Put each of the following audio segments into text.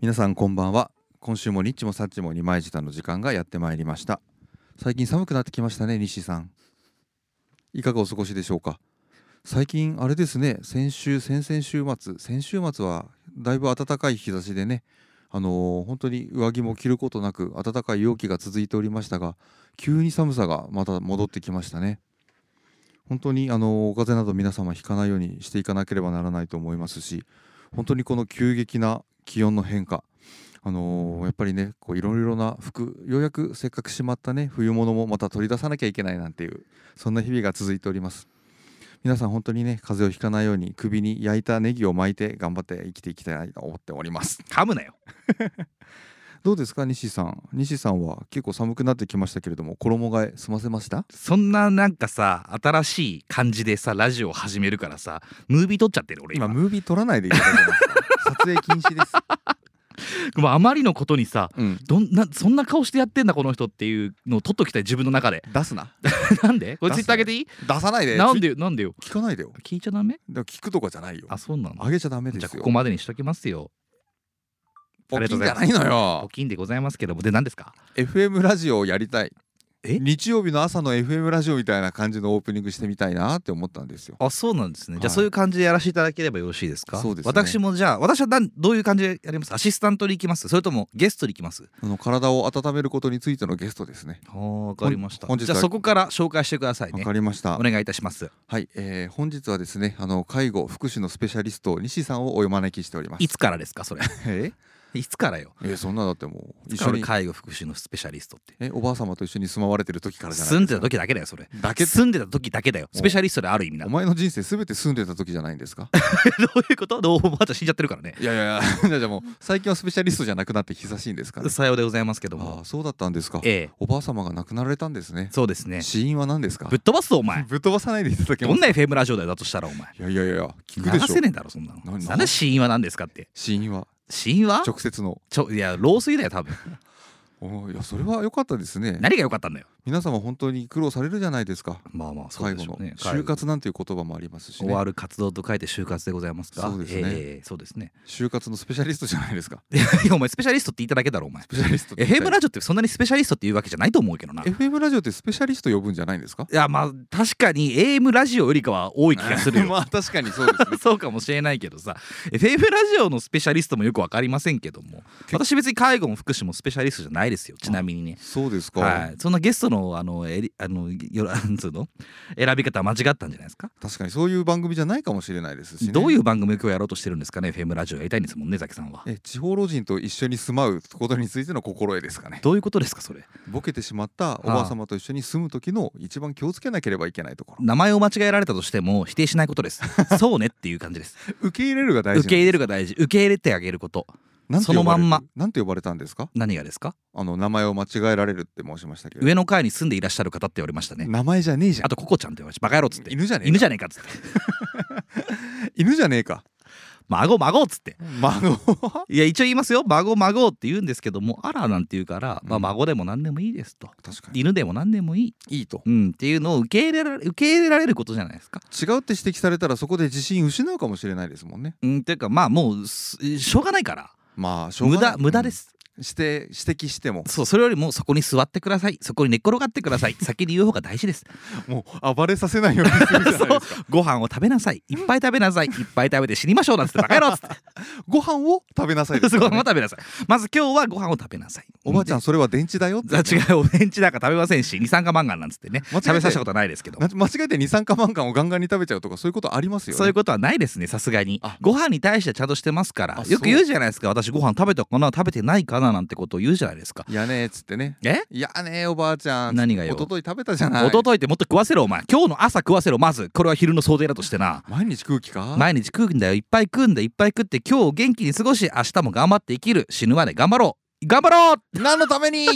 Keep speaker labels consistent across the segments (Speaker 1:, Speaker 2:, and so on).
Speaker 1: 皆さんこんばんは今週もニッチもサッチも二枚舌の時間がやってまいりました最近寒くなってきましたね西さんいかがお過ごしでしょうか最近あれですね先週先々週末先週末はだいぶ暖かい日差しでねあのー本当に上着も着ることなく暖かい陽気が続いておりましたが急に寒さがまた戻ってきましたね本当にあのお風邪など皆様ひかないようにしていかなければならないと思いますし本当にこの急激な気温の変化あのーやっぱりねこういろいろな服ようやくせっかくしまったね冬物もまた取り出さなきゃいけないなんていうそんな日々が続いております皆さん本当にね風邪をひかないように首に焼いたネギを巻いて頑張って生きていきたいなと思っております
Speaker 2: 噛むなよ
Speaker 1: どうですか西さん西さんは結構寒くなってきましたけれども衣替え済ませました
Speaker 2: そんななんかさ新しい感じでさラジオを始めるからさムービー撮っちゃってる俺
Speaker 1: 今
Speaker 2: 今
Speaker 1: ムービー撮らないでいただけますか 撮影禁止です
Speaker 2: もうあまりのことにさ
Speaker 1: うん
Speaker 2: どんなそんな顔してやってんだこの人っていうのを撮っときたい自分の中で
Speaker 1: 出すな
Speaker 2: なんでこれ
Speaker 1: 出す
Speaker 2: ツイッター上げていい
Speaker 1: 出さないで
Speaker 2: なん
Speaker 1: で
Speaker 2: でよなんでよ
Speaker 1: 聞かないでよ
Speaker 2: 聞いちゃダメ
Speaker 1: だから聞くとかじゃないよ
Speaker 2: あそうなの
Speaker 1: あげちゃダメで
Speaker 2: じゃあ
Speaker 1: す
Speaker 2: こ
Speaker 1: よ
Speaker 2: こまでにしときますよありがとうございます
Speaker 1: 募金じゃないの
Speaker 2: お
Speaker 1: よ
Speaker 2: 金でございますけどもで何ですか
Speaker 1: FM ラジオをやりたい
Speaker 2: え
Speaker 1: 日曜日の朝の FM ラジオみたいな感じのオープニングしてみたいなって思ったんですよ
Speaker 2: あそうなんですねじ
Speaker 1: は
Speaker 2: ゃあ
Speaker 1: い
Speaker 2: そういう感じでやらせていただければよろしいですか
Speaker 1: そうですね
Speaker 2: 私もじゃあ私はなんどういう感じでやりますアシスタントに行きますそれともゲストに行きます
Speaker 1: あの体を温めることについてのゲストですね
Speaker 2: わかりました
Speaker 1: ほん本日は
Speaker 2: じゃあそこから紹介してください
Speaker 1: わ
Speaker 2: ね
Speaker 1: かりました
Speaker 2: お願いいたします
Speaker 1: はい、えー、本日はですねあの介護福祉のスペシャリスト西さんをお招きしております
Speaker 2: いつからですかそれ
Speaker 1: え
Speaker 2: いつからよ
Speaker 1: えーそんなだってもう一
Speaker 2: 一
Speaker 1: 緒
Speaker 2: 緒
Speaker 1: に
Speaker 2: 介護福祉のスペシャリストって
Speaker 1: えおばあ様と一緒に住まわれてる時からじゃない
Speaker 2: 住ん
Speaker 1: す
Speaker 2: でた
Speaker 1: か
Speaker 2: 時だけだよそれ
Speaker 1: だけ
Speaker 2: 住んでた時だけだよ
Speaker 1: お
Speaker 2: スペシャリストである意味な
Speaker 1: お
Speaker 2: の
Speaker 1: 前の人生すべて住んでた時じゃないんです か
Speaker 2: どういうことどうおばあちゃん死んじゃってるからね
Speaker 1: いやいや いやじゃあもう最近はスペシャリストじゃなくなって久しいんですかね
Speaker 2: さようでございますけど
Speaker 1: あ
Speaker 2: も
Speaker 1: あそうだったんですか
Speaker 2: ええ
Speaker 1: おばあ様が亡くなられたんですね
Speaker 2: そうですね
Speaker 1: 死因は何ですか
Speaker 2: ぶっ飛ばすぞお前
Speaker 1: ぶっ飛ばさないでいただけま
Speaker 2: ど
Speaker 1: す
Speaker 2: んな FM ラジオだよだとしたらお前
Speaker 1: いやいやいや聞くで
Speaker 2: 流
Speaker 1: しょ
Speaker 2: せねえんだろそんなの
Speaker 1: な
Speaker 2: なんで死因は何ですかって
Speaker 1: 死因は
Speaker 2: 死因は
Speaker 1: 直接の
Speaker 2: ちょいや老衰だよ多分
Speaker 1: おーいやそれは良かったですね
Speaker 2: 何が良かったんだよ
Speaker 1: 皆様本当に苦労されるじゃないですか
Speaker 2: まあまあそう
Speaker 1: 介
Speaker 2: で
Speaker 1: 護
Speaker 2: しょ
Speaker 1: の
Speaker 2: うね
Speaker 1: 就活なんていう言葉もありますし
Speaker 2: 終
Speaker 1: ね
Speaker 2: わる活動と書いて就活でございますか
Speaker 1: そうですね
Speaker 2: ええそうですね
Speaker 1: 就活のスペシャリストじゃないですか
Speaker 2: いやお前スペシャリストって言っただけだろお前
Speaker 1: スペシャリストって言いたい
Speaker 2: FM ラジオってそんなにスペシャリストって言うわけじゃないと思うけどない
Speaker 1: FM ラジオってスペシャリスト呼ぶんじゃないんですか
Speaker 2: やまあ確かに AM ラジオよりかは多い気がする よ
Speaker 1: まあ確かにそうですね
Speaker 2: そうかもしれないけどさ FM ラジオのスペシャリストもよく分かりませんけども私別に介護も福祉もスペシャリストじゃないですよちなみにね
Speaker 1: そうですか、
Speaker 2: はい、そんなゲストのあのえりあのよらなんつうの選び方間違ったんじゃないですか
Speaker 1: 確かにそういう番組じゃないかもしれないですし、ね、
Speaker 2: どういうう番組を今日やろうとしてるんですかね FM ラジオやりたいんですもんねザキさんは
Speaker 1: え地方老人と一緒に住まうことについての心得ですかね
Speaker 2: どういうことですかそれ
Speaker 1: ボケてしまったおばあ様と一緒に住む時の一番気をつけなければいけないところ
Speaker 2: 名前を間違えられたとしても否定しないことです そうねっていう感じです
Speaker 1: 受け入れるが大事
Speaker 2: 受け入れるが 大事受け入れてあげること
Speaker 1: なんて呼ばれる
Speaker 2: そのまんま
Speaker 1: なんて呼ばれたんですか
Speaker 2: 何がですか
Speaker 1: あの名前を間違えられるって申しましたけど
Speaker 2: 上の階に住んでいらっしゃる方って言われましたね
Speaker 1: 名前じゃねえじゃん
Speaker 2: あとココちゃんって言われましたバカ野郎っつって
Speaker 1: 犬じゃねえ
Speaker 2: 犬じ
Speaker 1: ゃ
Speaker 2: ゃねえかっ つって
Speaker 1: 犬じゃねえか
Speaker 2: 孫孫っつって
Speaker 1: 孫は
Speaker 2: いや一応言いますよ孫孫って言うんですけどもあらなんて言うから、ま
Speaker 1: う
Speaker 2: あ、
Speaker 1: ん
Speaker 2: 孫でも何でもいいですと
Speaker 1: 確かに
Speaker 2: 犬でも何でもいい、
Speaker 1: いいと
Speaker 2: うん、っていうのを受け入れられ受け入れられることじゃないですか、
Speaker 1: 違うって指摘されたらそこで自信失うかもしれないですもんね
Speaker 2: うん、っていうかまあもうすしょうがないから
Speaker 1: まあしょう
Speaker 2: 無
Speaker 1: がない
Speaker 2: 駄無駄で、す、
Speaker 1: うんして指摘しても
Speaker 2: そうそれよりもそこに座ってくださいそこに寝っ転がってください先に言う方が大 事です
Speaker 1: もう暴れさせないようにするじゃ ないですか
Speaker 2: ご飯を食べなさいいっぱい食べなさいいっぱい食べて死にましょうなんつってバカ野郎っつって
Speaker 1: ご飯を食べなさい です
Speaker 2: そう
Speaker 1: か ら
Speaker 2: ご
Speaker 1: ね
Speaker 2: 飯を食べなさいまず今日はご飯を食べなさい
Speaker 1: おばあちゃんそれは電池だよって
Speaker 2: あ違うオレンジなんか食べませんし二酸化マンガンなんつってね
Speaker 1: 間違えて
Speaker 2: 食べさせたことないですけど
Speaker 1: な間違えて二酸化マンガンをガンガンに食べちゃうとかそういうことありますよね
Speaker 2: そういうことはないですねさすがに
Speaker 1: あ
Speaker 2: ご飯に対してちゃんとしてますから
Speaker 1: あ
Speaker 2: よく言うじゃないですか私ご飯食べたかな食べてないかななんてことを言うじゃないですか
Speaker 1: いやねーっつってね
Speaker 2: え
Speaker 1: いやねーおばあちゃん
Speaker 2: 何がよ
Speaker 1: 一昨日食べたじゃない
Speaker 2: 一昨日ってもっと食わせろお前今日の朝食わせろまずこれは昼の想定だとしてな
Speaker 1: 毎日空気か
Speaker 2: 毎日食うんだよいっぱい食うんだいっぱい食って今日を元気に過ごし明日も頑張って生きる死ぬまで頑張ろう頑張ろう
Speaker 1: 何のため に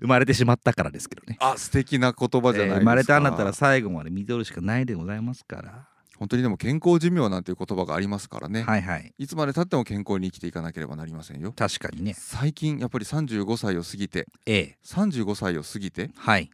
Speaker 2: 生まれてしまったからですけどね
Speaker 1: あ素敵な言葉じゃないです
Speaker 2: え
Speaker 1: か、
Speaker 2: ー生まれたあなたら最後まで見とるしかないでございますから
Speaker 1: 本当にでも健康寿命なんていう言葉がありますからね、
Speaker 2: はいはい
Speaker 1: い、つまでたっても健康に生きていかなければなりませんよ
Speaker 2: 確かにね
Speaker 1: 最近やっぱり35歳を過ぎて
Speaker 2: ええ
Speaker 1: 35歳を過ぎて
Speaker 2: はい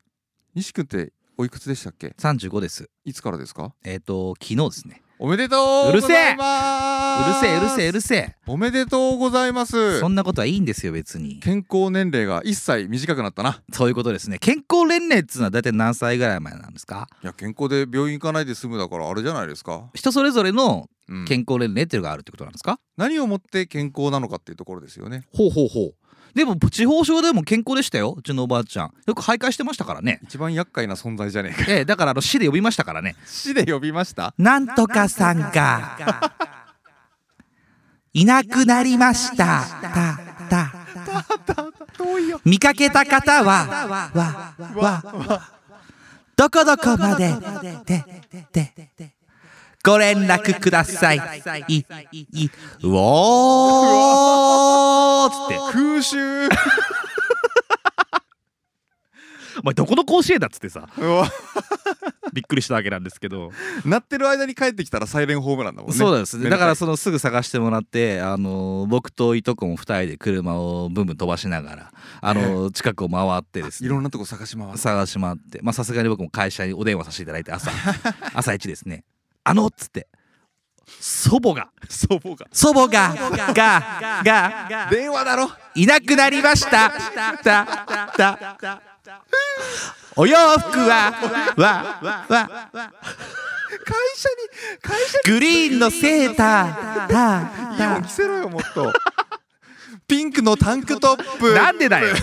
Speaker 1: 西君っておいくつでしたっけ
Speaker 2: 35です
Speaker 1: いつからですか
Speaker 2: えっ、と昨日ですね
Speaker 1: おめでとうございます
Speaker 2: せえうるせえうるせえ
Speaker 1: おめでとうございます
Speaker 2: そんなことはいいんですよ別に
Speaker 1: 健康年齢が一歳短くなったな
Speaker 2: そういうことですね健康年齢っつうのは大体何歳ぐらい前なんですか
Speaker 1: いや健康で病院行かないで済むだからあれじゃないですか、
Speaker 2: 人それぞれの
Speaker 1: うん
Speaker 2: 健康年齢っていうのがあるってことなんですか、
Speaker 1: 何をもって健康なのかっていうところですよね
Speaker 2: ほうほうほうでも地方症でも健康でしたようちのおばあちゃんよく徘徊してましたからね
Speaker 1: 一番厄介な存在じゃねえか
Speaker 2: ええだからあの市で呼びましたからね
Speaker 1: 死で呼びました
Speaker 2: なんとかさんがいなくなりましたたた
Speaker 1: 遠いよ
Speaker 2: 見かけた方はわわどこどこまででででご連絡くださいいいいうおーつって
Speaker 1: 空襲
Speaker 2: お前どこの甲子園だっつってさ
Speaker 1: うわ
Speaker 2: びっくりしたわけなんですけど
Speaker 1: 鳴ってる間に帰ってきたらサイレンホームランだもんね
Speaker 2: そうなんです
Speaker 1: めで
Speaker 2: ね
Speaker 1: た
Speaker 2: だ
Speaker 1: い
Speaker 2: からそのすぐ探してもらってあのー僕といとこも2人で車をブンブン飛ばしながらあ のー近くを回ってです
Speaker 1: い
Speaker 2: ね
Speaker 1: ろんなとこ探し回す
Speaker 2: 探し回ってまあさすがに僕も会社にお電話させていただいて 朝朝一ですね「あの」っつって祖母が
Speaker 1: 祖母が
Speaker 2: 祖母がががが
Speaker 1: 電話だろ
Speaker 2: いなくなりましたたたたお洋服はわわわ
Speaker 1: 会社に会社
Speaker 2: グリーンのセーターた
Speaker 1: にイオン
Speaker 2: た
Speaker 1: 着せろよもっとピンクのタンクトップ
Speaker 2: なんでだよ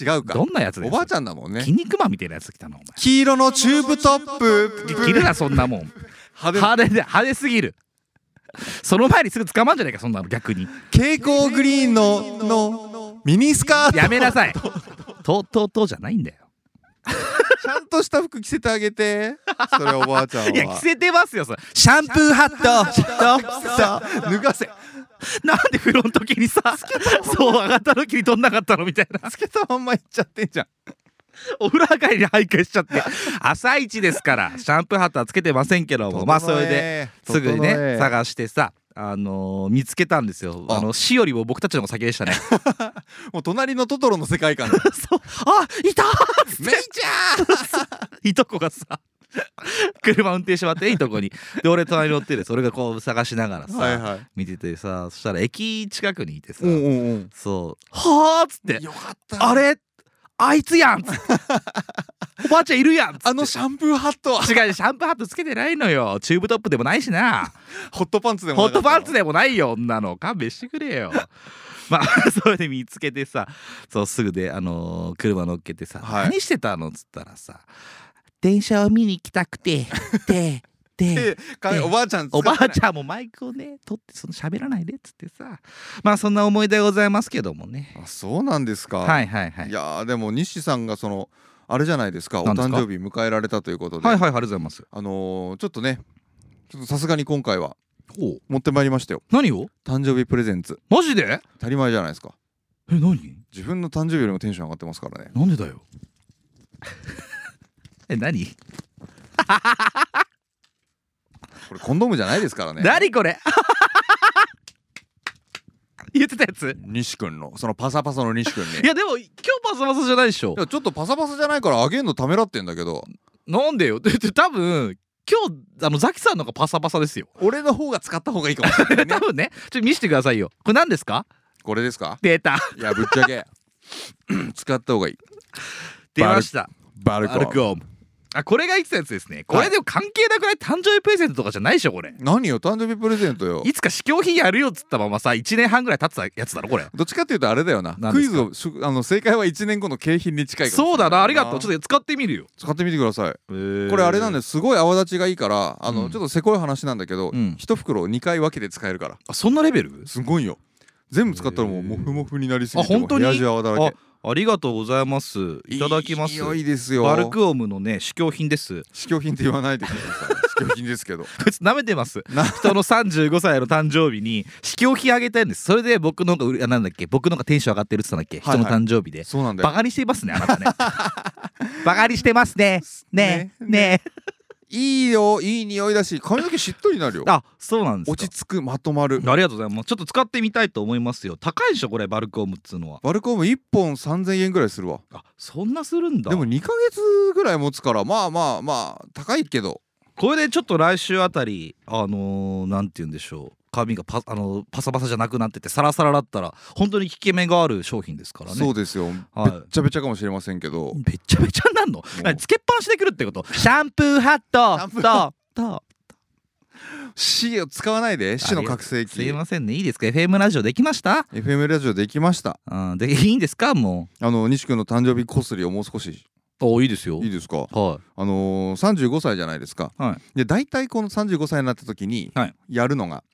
Speaker 1: 違うか
Speaker 2: どんなやつだ
Speaker 1: お
Speaker 2: よ
Speaker 1: ばあちゃんだもんね
Speaker 2: 筋肉マンみたいなやつ来たのお
Speaker 1: 黄色のチューブトップ
Speaker 2: 前着るなそんなもん
Speaker 1: 派
Speaker 2: 派手で派手すぎるその前にすぐ捕まんじゃないかそんなの逆に
Speaker 1: 手蛍光グリーンののミニスカート
Speaker 2: やめなさい。とうとうとうじゃないんだよ。
Speaker 1: ちゃんとした服着せてあげ てそれおばあちゃんはい
Speaker 2: や着せてますよ。それシャンプーハット。
Speaker 1: さあ脱がせ
Speaker 2: なんでフロント機にさ、そう上がった時に取んなかったのみたいな。
Speaker 1: つけたまんまいっちゃってんじゃん
Speaker 2: お風呂上がりに徘徊しちゃって。朝一ですからシャンプーハットはつけてませんけども、まあそれで
Speaker 1: 整
Speaker 2: す
Speaker 1: え
Speaker 2: ぐにね
Speaker 1: 整え
Speaker 2: 探してさ。あのー見つけたんですよ
Speaker 1: あ
Speaker 2: あの死よりも僕たちの方が先でしたね
Speaker 1: もう隣のトトロの世界観だ
Speaker 2: そうあいたーっつっ
Speaker 1: メ
Speaker 2: て
Speaker 1: イちゃん
Speaker 2: いとこがさ車運転してもらっていとこにで俺隣に乗ってるそれがこう探しながらさ、
Speaker 1: はいはい
Speaker 2: 見ててさそしたら駅近くにいてさ、
Speaker 1: うんうんうん
Speaker 2: そう「はあ」っつって
Speaker 1: よかっ
Speaker 2: 「
Speaker 1: た
Speaker 2: あれあいつやん」っつって 「おばあちゃんいるやん」っつって
Speaker 1: あのシャンプーハットは
Speaker 2: 違うシャンプーハットつけてないのよチューブトップでもないしな
Speaker 1: ホットパンツでも
Speaker 2: ホ
Speaker 1: な
Speaker 2: ッ
Speaker 1: か
Speaker 2: ト
Speaker 1: ったの
Speaker 2: パンツでもないよ女の勘弁してくれよまあ それで見つけてさそうすぐであのー車乗っけてさ「
Speaker 1: はい
Speaker 2: 何してたの?」っつったらさ「電車を見に行きたく て」でで
Speaker 1: でか
Speaker 2: で
Speaker 1: おばあちゃん使
Speaker 2: お
Speaker 1: ってな
Speaker 2: ば
Speaker 1: い
Speaker 2: あちゃんもマイクをね取ってその喋らないでっつってさまあそんな思い出ございますけどもね
Speaker 1: あそうなんですか
Speaker 2: はいはいはい
Speaker 1: いやーでも西さんがそのあれじゃないですかお
Speaker 2: 何です
Speaker 1: 誕
Speaker 2: か
Speaker 1: 生日迎えられたということで、
Speaker 2: はいはいありがとうございます
Speaker 1: あのーちょっとねちょっとさすがに今回は
Speaker 2: ほう
Speaker 1: 持ってまいりましたよ
Speaker 2: 何を
Speaker 1: 誕生日プレゼンツ
Speaker 2: マジで
Speaker 1: 当たり前じゃないですか
Speaker 2: え何
Speaker 1: 自分の誕生日よりもテンション上がってますからね
Speaker 2: なんでだよ え何
Speaker 1: これコンドームじゃないですからね
Speaker 2: 何これ 言ってたやつ
Speaker 1: 西君のそのパサパサの西君に
Speaker 2: いやでも今日パサパサじゃないでしょ
Speaker 1: いやちょっとパサパサじゃないからあげるのためらってんだけど
Speaker 2: なんでよ だって多分今日あのザキさんのがパサパサですよ
Speaker 1: 俺の方が使った方がいいかもしれない ね
Speaker 2: 多分ねちょっと見せてくださいよこれ何ですか
Speaker 1: これですか
Speaker 2: データ
Speaker 1: いやぶっちゃ け使った方がいい
Speaker 2: 出ました
Speaker 1: バルコ
Speaker 2: アルコームあこれが言ってたやつですねこれでも関係なくない誕生日プレゼントとかじゃないでしょこれ
Speaker 1: 何よ誕生日プレゼントよ
Speaker 2: いつか試供品やるよっつったままさ1年半ぐらい経ってたやつだろこれ
Speaker 1: どっちかっていうとあれだよな
Speaker 2: 何
Speaker 1: ク
Speaker 2: で
Speaker 1: イ
Speaker 2: す
Speaker 1: ズ
Speaker 2: か
Speaker 1: をしゅあの正解は1年後の景品に近いかもしれ
Speaker 2: そうだなありがとうち
Speaker 1: っと
Speaker 2: ょっと使ってみるよ
Speaker 1: 使ってみてください
Speaker 2: こ
Speaker 1: これあれなん
Speaker 2: す
Speaker 1: ですごい泡立ちがいいからあの、
Speaker 2: うん
Speaker 1: ちょっとせこい話なんだけど、
Speaker 2: うん
Speaker 1: 一袋を2回分けて使えるから
Speaker 2: あそんなレベル
Speaker 1: すごいよ全部使ったらも
Speaker 2: へ
Speaker 1: う
Speaker 2: ー
Speaker 1: モフモフになりすぎて
Speaker 2: あ本当に
Speaker 1: もう部屋中泡だら
Speaker 2: あ
Speaker 1: け
Speaker 2: ありがとうございますいただきます
Speaker 1: いい匂いですよ
Speaker 2: バルクオムのね試供品です
Speaker 1: 試供品って言わないでください試供品です けど
Speaker 2: こいつ舐めてます
Speaker 1: な
Speaker 2: 人の35歳の誕生日に試供品あげてるんですそれで僕の方がうれあなんだっけ僕の方がテンション上がってるって言ってたんだっけ、
Speaker 1: はいはい
Speaker 2: 人の誕生日で
Speaker 1: そうなんだ
Speaker 2: バ
Speaker 1: よ
Speaker 2: カにしていますねあなたね バカにしてますね ねね
Speaker 1: いいよいい匂いだし髪の毛しっとりになるよ
Speaker 2: あそうなんですか
Speaker 1: 落ち着くまとまる
Speaker 2: ありがとうございますちょっと使ってみたいと思いますよ高いでしょこれバルコームっつうのは
Speaker 1: バルコム1本3000円ぐらいするわ
Speaker 2: あそんなするんだ
Speaker 1: でも2ヶ月ぐらい持つからまあまあまあ高いけど
Speaker 2: これでちょっと来週あたりあのーなんて言うんでしょう髪がパ,、あのーパサパサじゃなくなっててサラサラだったら本当に効き目がある商品ですからね
Speaker 1: そうですよ、
Speaker 2: はい
Speaker 1: べっちゃべちゃかもしれませんけど
Speaker 2: べっちゃべちゃになんの何つけっぱなしでくるってことシャンプーハッ
Speaker 1: シャンプ
Speaker 2: ト
Speaker 1: ー
Speaker 2: とと
Speaker 1: C を使わないで C の覚醒
Speaker 2: すい
Speaker 1: 器
Speaker 2: ませんねいいですか FM ラジオできました
Speaker 1: FM ラジオできました
Speaker 2: うんでいいんですかも
Speaker 1: あの西君の誕生日こすりをもう少し
Speaker 2: うあいいですよ
Speaker 1: いいですか
Speaker 2: は
Speaker 1: あのー、35歳じゃないですか、
Speaker 2: は
Speaker 1: で大体この35歳になった時に
Speaker 2: はい
Speaker 1: やるのが、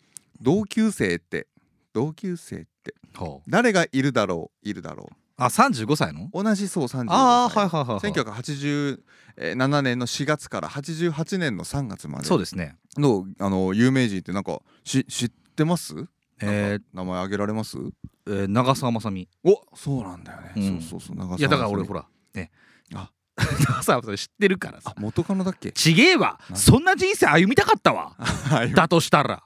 Speaker 1: 同級生って同級生って
Speaker 2: い、は
Speaker 1: 誰がいるだろういるだろ
Speaker 2: あ、あ35歳の
Speaker 1: う同じそう35歳
Speaker 2: ああはいはいはい、はい、
Speaker 1: 1987年の4月から88年の3月まで
Speaker 2: そうですね
Speaker 1: のあの有名人ってなんかし知ってます
Speaker 2: え
Speaker 1: なんか名前挙げられます
Speaker 2: ーえー長澤まさみ
Speaker 1: おそうなんだよね、
Speaker 2: うん
Speaker 1: そうそうそう長澤
Speaker 2: いやだから俺ほ
Speaker 1: ら
Speaker 2: らね
Speaker 1: あ
Speaker 2: 長澤まさみ知ってるから
Speaker 1: あ
Speaker 2: さ
Speaker 1: 元カノだっけ
Speaker 2: ちげえわ
Speaker 1: なん
Speaker 2: そんな人生 歩みたかったわ
Speaker 1: はい
Speaker 2: だとしたら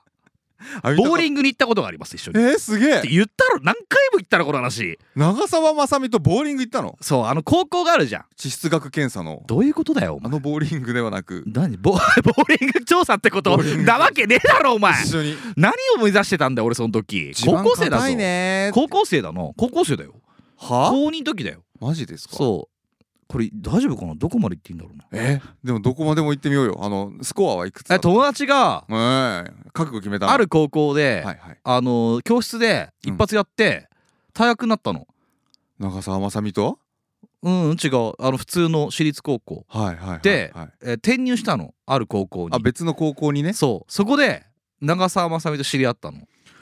Speaker 2: ボーリングに行ったことがあります一緒にっ
Speaker 1: えー、すげえ
Speaker 2: て言ったろ何回も言ったろこの話
Speaker 1: 長澤まさみとボーリング行ったの
Speaker 2: そうあの高校があるじゃん
Speaker 1: 地質学検査の
Speaker 2: どういうことだよお
Speaker 1: あ
Speaker 2: 前
Speaker 1: のボーリングではなく
Speaker 2: 何ボボーリング調査ってこと
Speaker 1: ボーリング
Speaker 2: なわけねえだ ろお 前
Speaker 1: 一緒に
Speaker 2: 何を目指してたんだよ俺その時
Speaker 1: 地
Speaker 2: 高
Speaker 1: 盤
Speaker 2: 校生だぞ
Speaker 1: 硬いね
Speaker 2: 高校生だな高校生だよ
Speaker 1: は
Speaker 2: 高2の時だよ
Speaker 1: マジですか
Speaker 2: そうこれ大丈夫かなどこまで行っていいんだろうな
Speaker 1: えでもどこまでも行ってみようよあのスコアはいくつだ
Speaker 2: え友達が
Speaker 1: えー、覚悟決めたの
Speaker 2: ある高校で、
Speaker 1: はいはい
Speaker 2: あのー教室で一発やって、退学になったの
Speaker 1: 長澤まさみと
Speaker 2: うんうん違うあの普通の私立高校、
Speaker 1: はいはいはい、はい、
Speaker 2: でえー転入したのある高校に
Speaker 1: あ別の高校にね
Speaker 2: そうそこで長澤まさみと知り合ったの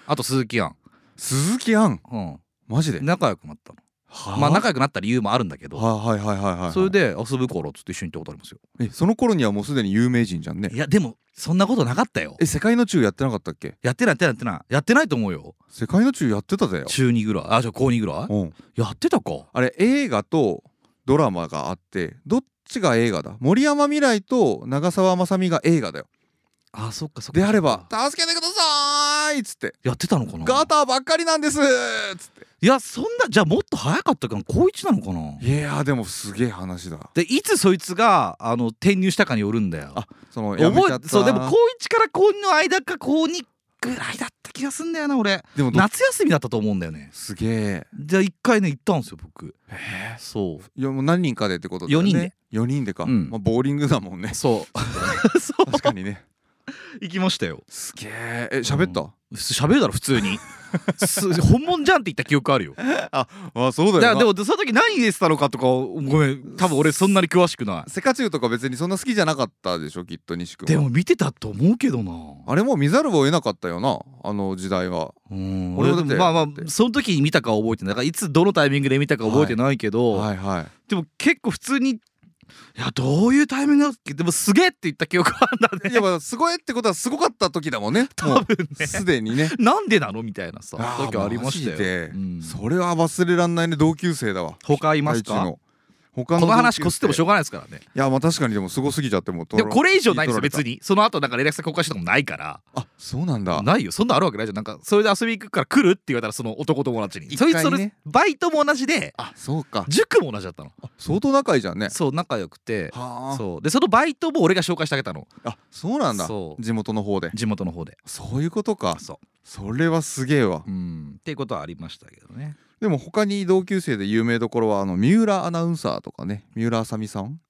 Speaker 2: あと鈴木杏
Speaker 1: 鈴木杏
Speaker 2: うん
Speaker 1: マジで
Speaker 2: 仲良くなったの
Speaker 1: は
Speaker 2: まあ仲良くなった理由もあるんだけど
Speaker 1: はいはいはいはいはいはい
Speaker 2: それで遊ぶ頃つって一緒に行ったことありますよ
Speaker 1: えその頃にはもうすでに有名人じゃんね
Speaker 2: いやでもそんなことなかったよ
Speaker 1: え世界の中やってなかったっけ
Speaker 2: やってないやってないやってないやってないと思うよ
Speaker 1: 世界の中やってたぜよ、
Speaker 2: 中2ぐらいあじゃあ高2ぐらい
Speaker 1: うん、
Speaker 2: やってたか
Speaker 1: あれ映画とドラマがあってどっちが映画だ森山未来と長澤まさみが映画だよ
Speaker 2: あそっかそっか
Speaker 1: であれば「助けてくださーい!」っつって
Speaker 2: やってたの
Speaker 1: 「
Speaker 2: かな
Speaker 1: ガーターばっかりなんです!」っつって
Speaker 2: いやそんなじゃあもっと早かったかな高1なのかない
Speaker 1: やーでもすげえ話だ
Speaker 2: でいつそいつがあの転入したかによるんだよ
Speaker 1: あその やめちゃ
Speaker 2: 覚
Speaker 1: っ
Speaker 2: え
Speaker 1: た
Speaker 2: そうでも高1から高2の間か高2ぐらいだった気がすんだよな俺
Speaker 1: でもど
Speaker 2: 夏休みだったと思うんだよね
Speaker 1: すげえ
Speaker 2: じゃあ一回ね行ったんですよ僕そ
Speaker 1: いやもう何人かでってことだよ
Speaker 2: 四人で
Speaker 1: ね4人でか、
Speaker 2: うん
Speaker 1: まあ、ボーリングだもんね
Speaker 2: うそ うそ
Speaker 1: 確かにね
Speaker 2: う 行きましたよ
Speaker 1: すげええ喋った、
Speaker 2: 喋るだろ普 通にす本物じゃんって言った記憶あるよ
Speaker 1: あそうだよ
Speaker 2: だ
Speaker 1: な
Speaker 2: からでもその時何入れてたのかとかごめん多分俺そんなに詳しくない
Speaker 1: セカチュウとか別にそんな好きじゃなかったでしょきっと西君は
Speaker 2: でも見てたと思うけどな
Speaker 1: あれも見ざるを得なかったよなあの時代は
Speaker 2: うん
Speaker 1: 俺
Speaker 2: 俺
Speaker 1: はだ
Speaker 2: で
Speaker 1: って
Speaker 2: もまあまあその時に見たかは覚えてないだからいつどのタイミングで見たか覚えてないけど、
Speaker 1: はいはい
Speaker 2: でも結構普通にいやどういうタイミングだっけでもすげえって言った記憶あるんだね
Speaker 1: やっぱすごいってことはすごかった時だもんねも
Speaker 2: 多分
Speaker 1: う
Speaker 2: ね
Speaker 1: すでにね
Speaker 2: なんでなのみたいなさ
Speaker 1: あー
Speaker 2: 時ありました
Speaker 1: マジで
Speaker 2: よ、うん
Speaker 1: それは忘れらんないね同級生だわ
Speaker 2: 他います
Speaker 1: 大地
Speaker 2: か
Speaker 1: の他の
Speaker 2: この話
Speaker 1: 同級生
Speaker 2: こすってもしょうがないですからね
Speaker 1: いやまあ確かにでもすごすぎちゃってもう
Speaker 2: でもこれ以上ないんですよ
Speaker 1: 聞
Speaker 2: 別
Speaker 1: 取られ
Speaker 2: にその後なんか連絡先交換したとかもないから
Speaker 1: たあそうなんだ
Speaker 2: ないよそんなんあるわけないじゃんなんかそれで遊びに行くから来るって言われたらその男友達に
Speaker 1: 一
Speaker 2: そ
Speaker 1: 回
Speaker 2: い
Speaker 1: ね
Speaker 2: つそれバイトも同じで
Speaker 1: あそうか
Speaker 2: 塾も同じだったの
Speaker 1: 相当仲いいじゃんね
Speaker 2: そう仲良くて
Speaker 1: はあそ
Speaker 2: そうでそのバイトも俺が紹介してあげたの
Speaker 1: あそうなんだ
Speaker 2: そう
Speaker 1: 地元の方で
Speaker 2: 地元の方で
Speaker 1: そういうことか
Speaker 2: そ
Speaker 1: それはすげえわ
Speaker 2: ううんっていうことはありましたけどね
Speaker 1: でも他に同級生で有名どころはあの三浦アナウンサーとかね三浦あさみさん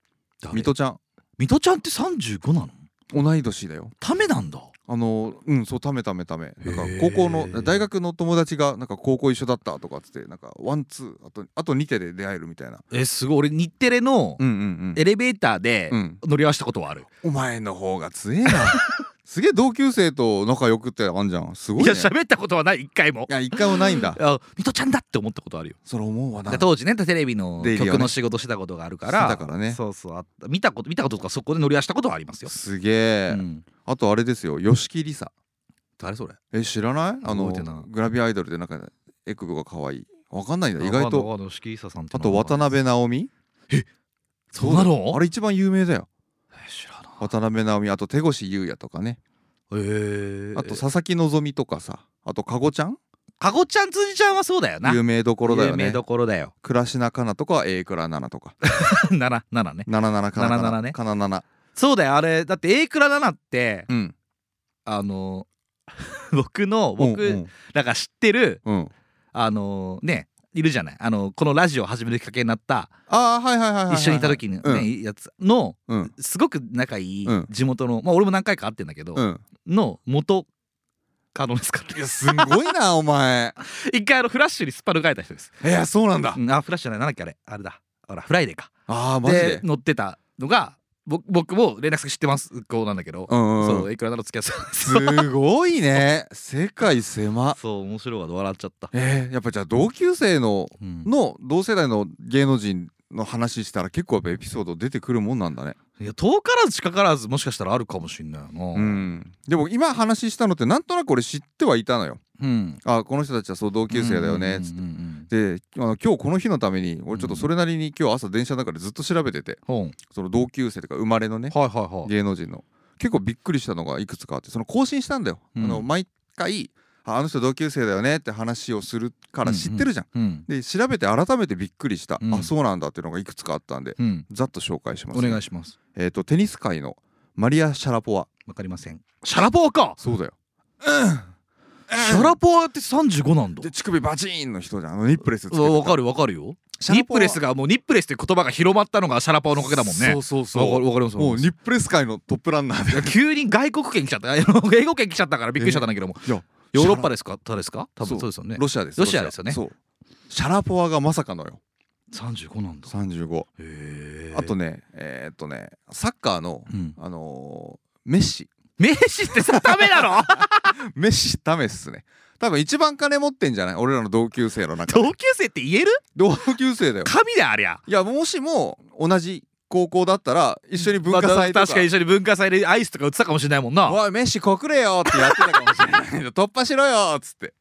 Speaker 1: 水
Speaker 2: ミト
Speaker 1: 戸ちゃん
Speaker 2: ミトちゃんって35なの
Speaker 1: 同い年だよ
Speaker 2: ためなんだ
Speaker 1: あのうんそうためためためなんか
Speaker 2: へえ
Speaker 1: 高校の大学の友達がなんか高校一緒だったとかっつってなんかワンツーあとあと2手で出会えるみたいな
Speaker 2: えすごい俺日テレの
Speaker 1: うんうん
Speaker 2: エレベーターで
Speaker 1: うんうん
Speaker 2: 乗り合わせたことはある、
Speaker 1: お前の方が強え なすげえ同級生と仲良くってあんじゃんすごい
Speaker 2: いや
Speaker 1: ねい
Speaker 2: 喋ったことはない一回も
Speaker 1: や一回もないんだ
Speaker 2: あミトちゃんだって思ったことあるよ
Speaker 1: それ思うわな
Speaker 2: で当時ねテレビの
Speaker 1: デイリーはね
Speaker 2: 曲の仕事してたことがあるから
Speaker 1: してたからね
Speaker 2: そうそうあった見たこと見たこととかそこで乗り合わせたことはありますよ、
Speaker 1: すげえ、
Speaker 2: うん、
Speaker 1: あとあれですよ吉木りさ
Speaker 2: 誰それ
Speaker 1: え知らないあの
Speaker 2: 覚えてない
Speaker 1: グラビアアイドルでなんかエクボが可愛いわかんないんだ意外
Speaker 2: わかんない
Speaker 1: と
Speaker 2: わかんない吉井久さんって
Speaker 1: あ
Speaker 2: 名前
Speaker 1: と渡辺直美
Speaker 2: そうなの
Speaker 1: あれ一番有名だよ
Speaker 2: え知らない
Speaker 1: 渡辺直美あと手越優也とかね
Speaker 2: え
Speaker 1: あと佐々木希とかさあとかごちゃん
Speaker 2: かごちゃん辻ちゃんはそうだよな
Speaker 1: 有名どころだよ
Speaker 2: 有名
Speaker 1: ね
Speaker 2: どころだよ
Speaker 1: 倉科かなとかは A 倉奈々とか
Speaker 2: ななななね
Speaker 1: 77かなか
Speaker 2: 77
Speaker 1: な
Speaker 2: ね
Speaker 1: かなな
Speaker 2: そうだよあれだって A クラだなって
Speaker 1: うん
Speaker 2: あの 僕の
Speaker 1: う
Speaker 2: 僕
Speaker 1: ん
Speaker 2: らが知ってる
Speaker 1: うんうん
Speaker 2: あのねいるじゃないあのこのラジオを始めるきっかけになった
Speaker 1: ああはいはいはいはいはい
Speaker 2: 一緒にいた時の
Speaker 1: うん
Speaker 2: ねやつの
Speaker 1: うん
Speaker 2: すごく仲いい
Speaker 1: うん
Speaker 2: 地元のまあ俺も何回か会ってんだけど
Speaker 1: うん
Speaker 2: の元カノですからね
Speaker 1: すごいなお前
Speaker 2: 一回あのフラッシュにスパル書いた人です
Speaker 1: いやそうなんだ
Speaker 2: うんあフラッシュじゃないなんだっけあれあれだほらフライデーか
Speaker 1: ああマジ
Speaker 2: で
Speaker 1: で
Speaker 2: 乗ってたのが僕僕も連絡先知ってます子なんだけど
Speaker 1: うんうん
Speaker 2: そううんいくらなら付き合ってたそう
Speaker 1: すごいね世界狭
Speaker 2: そう面白いわ笑っちゃった
Speaker 1: えーやっぱじゃあ同級生の
Speaker 2: うん
Speaker 1: の同世代の芸能人の話したら結構やっぱエピソード出てくるもんなんだね
Speaker 2: いや遠からず近からずもしかしたらあるかもしんないよな
Speaker 1: う
Speaker 2: うん
Speaker 1: んでも今話したのってなんとなく俺知ってはいたのよ
Speaker 2: うん
Speaker 1: あこの人たちはそう同級生だよねっつって
Speaker 2: うんうんうん
Speaker 1: であの今日この日のために俺ちょっとそれなりに今日朝電車の中でずっと調べてて
Speaker 2: ほん
Speaker 1: その同級生とか生まれのね
Speaker 2: はいはいはい
Speaker 1: 芸能人の結構びっくりしたのがいくつかあってその更新したんだよ、
Speaker 2: うん
Speaker 1: あの毎回ああの人同級生だよねって話をするから知ってるじゃん、
Speaker 2: うん
Speaker 1: で調べて改めてびっくりした、
Speaker 2: うん
Speaker 1: あそうなんだっていうのがいくつかあったんで
Speaker 2: うん
Speaker 1: ざっと紹介します
Speaker 2: お
Speaker 1: ね、
Speaker 2: 願いします
Speaker 1: えっ、とテニス界のマリア・シャラポワ
Speaker 2: わかりませんシャラポワか
Speaker 1: そうだよ、
Speaker 2: シャラポワって35なんだ
Speaker 1: で乳首バチーンの人じゃんあのニップレスつけて
Speaker 2: うわわか
Speaker 1: る
Speaker 2: るわかるよ
Speaker 1: シャ
Speaker 2: ニ
Speaker 1: ラ
Speaker 2: ッ
Speaker 1: ポワ
Speaker 2: プレスがもうニップレスって言葉が広まったのがシャラポワのおかげだもんね
Speaker 1: そうそう
Speaker 2: わか
Speaker 1: そう
Speaker 2: るわかりますわかり
Speaker 1: もう
Speaker 2: ます
Speaker 1: ニップレス界のトップランナーで
Speaker 2: いや急に外国圏来ちゃった 英語圏来ちゃったからびっくりしちゃったんだけども
Speaker 1: いや
Speaker 2: ヨーロッパ
Speaker 1: で
Speaker 2: ですかたですか多分そうですよね
Speaker 1: ロシアです
Speaker 2: ロシアですよね
Speaker 1: そうシャラポワがまさかのよ
Speaker 2: 35なんだ
Speaker 1: 35
Speaker 2: へえ
Speaker 1: あとねえーっとねサッカーの、
Speaker 2: うん
Speaker 1: あのーメッシ
Speaker 2: メッシってさダメなの
Speaker 1: メッシダメっすね多分一番金持ってんじゃない俺らの同級生の中で
Speaker 2: 同級生って言える
Speaker 1: 同級生だよ
Speaker 2: 神だよありゃ
Speaker 1: いやもしも同じ高校だったら一緒に文化祭とか,、
Speaker 2: まあ確かに一緒に文化祭でアイスとか売ってたかもしれないもんな
Speaker 1: おいメッシ告れよってやってたかもしれないけ ど突破しろよっつって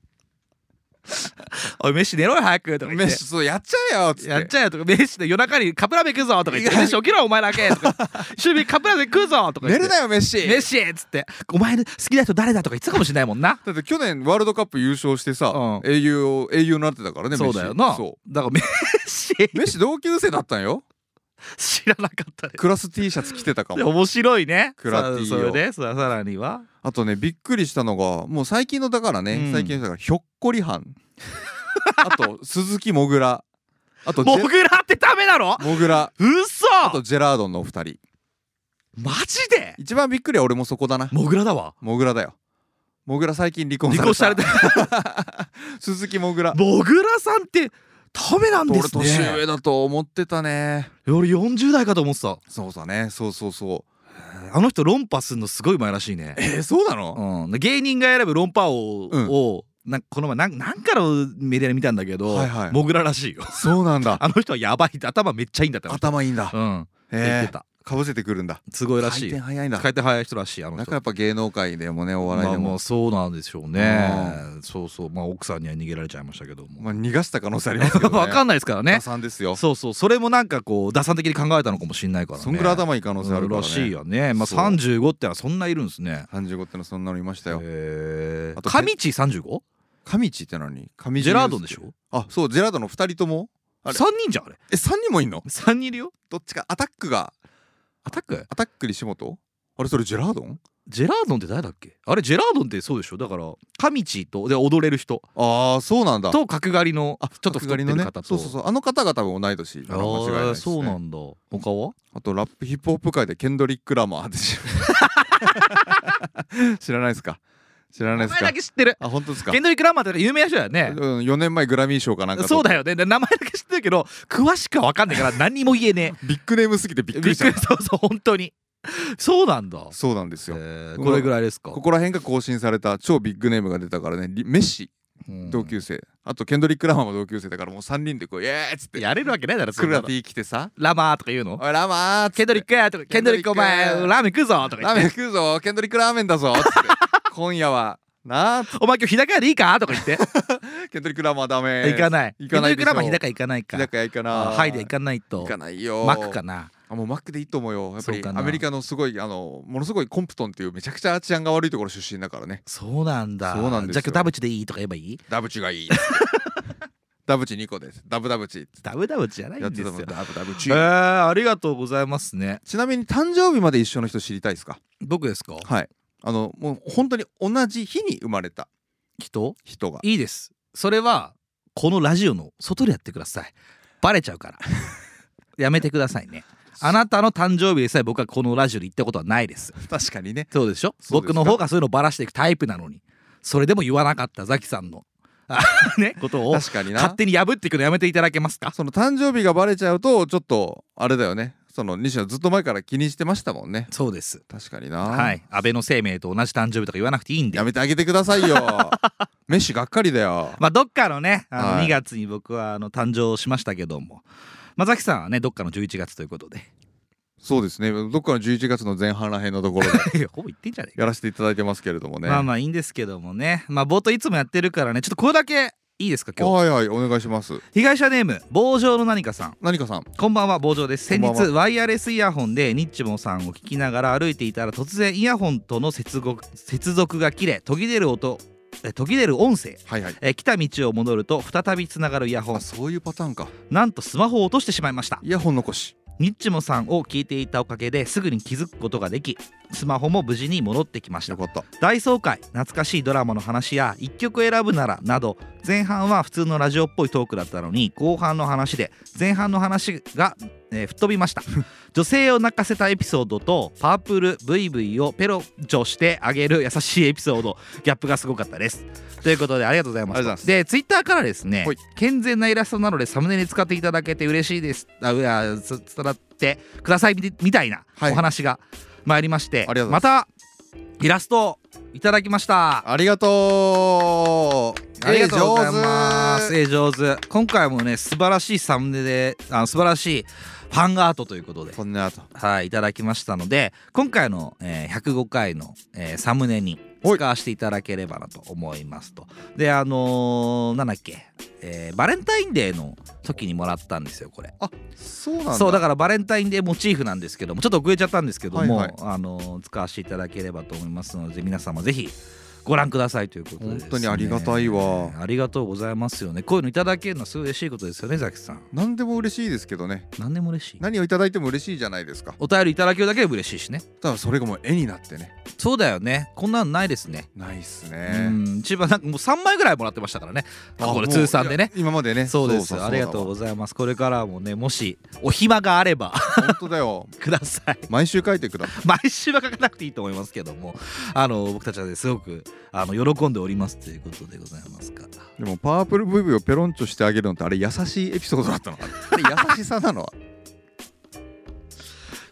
Speaker 2: おいメッシ寝ろよ早くとか
Speaker 1: メ
Speaker 2: 言っ
Speaker 1: ッ
Speaker 2: て
Speaker 1: シそうやっちゃえよっつって
Speaker 2: やっちゃえよとかメッシで夜中にカップラーメン食うぞとか言ってメッシ起きろお前だけと か一緒にカップラーメン食うぞとか言
Speaker 1: 寝
Speaker 2: って
Speaker 1: るなよメッシ
Speaker 2: メッシっつってお前の好きな人誰だとか言ってたかもしれないもんな
Speaker 1: だって去年ワールドカップ優勝してさ、
Speaker 2: う
Speaker 1: 英雄を英雄になってたからねメッシ
Speaker 2: そうだよな
Speaker 1: そ
Speaker 2: だからメッシ
Speaker 1: うメッシ同級生だったんよ
Speaker 2: 知らなかったです
Speaker 1: クラス T シャツ着てたか
Speaker 2: で
Speaker 1: も
Speaker 2: 面白いね
Speaker 1: クラティを
Speaker 2: さそれでささらには
Speaker 1: あとねびっくりしたのがもう最近のだからね、
Speaker 2: うん
Speaker 1: 最近のだからひょっこり はんあと鈴木もぐらあとジ
Speaker 2: モ
Speaker 1: ェ
Speaker 2: グラってダメなの
Speaker 1: もぐら
Speaker 2: 嘘
Speaker 1: あとジェラードンのお二人
Speaker 2: マジで
Speaker 1: 一番びっくりは俺もそこだな
Speaker 2: モグラだわ
Speaker 1: もぐらだよもぐら最近離婚
Speaker 2: 離婚された
Speaker 1: 鈴木もぐら
Speaker 2: モグラさんってダメなんで
Speaker 1: 俺
Speaker 2: す
Speaker 1: 年
Speaker 2: ね
Speaker 1: 上だと思ってたね
Speaker 2: 俺40代かと思ってた
Speaker 1: そうだねそうそうそう
Speaker 2: あの人論破すんのすごいうまいらしいね
Speaker 1: えー、そうなの
Speaker 2: うん芸人が選ぶ論破王
Speaker 1: うん
Speaker 2: をなんかこの前なんなんかのメディアで見たんだけど
Speaker 1: はいはい
Speaker 2: モグラらしいよ
Speaker 1: そうなんだ
Speaker 2: あの人はやばいって頭めっちゃいいんだってあの人
Speaker 1: 頭いいんだ
Speaker 2: うん言っ
Speaker 1: え
Speaker 2: てた
Speaker 1: ー、かぶせてくるんだ
Speaker 2: すごいらしい
Speaker 1: 回転早いんだ
Speaker 2: 回転早い人らしいあの
Speaker 1: なん
Speaker 2: 人
Speaker 1: かやっぱ芸能界でもねお笑い
Speaker 2: ま
Speaker 1: で
Speaker 2: あま
Speaker 1: も
Speaker 2: あそうなんでしょうねそうそうまあ奥さんには逃げられちゃいましたけども
Speaker 1: まあ、逃がした可能性ありますけど ね
Speaker 2: わかんないですからね
Speaker 1: 打算ですよ
Speaker 2: そうそうそれもなんかこう打算的に考えたのかもしれないからね
Speaker 1: そんぐらい頭いい可能性あるから
Speaker 2: らしい
Speaker 1: ね
Speaker 2: よねまあ
Speaker 1: そう
Speaker 2: 35ってのはそんないるんですね
Speaker 1: 35ってのそんなのいましたよ
Speaker 2: へえ
Speaker 1: あと
Speaker 2: 上地 35?
Speaker 1: 上地って何上地
Speaker 2: ジェラードンでしょ
Speaker 1: あそうジェラードンの2人ともあ
Speaker 2: 3
Speaker 1: れ
Speaker 2: 人じゃんあれ
Speaker 1: え3人もいんの
Speaker 2: 3人いるよ
Speaker 1: どっちかアタックが
Speaker 2: アタック
Speaker 1: アタック西本あれそれジェラードン
Speaker 2: ジェラードンって誰だっけあれジェラードンってそうでしょだから上地とで踊れる人
Speaker 1: ああそうなんだ
Speaker 2: と角刈りの
Speaker 1: あ
Speaker 2: ちょっと太ってる
Speaker 1: 角刈りの
Speaker 2: 方と
Speaker 1: そうそうそうあの方が多分同い年なの間違いない
Speaker 2: あ
Speaker 1: で
Speaker 2: あ
Speaker 1: す
Speaker 2: そうな
Speaker 1: ね
Speaker 2: んだ他は
Speaker 1: あとラップヒップホップ界でケンドリック・ラマーで しょ知らないですか知らない
Speaker 2: 名
Speaker 1: です
Speaker 2: 前
Speaker 1: か
Speaker 2: だけ知ってる
Speaker 1: あ本当ですか
Speaker 2: ケンドリック・ラマーってなんか有名な人だよね
Speaker 1: うん、4年前グラミー賞かなんか取
Speaker 2: そう
Speaker 1: った
Speaker 2: だよねで名前だけ知ってるけど詳しくは分かんないから何にも言えね
Speaker 1: ビッグネームすぎてび
Speaker 2: え
Speaker 1: っくりしちゃっ
Speaker 2: そうそう本当にそうなんだ
Speaker 1: たそうなんですよ
Speaker 2: えーこれぐらいですか
Speaker 1: ここら辺が更新された超ビッグネームが出たからねリメッシ
Speaker 2: うん
Speaker 1: 同級生、あとケンドリック・ラマーも同級生だからもう3人でこう「イエーイ!」っつって
Speaker 2: やれるわけないだろそ
Speaker 1: ク
Speaker 2: んな
Speaker 1: ラ
Speaker 2: の
Speaker 1: ティ着てさ
Speaker 2: ラマーとか言
Speaker 1: 「
Speaker 2: うの
Speaker 1: おいラマー!」
Speaker 2: ケンドリックやとかケンドリックお前
Speaker 1: ケンドリック
Speaker 2: ラーメン食うぞとか言
Speaker 1: ラ
Speaker 2: っ
Speaker 1: ーメン
Speaker 2: て
Speaker 1: 食うぞケンドリックラーメンだぞ」っつ って「今夜はなあ
Speaker 2: お前今日日高屋でいいかとか言って
Speaker 1: ケンドリックラーマーダメ
Speaker 2: 行かない
Speaker 1: 行かないで
Speaker 2: ケンドリック
Speaker 1: しょ
Speaker 2: ラーマン日高屋行かないか
Speaker 1: 日高屋行かな
Speaker 2: あーハイデ行かないと
Speaker 1: 行かないよ
Speaker 2: マックかな
Speaker 1: あもうマックでいいと思うよやっぱ
Speaker 2: そう
Speaker 1: り
Speaker 2: かな
Speaker 1: アメリカのすごいあのものすごいコンプトンっていうめちゃくちゃ治安が悪いところ出身だからね
Speaker 2: そうなんだ
Speaker 1: そうなんです
Speaker 2: じ
Speaker 1: よ
Speaker 2: ゃ あ今日ダブチでいいとか言えばいい
Speaker 1: ダブチがいいダブチ2個ですダブダブチって
Speaker 2: ダブダブじゃない
Speaker 1: や
Speaker 2: ん
Speaker 1: って
Speaker 2: です
Speaker 1: た
Speaker 2: よ
Speaker 1: もんダブダブ
Speaker 2: え
Speaker 1: チ
Speaker 2: ー、ありがとうございますね
Speaker 1: ちなみに誕生日まで一緒の人知りたいですか
Speaker 2: 僕ですか
Speaker 1: はいあのもう本当に同じ日に生まれた
Speaker 2: 人
Speaker 1: 人が
Speaker 2: いいですそれはこのラジオの外でやってくださいバレちゃうから やめてくださいねあなたの誕生日でさえ僕はこのラジオで言ったことはないです
Speaker 1: 確かにね
Speaker 2: そうでしょ
Speaker 1: そうです
Speaker 2: 僕
Speaker 1: か
Speaker 2: の方がそういうのばらしていくタイプなのにそれでも言わなかったザキさんのあねことを
Speaker 1: 確かにな
Speaker 2: 勝手に破っていくのやめていただけますか
Speaker 1: その誕生日がバレちゃうとちょっとあれだよねその西野ずっと前から気にしてましたもんね
Speaker 2: そうです
Speaker 1: 確かにな
Speaker 2: はい安倍の生命と同じ誕生日とか言わなくていいんで
Speaker 1: やめてあげてくださ いよメッシがっかりだよ
Speaker 2: まあどっかのねあ
Speaker 1: は
Speaker 2: の
Speaker 1: い
Speaker 2: 2月に僕はあの誕生しましたけども、まあ、ザキさんはねどっかの11月ということで
Speaker 1: そうですねどっかの11月の前半らへんのところで
Speaker 2: いやほぼ言ってんじゃねえか
Speaker 1: やらせていただいてますけれどもね
Speaker 2: まあまあいいんですけどもねまあ冒頭いつもやってるからねちょっとこれだけいいですか今日
Speaker 1: はいはいお願いします
Speaker 2: 被害者ネーム棒状の何かさん
Speaker 1: 何かさん
Speaker 2: こんばんは、坊城です。先
Speaker 1: こんばん
Speaker 2: 日、ワイヤレスイヤホンでニッチモさんを聞きながら歩いていたら、突然イヤホンとの接続接続が切れ、途切れる音、え途切れる音声。
Speaker 1: はいはい
Speaker 2: え来た道を戻ると再びつながるイヤホン
Speaker 1: あそういうパターンか
Speaker 2: なんとスマホを落としてしまいました
Speaker 1: イヤホン残し
Speaker 2: ニッチモさんを聞いていたおかげですぐに気づくことができスマホも無事に戻ってきました
Speaker 1: よかった
Speaker 2: 大総会懐かしいドラマの話や一曲選ぶならなど前半は普通のラジオっぽいトークだったのに後半の話で前半の話が、えー吹っ飛び ました女性を泣かせたエピソードとパープル VV をペロチョしてあげる優しいエピソードギャップがすごかったですということでありがとうございま
Speaker 1: あ
Speaker 2: し
Speaker 1: りがとうござい
Speaker 2: た
Speaker 1: ます
Speaker 2: でツイッターからですね
Speaker 1: はい
Speaker 2: 健全なイラストなのでサムネに使っていただけて嬉しいですあうわつ伝わってくださいみみたいな
Speaker 1: はい
Speaker 2: お話が参りまして、
Speaker 1: ありがとうご
Speaker 2: またイラストをいただきました
Speaker 1: ありがとう
Speaker 2: ありがとうございます。
Speaker 1: えー上手
Speaker 2: えー上手。今回もね、素晴らしいサムネで、あの素晴らしいファンアートということで、
Speaker 1: そんなあと
Speaker 2: はい、いただきましたので、今回の、えー105回の、えーサムネに
Speaker 1: はい
Speaker 2: 使わせていただければなと思いますと。で、あのーなんだっけ、えーバレンタインデーの時にもらったんですよ、これ。
Speaker 1: そうなんだ
Speaker 2: そうだからバレンタインデーモチーフなんですけどもちょっと遅れちゃったんですけども、
Speaker 1: はいはい
Speaker 2: あのー使わせていただければと思いますので皆様ぜひご覧くださいということでです
Speaker 1: 本
Speaker 2: ね
Speaker 1: 当にありがたいわ
Speaker 2: ありがとうございますよねこういうのいただけるのはすごい嬉しいことですよねザキさん
Speaker 1: 何でも嬉しいですけどね
Speaker 2: 何でも嬉しい
Speaker 1: 何をいただいても嬉しいじゃないですか
Speaker 2: お便りいただけるだけでも嬉しいしね
Speaker 1: ただそれがもう絵になってね
Speaker 2: そうだよねこんなのないですね、
Speaker 1: ないっす
Speaker 2: う
Speaker 1: ね
Speaker 2: ん一番なんかもう3枚ぐらいもらってましたからね
Speaker 1: あ
Speaker 2: こ
Speaker 1: も
Speaker 2: れ
Speaker 1: う
Speaker 2: 通算で
Speaker 1: い
Speaker 2: ね
Speaker 1: や今までね
Speaker 2: そうです
Speaker 1: だわ
Speaker 2: ありがとうございますこれからもねもしお暇があれば
Speaker 1: 本当だよ
Speaker 2: ください
Speaker 1: 毎週書いてくださ
Speaker 2: 毎週は書かなくていいと思いますけどもあの僕たちはねすごくあの喜んでおりますということでございますから
Speaker 1: いでもパープル VV をペロンチョしてあげるのってあれ優しいエピソードだったのかなあれ優しさなの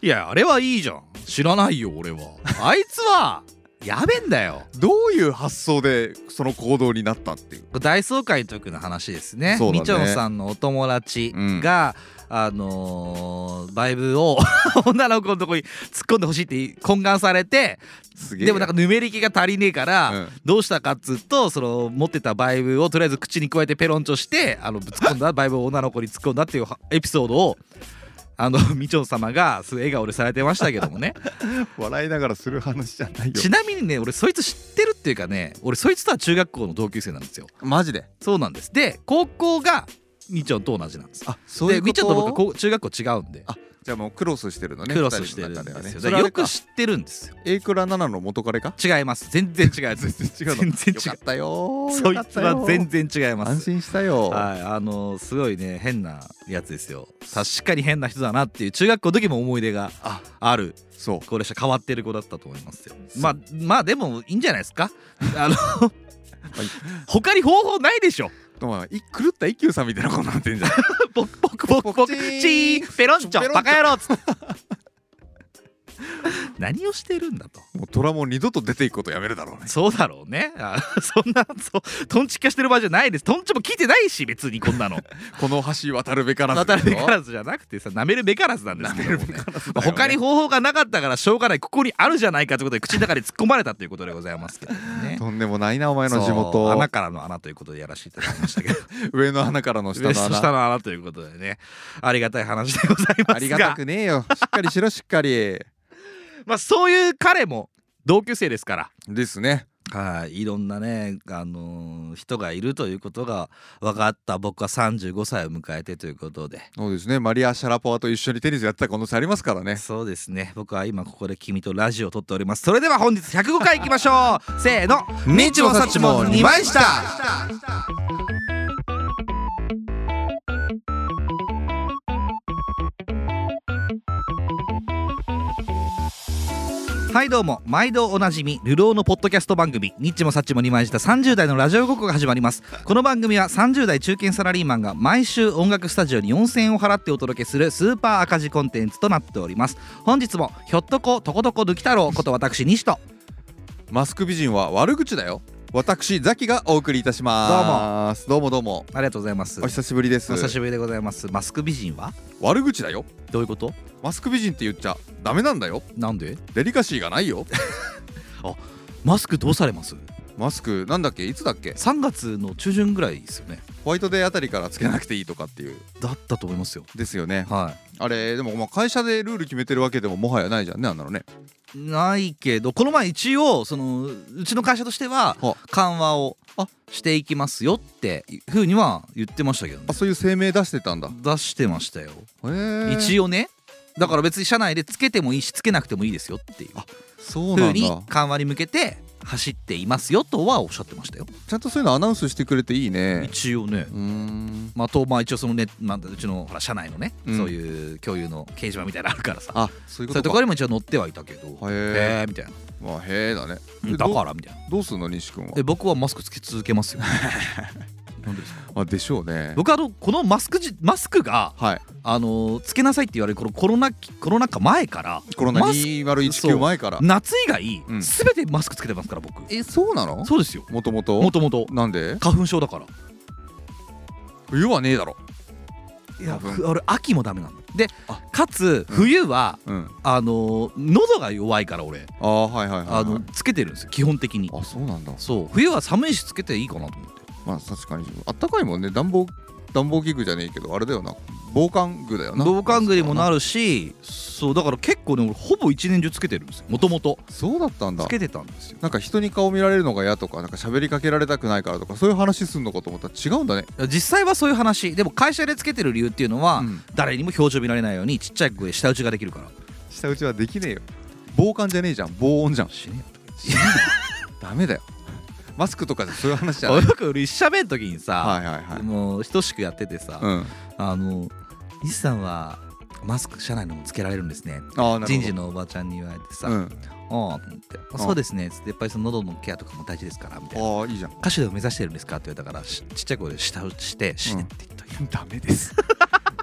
Speaker 2: いやあれはいいじゃん知らないよ俺は あいつはやべんだよ
Speaker 1: どういう発想でその行動になったっていう
Speaker 2: 大総会の時の話ですね
Speaker 1: そうだね
Speaker 2: みちょんさんのお友達が、あのーバイブを 女の子のとこに突っ込んでほしいって懇願されて
Speaker 1: すげえ
Speaker 2: でもなんかぬめり気が足りねえから、
Speaker 1: うん
Speaker 2: どうしたかっつうとその持ってたバイブをとりあえず口に加えてペロンチョしてあのぶつ込んだバイブを女の子に突っ込んだってい うはエピソードをあの みちょん様がすごい笑顔でされてましたけども ね
Speaker 1: 笑いながらする話じゃないよ
Speaker 2: ちなみにね俺そいつ知ってるっていうかね俺そいつとは中学校の同級生なんですよ
Speaker 1: マジで
Speaker 2: そうなんですで高校がみちょんと同じなんです
Speaker 1: あそういう
Speaker 2: で
Speaker 1: こ
Speaker 2: みちょんと僕は
Speaker 1: と
Speaker 2: こう中学校違うんで
Speaker 1: あじゃあもうクロスしてるのね
Speaker 2: クロスしてるんですよ、
Speaker 1: 二人の中ではね
Speaker 2: だ
Speaker 1: そ
Speaker 2: か
Speaker 1: れ
Speaker 2: ら
Speaker 1: あ
Speaker 2: よ
Speaker 1: れか
Speaker 2: く知ってるんですよ
Speaker 1: エイクラ7の元彼か
Speaker 2: 違います全然違うやつ
Speaker 1: 全然 違うの
Speaker 2: 全然違う
Speaker 1: よかったよ
Speaker 2: そい
Speaker 1: よかっ
Speaker 2: つ
Speaker 1: たよ
Speaker 2: は全然違います
Speaker 1: 安心したよ
Speaker 2: はい、あのすごいね変なやつですよ確かに変な人だなっていう中学校の時も思い出が
Speaker 1: あ
Speaker 2: ある
Speaker 1: そう
Speaker 2: 高齢者変わってる子だったと思いますよまあまあでもいいんじゃないですかあの他に方法ないでしょ
Speaker 1: まあい狂った一休さんみたいなことになって んじゃん
Speaker 2: ポクポクポクポク
Speaker 1: ポクチ
Speaker 2: チ
Speaker 1: ーン
Speaker 2: ーペロンチ
Speaker 1: ペロンチ
Speaker 2: ョ
Speaker 1: ョ
Speaker 2: バカ野郎っつって何をしてるんだと
Speaker 1: もう虎も二度と出ていくことやめるだろうね
Speaker 2: そうだろうねあそんなそうトンチ化してる場合じゃないですトンチも聞いてないし別にこんなの
Speaker 1: この橋渡るべからず
Speaker 2: 渡るべからずじゃなくてさ舐めるべからずなんですけどもねまあ他に方法がなかったからしょうがないここにあるじゃないかということで口の中で突っ込まれたということでございますけども ね。
Speaker 1: とんでもないなお前の地
Speaker 2: そう
Speaker 1: 元
Speaker 2: 穴からの穴ということでやらせていただきましたけど
Speaker 1: 上の穴からの下
Speaker 2: 上
Speaker 1: の
Speaker 2: と
Speaker 1: 穴
Speaker 2: 下の穴ということでねありがたい話でございます が
Speaker 1: ありがたくねえ よしっかりしろしっかり
Speaker 2: まあ、そういう彼も同級生ですから
Speaker 1: ですね
Speaker 2: はい、いろんなね、あのー人がいるということが分かった僕は35歳を迎えてということで
Speaker 1: そうですねマリア・シャラポワと一緒にテニスやってた可能性ありますからね
Speaker 2: そうですね僕は今ここで君とラジオを撮っておりますそれでは本日105回いきましょうせーの
Speaker 3: 日もさちも二枚舌
Speaker 2: はいどうも毎度おなじみ「流浪」のポッドキャスト番組「ニッチもサッチも二枚舌」30代のラジオごっこが始まりますこの番組は30代中堅サラリーマンが毎週音楽スタジオに4000円を払ってお届けするスーパー赤字コンテンツとなっております本日もひょっとことことこ抜き太郎こと私西と
Speaker 1: マスク美人は悪口だよ私ザキがお送りいたしますどうもどうも
Speaker 2: ありがとうございます
Speaker 1: お久しぶりです
Speaker 2: お久しぶりでございますマスク美人は
Speaker 1: 悪口だよ
Speaker 2: どういうこと
Speaker 1: マスク美人って言っちゃダメなんだよ
Speaker 2: なんで
Speaker 1: デリカシーがないよ
Speaker 2: マスクどうされます
Speaker 1: マスクなんだっけいつだっけ
Speaker 2: 3月の中旬ぐらいですよね
Speaker 1: ホワイトデーあたりからつけなくていいとかっていう
Speaker 2: だったと思いますよ
Speaker 1: ですよね
Speaker 2: は
Speaker 1: あれでもまあ会社でルール決めてるわけでももはやないじゃんねあんなのね
Speaker 2: いないけどこの前一応そのうちの会社としては
Speaker 1: は
Speaker 2: 緩和をしていきますよっていうふうには言ってましたけどね
Speaker 1: あそういう声明出してたんだ
Speaker 2: 出してましたよ
Speaker 1: へえ
Speaker 2: 一応ねだから別に社内でつけてもいいしつけなくてもいいですよっていう
Speaker 1: そう
Speaker 2: ふ
Speaker 1: な
Speaker 2: う
Speaker 1: だ
Speaker 2: んに緩和に向けて走っていますよとはおっしゃってましたよ
Speaker 1: ちゃんとそういうのアナウンスしてくれていいね
Speaker 2: 一応ね
Speaker 1: うーん
Speaker 2: まあ、とまあ一応そのね、まあ、うちのほら社内のね、
Speaker 1: うん
Speaker 2: そういう共有の掲示板みたいなのあるからさ
Speaker 1: あそういうこ
Speaker 2: そういう
Speaker 1: と
Speaker 2: と
Speaker 1: か
Speaker 2: ころにも一応載ってはいたけど
Speaker 1: へ
Speaker 2: へえみたいな
Speaker 1: まあへえだねえ
Speaker 2: だ
Speaker 1: ど
Speaker 2: からみたいな
Speaker 1: どうすんの西君は
Speaker 2: え僕はマスクつけ続けますよなんでですか
Speaker 1: あでしょうね
Speaker 2: 僕あのこのマスクじマスクが、
Speaker 1: はい
Speaker 2: あのーつけなさいって言われるこのコロナコロナ禍前から
Speaker 1: コロナ
Speaker 2: マスク
Speaker 1: 2019前から
Speaker 2: 夏以外、
Speaker 1: うん
Speaker 2: すべてマスクつけてますから僕
Speaker 1: えそうなの
Speaker 2: そうですよ
Speaker 1: もともと
Speaker 2: もともと
Speaker 1: なんで
Speaker 2: 花粉症だから
Speaker 1: 冬はねえだろ
Speaker 2: いや
Speaker 1: 花粉
Speaker 2: ふ俺秋もダメなので
Speaker 1: あ
Speaker 2: かつ冬は、
Speaker 1: うん
Speaker 2: あのー喉が弱いから俺
Speaker 1: あーはいはいはいはい
Speaker 2: あのつけてるんですよ基本的に
Speaker 1: あそうなんだ
Speaker 2: そう冬は寒いしつけていいかなと思って
Speaker 1: まあ確かにあったかいもんね暖房暖房器具じゃねえけどあれだよな防寒具だよな
Speaker 2: 防寒具にもなるしそうだから結構ね俺ほぼ一年中つけてるんですよもともと
Speaker 1: そうだったんだ
Speaker 2: つけてたんですよ
Speaker 1: なんか人に顔見られるのが嫌とかなんか喋りかけられたくないからとかそういう話すんのかと思ったら違うんだね、
Speaker 2: 実際はそういう話でも会社でつけてる理由っていうのは、
Speaker 1: うん
Speaker 2: 誰にも表情見られないようにちっちゃい声下打ちができるから
Speaker 1: 下打ちはできねえよ防寒じゃねえじゃん防音じゃん
Speaker 2: 死ね
Speaker 1: ダメだよマスクとかじゃそういう話じゃな
Speaker 2: よ
Speaker 1: い
Speaker 2: く俺一社目の時にさ、
Speaker 1: はいはいはい、
Speaker 2: もう等しくやっててさ、
Speaker 1: うん、
Speaker 2: あの西さんはマスク社内のもつけられるんですね
Speaker 1: ああなるほど
Speaker 2: 人事のおばちゃんに言われてさ「
Speaker 1: う
Speaker 2: あ
Speaker 1: ん、
Speaker 2: あ」と思ってあ「そうですね」つってやっぱりその喉のケアとかも大事ですからみたいな
Speaker 1: ああいいじゃん
Speaker 2: 歌手でも目指してるんですかって言われたからしちっちゃい声で下打ちして「死ね」って言った、
Speaker 1: ダ メです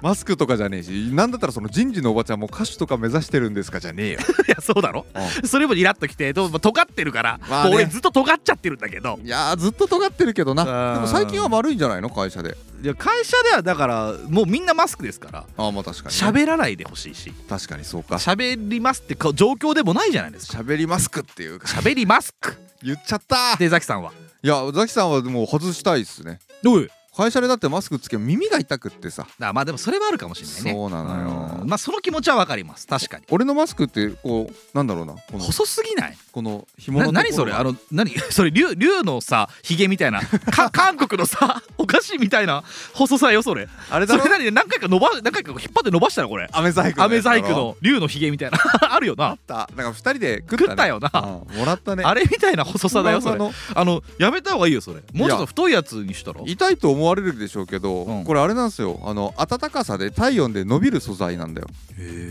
Speaker 1: マスクとかじゃねえしなんだったらその人事のおばちゃんも歌手とか目指してるんですかじゃねえよ
Speaker 2: いやそうだろそれもイラッときてどうも尖ってるから、
Speaker 1: まあね
Speaker 2: もう俺ずっと尖っちゃってるんだけど
Speaker 1: いやーずっと尖ってるけどな
Speaker 2: あー
Speaker 1: でも最近は悪いんじゃないの会社で
Speaker 2: いや会社ではだからもうみんなマスクですから
Speaker 1: ああまあ確かに、ね、
Speaker 2: 喋らないでほしいし
Speaker 1: 確かにそうか
Speaker 2: 喋りますってか状況でもないじゃないですか
Speaker 1: 喋りマスクっていうか
Speaker 2: 喋りマスク
Speaker 1: 言っちゃった
Speaker 2: でザキさんはい
Speaker 1: やザキさんはもう外したいっすね
Speaker 2: どうだか
Speaker 1: 会社でだってマスクつけ耳が痛くってさ
Speaker 2: らまあでもそれはあるかもしれないね
Speaker 1: そうなのよ
Speaker 2: うんまあその気持ちはわかります確かに
Speaker 1: 俺のマスクってこうなんだろうなこの
Speaker 2: 細すぎない
Speaker 1: この紐の
Speaker 2: な何それあの何 それ竜竜のさヒゲみたいなか 韓国のさお菓子みたいな細さよそれ
Speaker 1: あれ
Speaker 2: そ
Speaker 1: だろ
Speaker 2: れ何何回か伸ば何回か引っ張って伸ばしたのこれ
Speaker 1: アメ細工
Speaker 2: アメ細工
Speaker 1: やつだろ
Speaker 2: の竜のヒゲみたいな あるよな
Speaker 1: あなんか二人で食った,、ね、
Speaker 2: 食ったよな
Speaker 1: うんもらったね
Speaker 2: あれみたいな細さだよそれ
Speaker 1: ふわふわ
Speaker 2: あのやめた方がいいよそれもうちょっと太いやつにしたら
Speaker 1: の痛いと思われるでしょうけど、
Speaker 2: うん
Speaker 1: これあれなんですよあの暖かさで体温で伸びる素材なんだよ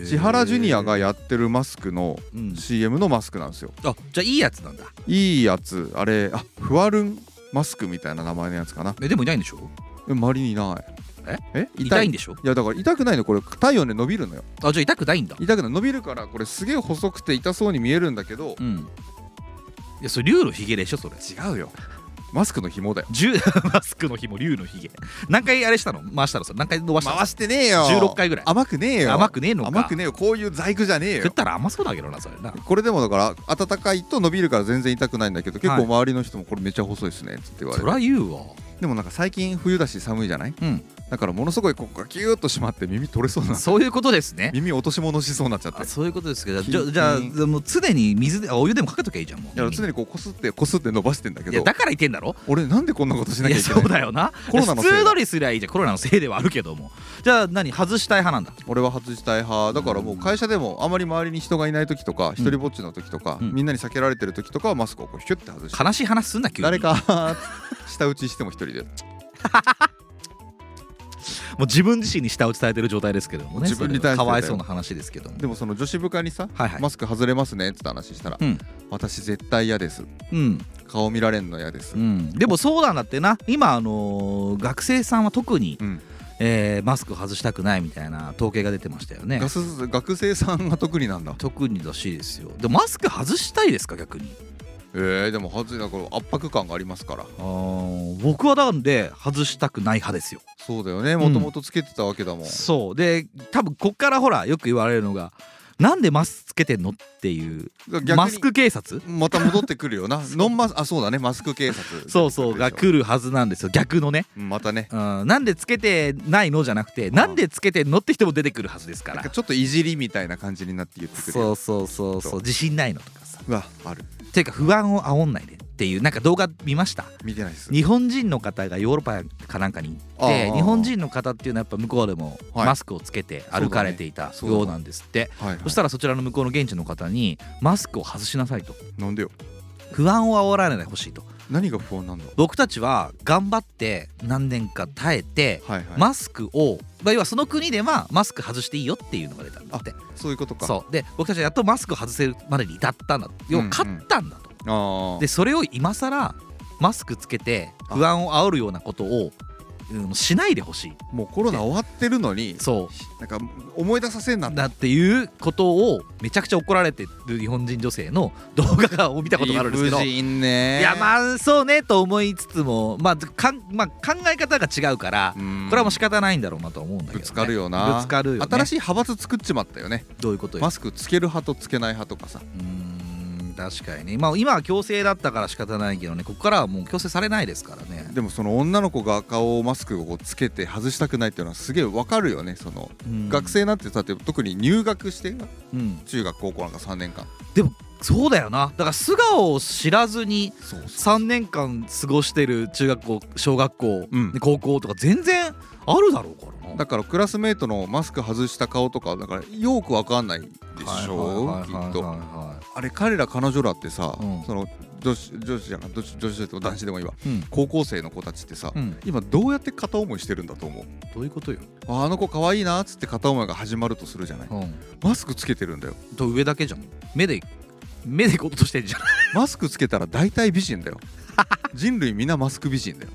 Speaker 1: 千原ジュニアがやってるマスクの
Speaker 2: うん
Speaker 1: CM のマスクなんですよ
Speaker 2: あじゃあいいやつなんだ
Speaker 1: いいやつあれあフワルンマスクみたいな名前のやつかな
Speaker 2: えでもいないんでしょ
Speaker 1: でも周りにいない
Speaker 2: え
Speaker 1: え
Speaker 2: 痛いんでしょ
Speaker 1: いやだから痛くないのこれ体温で伸びるのよ
Speaker 2: あじゃあ痛くないんだ
Speaker 1: 痛くない伸びるからこれすげえ細くて痛そうに見えるんだけど
Speaker 2: うんいやそれ竜のヒゲでしょそれ
Speaker 1: 違うよマスクの紐だよ
Speaker 2: 十 マスクの紐竜のヒゲ何回あれしたの回したのそれ何回伸ばしたの
Speaker 1: 回してねえよ
Speaker 2: 16回ぐらい
Speaker 1: 甘くねえよ
Speaker 2: 甘くねえのか
Speaker 1: 甘くねえよこういう細工じゃねえよ
Speaker 2: 食ったら甘そうだけどなそれな
Speaker 1: これでもだから暖かいと伸びるから全然痛くないんだけど結構周りの人もこれめっちゃ細いですねっつって言われ
Speaker 2: そ
Speaker 1: る、
Speaker 2: ら言うわ
Speaker 1: でもなんか最近冬だし寒いじゃない
Speaker 2: うん
Speaker 1: だだからものすごいここがキューッと締まって耳取れそうな
Speaker 2: そういうことですね
Speaker 1: 耳落とし物しそうになっちゃって
Speaker 2: あそういうことですけど
Speaker 1: キン
Speaker 2: じゃじゃあ
Speaker 1: キン
Speaker 2: もう常に水であお湯でもかけときゃいいじゃんもう
Speaker 1: いや常にこうこすってこすって伸ばしてんだけ
Speaker 2: いや
Speaker 1: ど
Speaker 2: だから言ってんだろ
Speaker 1: 俺なんでこんなことし
Speaker 2: い
Speaker 1: なきゃ
Speaker 2: や
Speaker 1: いけ
Speaker 2: そ
Speaker 1: ないう
Speaker 2: だよな
Speaker 1: コロナのせいだ
Speaker 2: 普通通りすりゃいいじゃんコロナのせいではあるけどもじゃあ何外したい派なんだ
Speaker 1: 俺は外したい派だからもう会社でもあまり周りに人がいない時とか一人ぼっちの時とか、
Speaker 2: うん
Speaker 1: みんなに避けられてる時とかはマスクをこうヒュッて外して
Speaker 2: 悲しい話すんな急に
Speaker 1: 誰か舌打ちしても一人 で
Speaker 2: もう自分自身に舌を伝えてる状態ですけどもね
Speaker 1: 自分に対してだよ
Speaker 2: それはかわいそうな話ですけども
Speaker 1: でもその女子部下にさ、
Speaker 2: はいはい
Speaker 1: マスク外れますねっつって話したら、
Speaker 2: うん
Speaker 1: 私絶対嫌です
Speaker 2: うん
Speaker 1: 顔見られんの嫌です、
Speaker 2: うん、でもそうなんだってな今、あのー学生さんは特に、
Speaker 1: うん
Speaker 2: えーマスク外したくないみたいな統計が出てましたよね
Speaker 1: ガス学生さんが特になんだ
Speaker 2: 特にらしいですよでもマスク外したいですか逆に
Speaker 1: えー、でも外れだから圧迫感がありますから
Speaker 2: あー僕はなんで外したくない派ですよ
Speaker 1: そうだよね
Speaker 2: ん
Speaker 1: もともとつけてたわけだもん、
Speaker 2: そうで多分こっからほらよく言われるのがなんでマスクつけてんのっていう
Speaker 1: 逆に
Speaker 2: マスク警察
Speaker 1: また戻ってくるよ なノンマスあそうだねマスク警察
Speaker 2: そうそうが来るはずなんですよ逆のね、
Speaker 1: うんまたね
Speaker 2: うん、なんでつけてないのじゃなくてなんでつけてんのって人も出てくるはずですか
Speaker 1: な
Speaker 2: ら
Speaker 1: んかちょっといじりみたいな感じになって言ってくる
Speaker 2: そうそうそうそう自信ないのとかさ
Speaker 1: うわある
Speaker 2: ていうか不安を煽んないでっていうなんか動画見ました
Speaker 1: 見てないです
Speaker 2: 日本人の方がヨーロッパかなんかに行
Speaker 1: あ
Speaker 2: って
Speaker 1: ー
Speaker 2: 日本人の方っていうのはやっぱ向こうでも
Speaker 1: はい
Speaker 2: マスクをつけて歩かれていた
Speaker 1: そうだね
Speaker 2: ようなんですって、
Speaker 1: はい、はい
Speaker 2: そしたらそちらの向こうの現地の方にマスクを外しなさいと
Speaker 1: なんでよ
Speaker 2: 不安を煽らないでほしいと
Speaker 1: 何が不安なんだ
Speaker 2: 僕たちは頑張って何年か耐えて
Speaker 1: はいはい、
Speaker 2: マスクを、まあ、要はその国ではマスク外していいよっていうのが出たんだって
Speaker 1: そういうことか
Speaker 2: そうで僕たちはやっとマスクを外せるまでに至ったんだ要は勝ったんだと、
Speaker 1: あ
Speaker 2: でそれを今更マスクつけて
Speaker 1: あ
Speaker 2: 不安を煽るようなことを、うん、しないでほしい
Speaker 1: あもうコロナ終わってるのに
Speaker 2: そ
Speaker 1: なんか思い出させんな
Speaker 2: うんだっていうことをめちゃくちゃ怒られてる日本人女性の 動画を見たことがあるんですけど
Speaker 1: 理不尽ね
Speaker 2: いやまあそうねと思いつつも、まあかんまあ、考え方が違うから、
Speaker 1: うん
Speaker 2: これはもう仕方ないんだろうなとは思うんだけど、ね、
Speaker 1: ぶつかるよな
Speaker 2: ぶつかるよ、ね、
Speaker 1: 新しい派閥作っちまったよね
Speaker 2: どういうことよ
Speaker 1: マスクつける派とつけない派とかさ
Speaker 2: うーん確かにね、まあ、今は強制だったから仕方ないけどねここからはもう強制されないですからね
Speaker 1: でもその女の子が顔をマスクをこうつけて外したくないっていうのはすげえわかるよねその、
Speaker 2: うん
Speaker 1: 学生なんてだって特に入学して
Speaker 2: うん
Speaker 1: 中学高校なんか3年間
Speaker 2: そうだよなだから素顔を知らずに
Speaker 1: そう
Speaker 2: 3年間過ごしてる中学校小学校、
Speaker 1: うん
Speaker 2: 高校とか全然あるだろうからな
Speaker 1: だからクラスメートのマスク外した顔とかだからよくわかんないでしょ
Speaker 2: は
Speaker 1: う
Speaker 2: い
Speaker 1: き
Speaker 2: はいはいはいはい
Speaker 1: っとあれ彼ら彼女らってさ、
Speaker 2: うん
Speaker 1: その女子女子じゃない女子女子と男子でもいいわ
Speaker 2: うん
Speaker 1: 高校生の子たちってさ、
Speaker 2: うん
Speaker 1: 今どうやって片思いしてるんだと思う
Speaker 2: どういうことよ、
Speaker 1: ああの子可愛いなっつって片思いが始まるとするじゃない
Speaker 2: うん、
Speaker 1: マスクつけてるんだよ
Speaker 2: と上だけじゃん目で目でことしてんじゃん
Speaker 1: マスクつけたら大体美人だよ人類みんなマスク美人だよ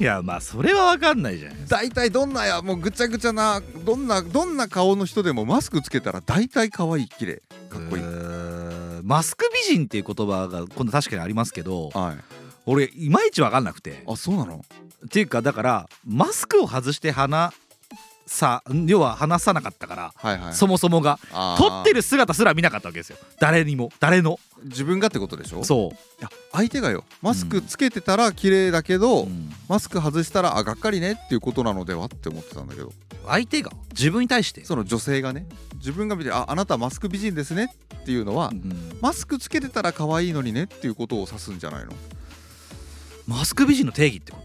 Speaker 2: いやまあそれは分かんないじゃない
Speaker 1: 大体どんなやもうぐちゃぐちゃなどんなどんな顔の人でもマスクつけたら大体可愛い綺麗かっこいい、
Speaker 2: えーマスク美人っていう言葉が今度確かにありますけど
Speaker 1: はい
Speaker 2: 俺いまいち分かんなくて
Speaker 1: あそうなの
Speaker 2: っていうかだからマスクを外して話さん要は話さなかったから、
Speaker 1: はいはい
Speaker 2: そもそもが撮って
Speaker 1: る
Speaker 2: る姿すら見なかったわけですよ誰にも誰の
Speaker 1: 自分がってことでしょ
Speaker 2: そ
Speaker 1: いや相手がよマスクつけてたら綺麗だけ
Speaker 2: う、
Speaker 1: ど、マスク外したらあがっかりねっていうことなのではって思ってたんだけど
Speaker 2: 相手が自分に対して
Speaker 1: その女性がね自分が見てああなたマスク美人ですねっていうのは、
Speaker 2: うん
Speaker 1: マスクつけてたら可愛いのにねっていうことを指すんじゃないの
Speaker 2: マスク美人の定義ってこ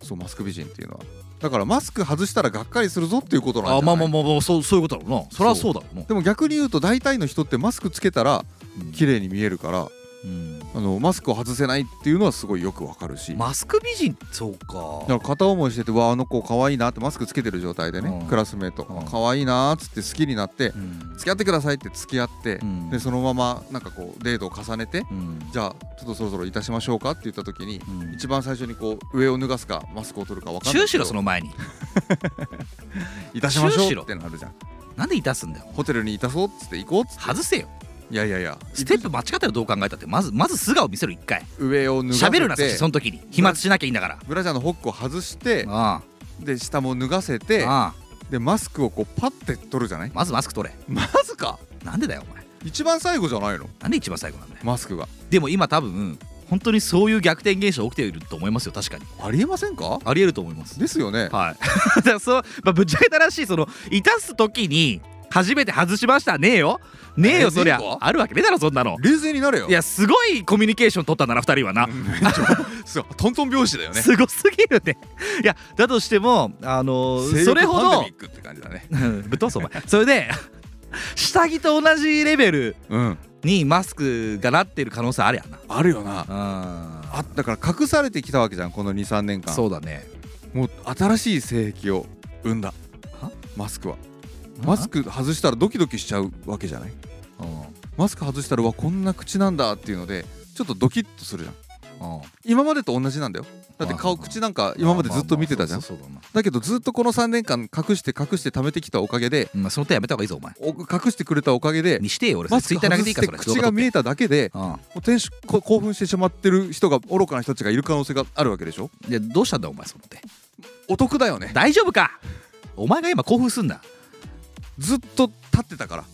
Speaker 2: と
Speaker 1: そうマスク美人っていうのはだからマスク外したらがっかりするぞっていうことなんじゃ
Speaker 2: あ
Speaker 1: ない
Speaker 2: まあまあまあまあそうそういうことだろうなそりゃそうだろうな
Speaker 1: でも逆に言うと大体の人ってマスクつけたら
Speaker 2: うん
Speaker 1: 綺麗に見えるから
Speaker 2: うん
Speaker 1: あのマスクを外せないっていうのはすごいよくわかるし、
Speaker 2: マスク美人そうか
Speaker 1: だから片思いしててわあの子可愛いなってマスクつけてる状態でね、
Speaker 2: うん
Speaker 1: クラスメート、
Speaker 2: うん
Speaker 1: 可愛いなーっつって好きになって、
Speaker 2: うん
Speaker 1: 付き合ってくださいって付き合って、
Speaker 2: うん
Speaker 1: でそのままなんかこうデートを重ねて、
Speaker 2: うん
Speaker 1: じゃあちょっとそろそろいたしましょうかって言った時に、
Speaker 2: うん
Speaker 1: 一番最初にこう上を脱がすかマスクを取るか分かん
Speaker 2: チ
Speaker 1: な
Speaker 2: ュ
Speaker 1: い
Speaker 2: ーしろその前に
Speaker 1: いたしまし
Speaker 2: チューし
Speaker 1: ょ
Speaker 2: ろ
Speaker 1: うってなるじゃん
Speaker 2: なんでいたすんだよ
Speaker 1: ホテルにいたそうっつって行こうっつって
Speaker 2: 外せよ
Speaker 1: いやいやいや
Speaker 2: ステップ間違ったらどう考えたってまずまず素顔見せる一回
Speaker 1: 上を脱がせて
Speaker 2: 喋るなそしてその時に飛沫しなきゃいいんだから
Speaker 1: ブラジャーのホックを外して
Speaker 2: あ
Speaker 1: で下も脱がせ
Speaker 2: あ
Speaker 1: て
Speaker 2: ああ
Speaker 1: でマスクをこうパッて取るじゃない
Speaker 2: まずマスク取れ
Speaker 1: マスか
Speaker 2: なんでだよお前
Speaker 1: 一番最後じゃないの
Speaker 2: なんで一番最後なんだよ
Speaker 1: マスクが
Speaker 2: でも今多分本当にそういう逆転現象起きていると思いますよ確かに
Speaker 1: ありえませんか
Speaker 2: ありえると思います
Speaker 1: ですよね
Speaker 2: はい だからそう、まあ、ぶっちゃけたらしいそのいたす時に初めて外しましたねえよねえ
Speaker 1: え
Speaker 2: よそりゃ
Speaker 1: ねえか
Speaker 2: あるわけねえだろそんなの
Speaker 1: 冷静になれよ
Speaker 2: いやすごいコミュニケーション取ったんだな2人はな
Speaker 1: そうトントン拍子だよね
Speaker 2: すごすぎるねいやだとしてもあの
Speaker 1: 性
Speaker 2: そ
Speaker 1: 欲
Speaker 2: れ
Speaker 1: パ
Speaker 2: ほ
Speaker 1: ンデ
Speaker 2: ど
Speaker 1: ミックって感じだね
Speaker 2: うん ぶっ飛ばすお前それで下着と同じレベル
Speaker 1: うん
Speaker 2: にマスクがなってる可能性あるやんな
Speaker 1: あるよな
Speaker 2: あ
Speaker 1: あだから隠されてきたわけじゃんこの23年間
Speaker 2: そうだね
Speaker 1: もう新しい性癖を生んだ
Speaker 2: は
Speaker 1: マスクはマスク外したらドキドキしちゃうわけじゃない
Speaker 2: うん
Speaker 1: マスク外したらうわこんな口なんだっていうのでちょっとドキッとするじゃん
Speaker 2: うん
Speaker 1: 今までと同じなんだよだって顔
Speaker 2: まあ
Speaker 1: 口なんか今までずっと見てたじゃん
Speaker 2: まあまあまあそうそうそうだ
Speaker 1: だけどずっとこの3年間隠して隠して貯めてきたおかげで
Speaker 2: なうんまあその手やめた方がいいぞお前
Speaker 1: お隠してくれたおかげで
Speaker 2: にしてよ俺
Speaker 1: マ
Speaker 2: ツ
Speaker 1: ス
Speaker 2: イ
Speaker 1: ク
Speaker 2: ッター投
Speaker 1: 外
Speaker 2: げてい
Speaker 1: し
Speaker 2: いか
Speaker 1: て
Speaker 2: それ動
Speaker 1: 口
Speaker 2: 画撮
Speaker 1: が
Speaker 2: って
Speaker 1: 見えただけで
Speaker 2: うん
Speaker 1: もう天使こ興奮してしまってる人が愚かな人たちがいる可能性があるわけでしょ
Speaker 2: でどうしたんだお前その手
Speaker 1: お得だよね
Speaker 2: 大丈夫かお前が今興奮すんな
Speaker 1: ずっと立ってたから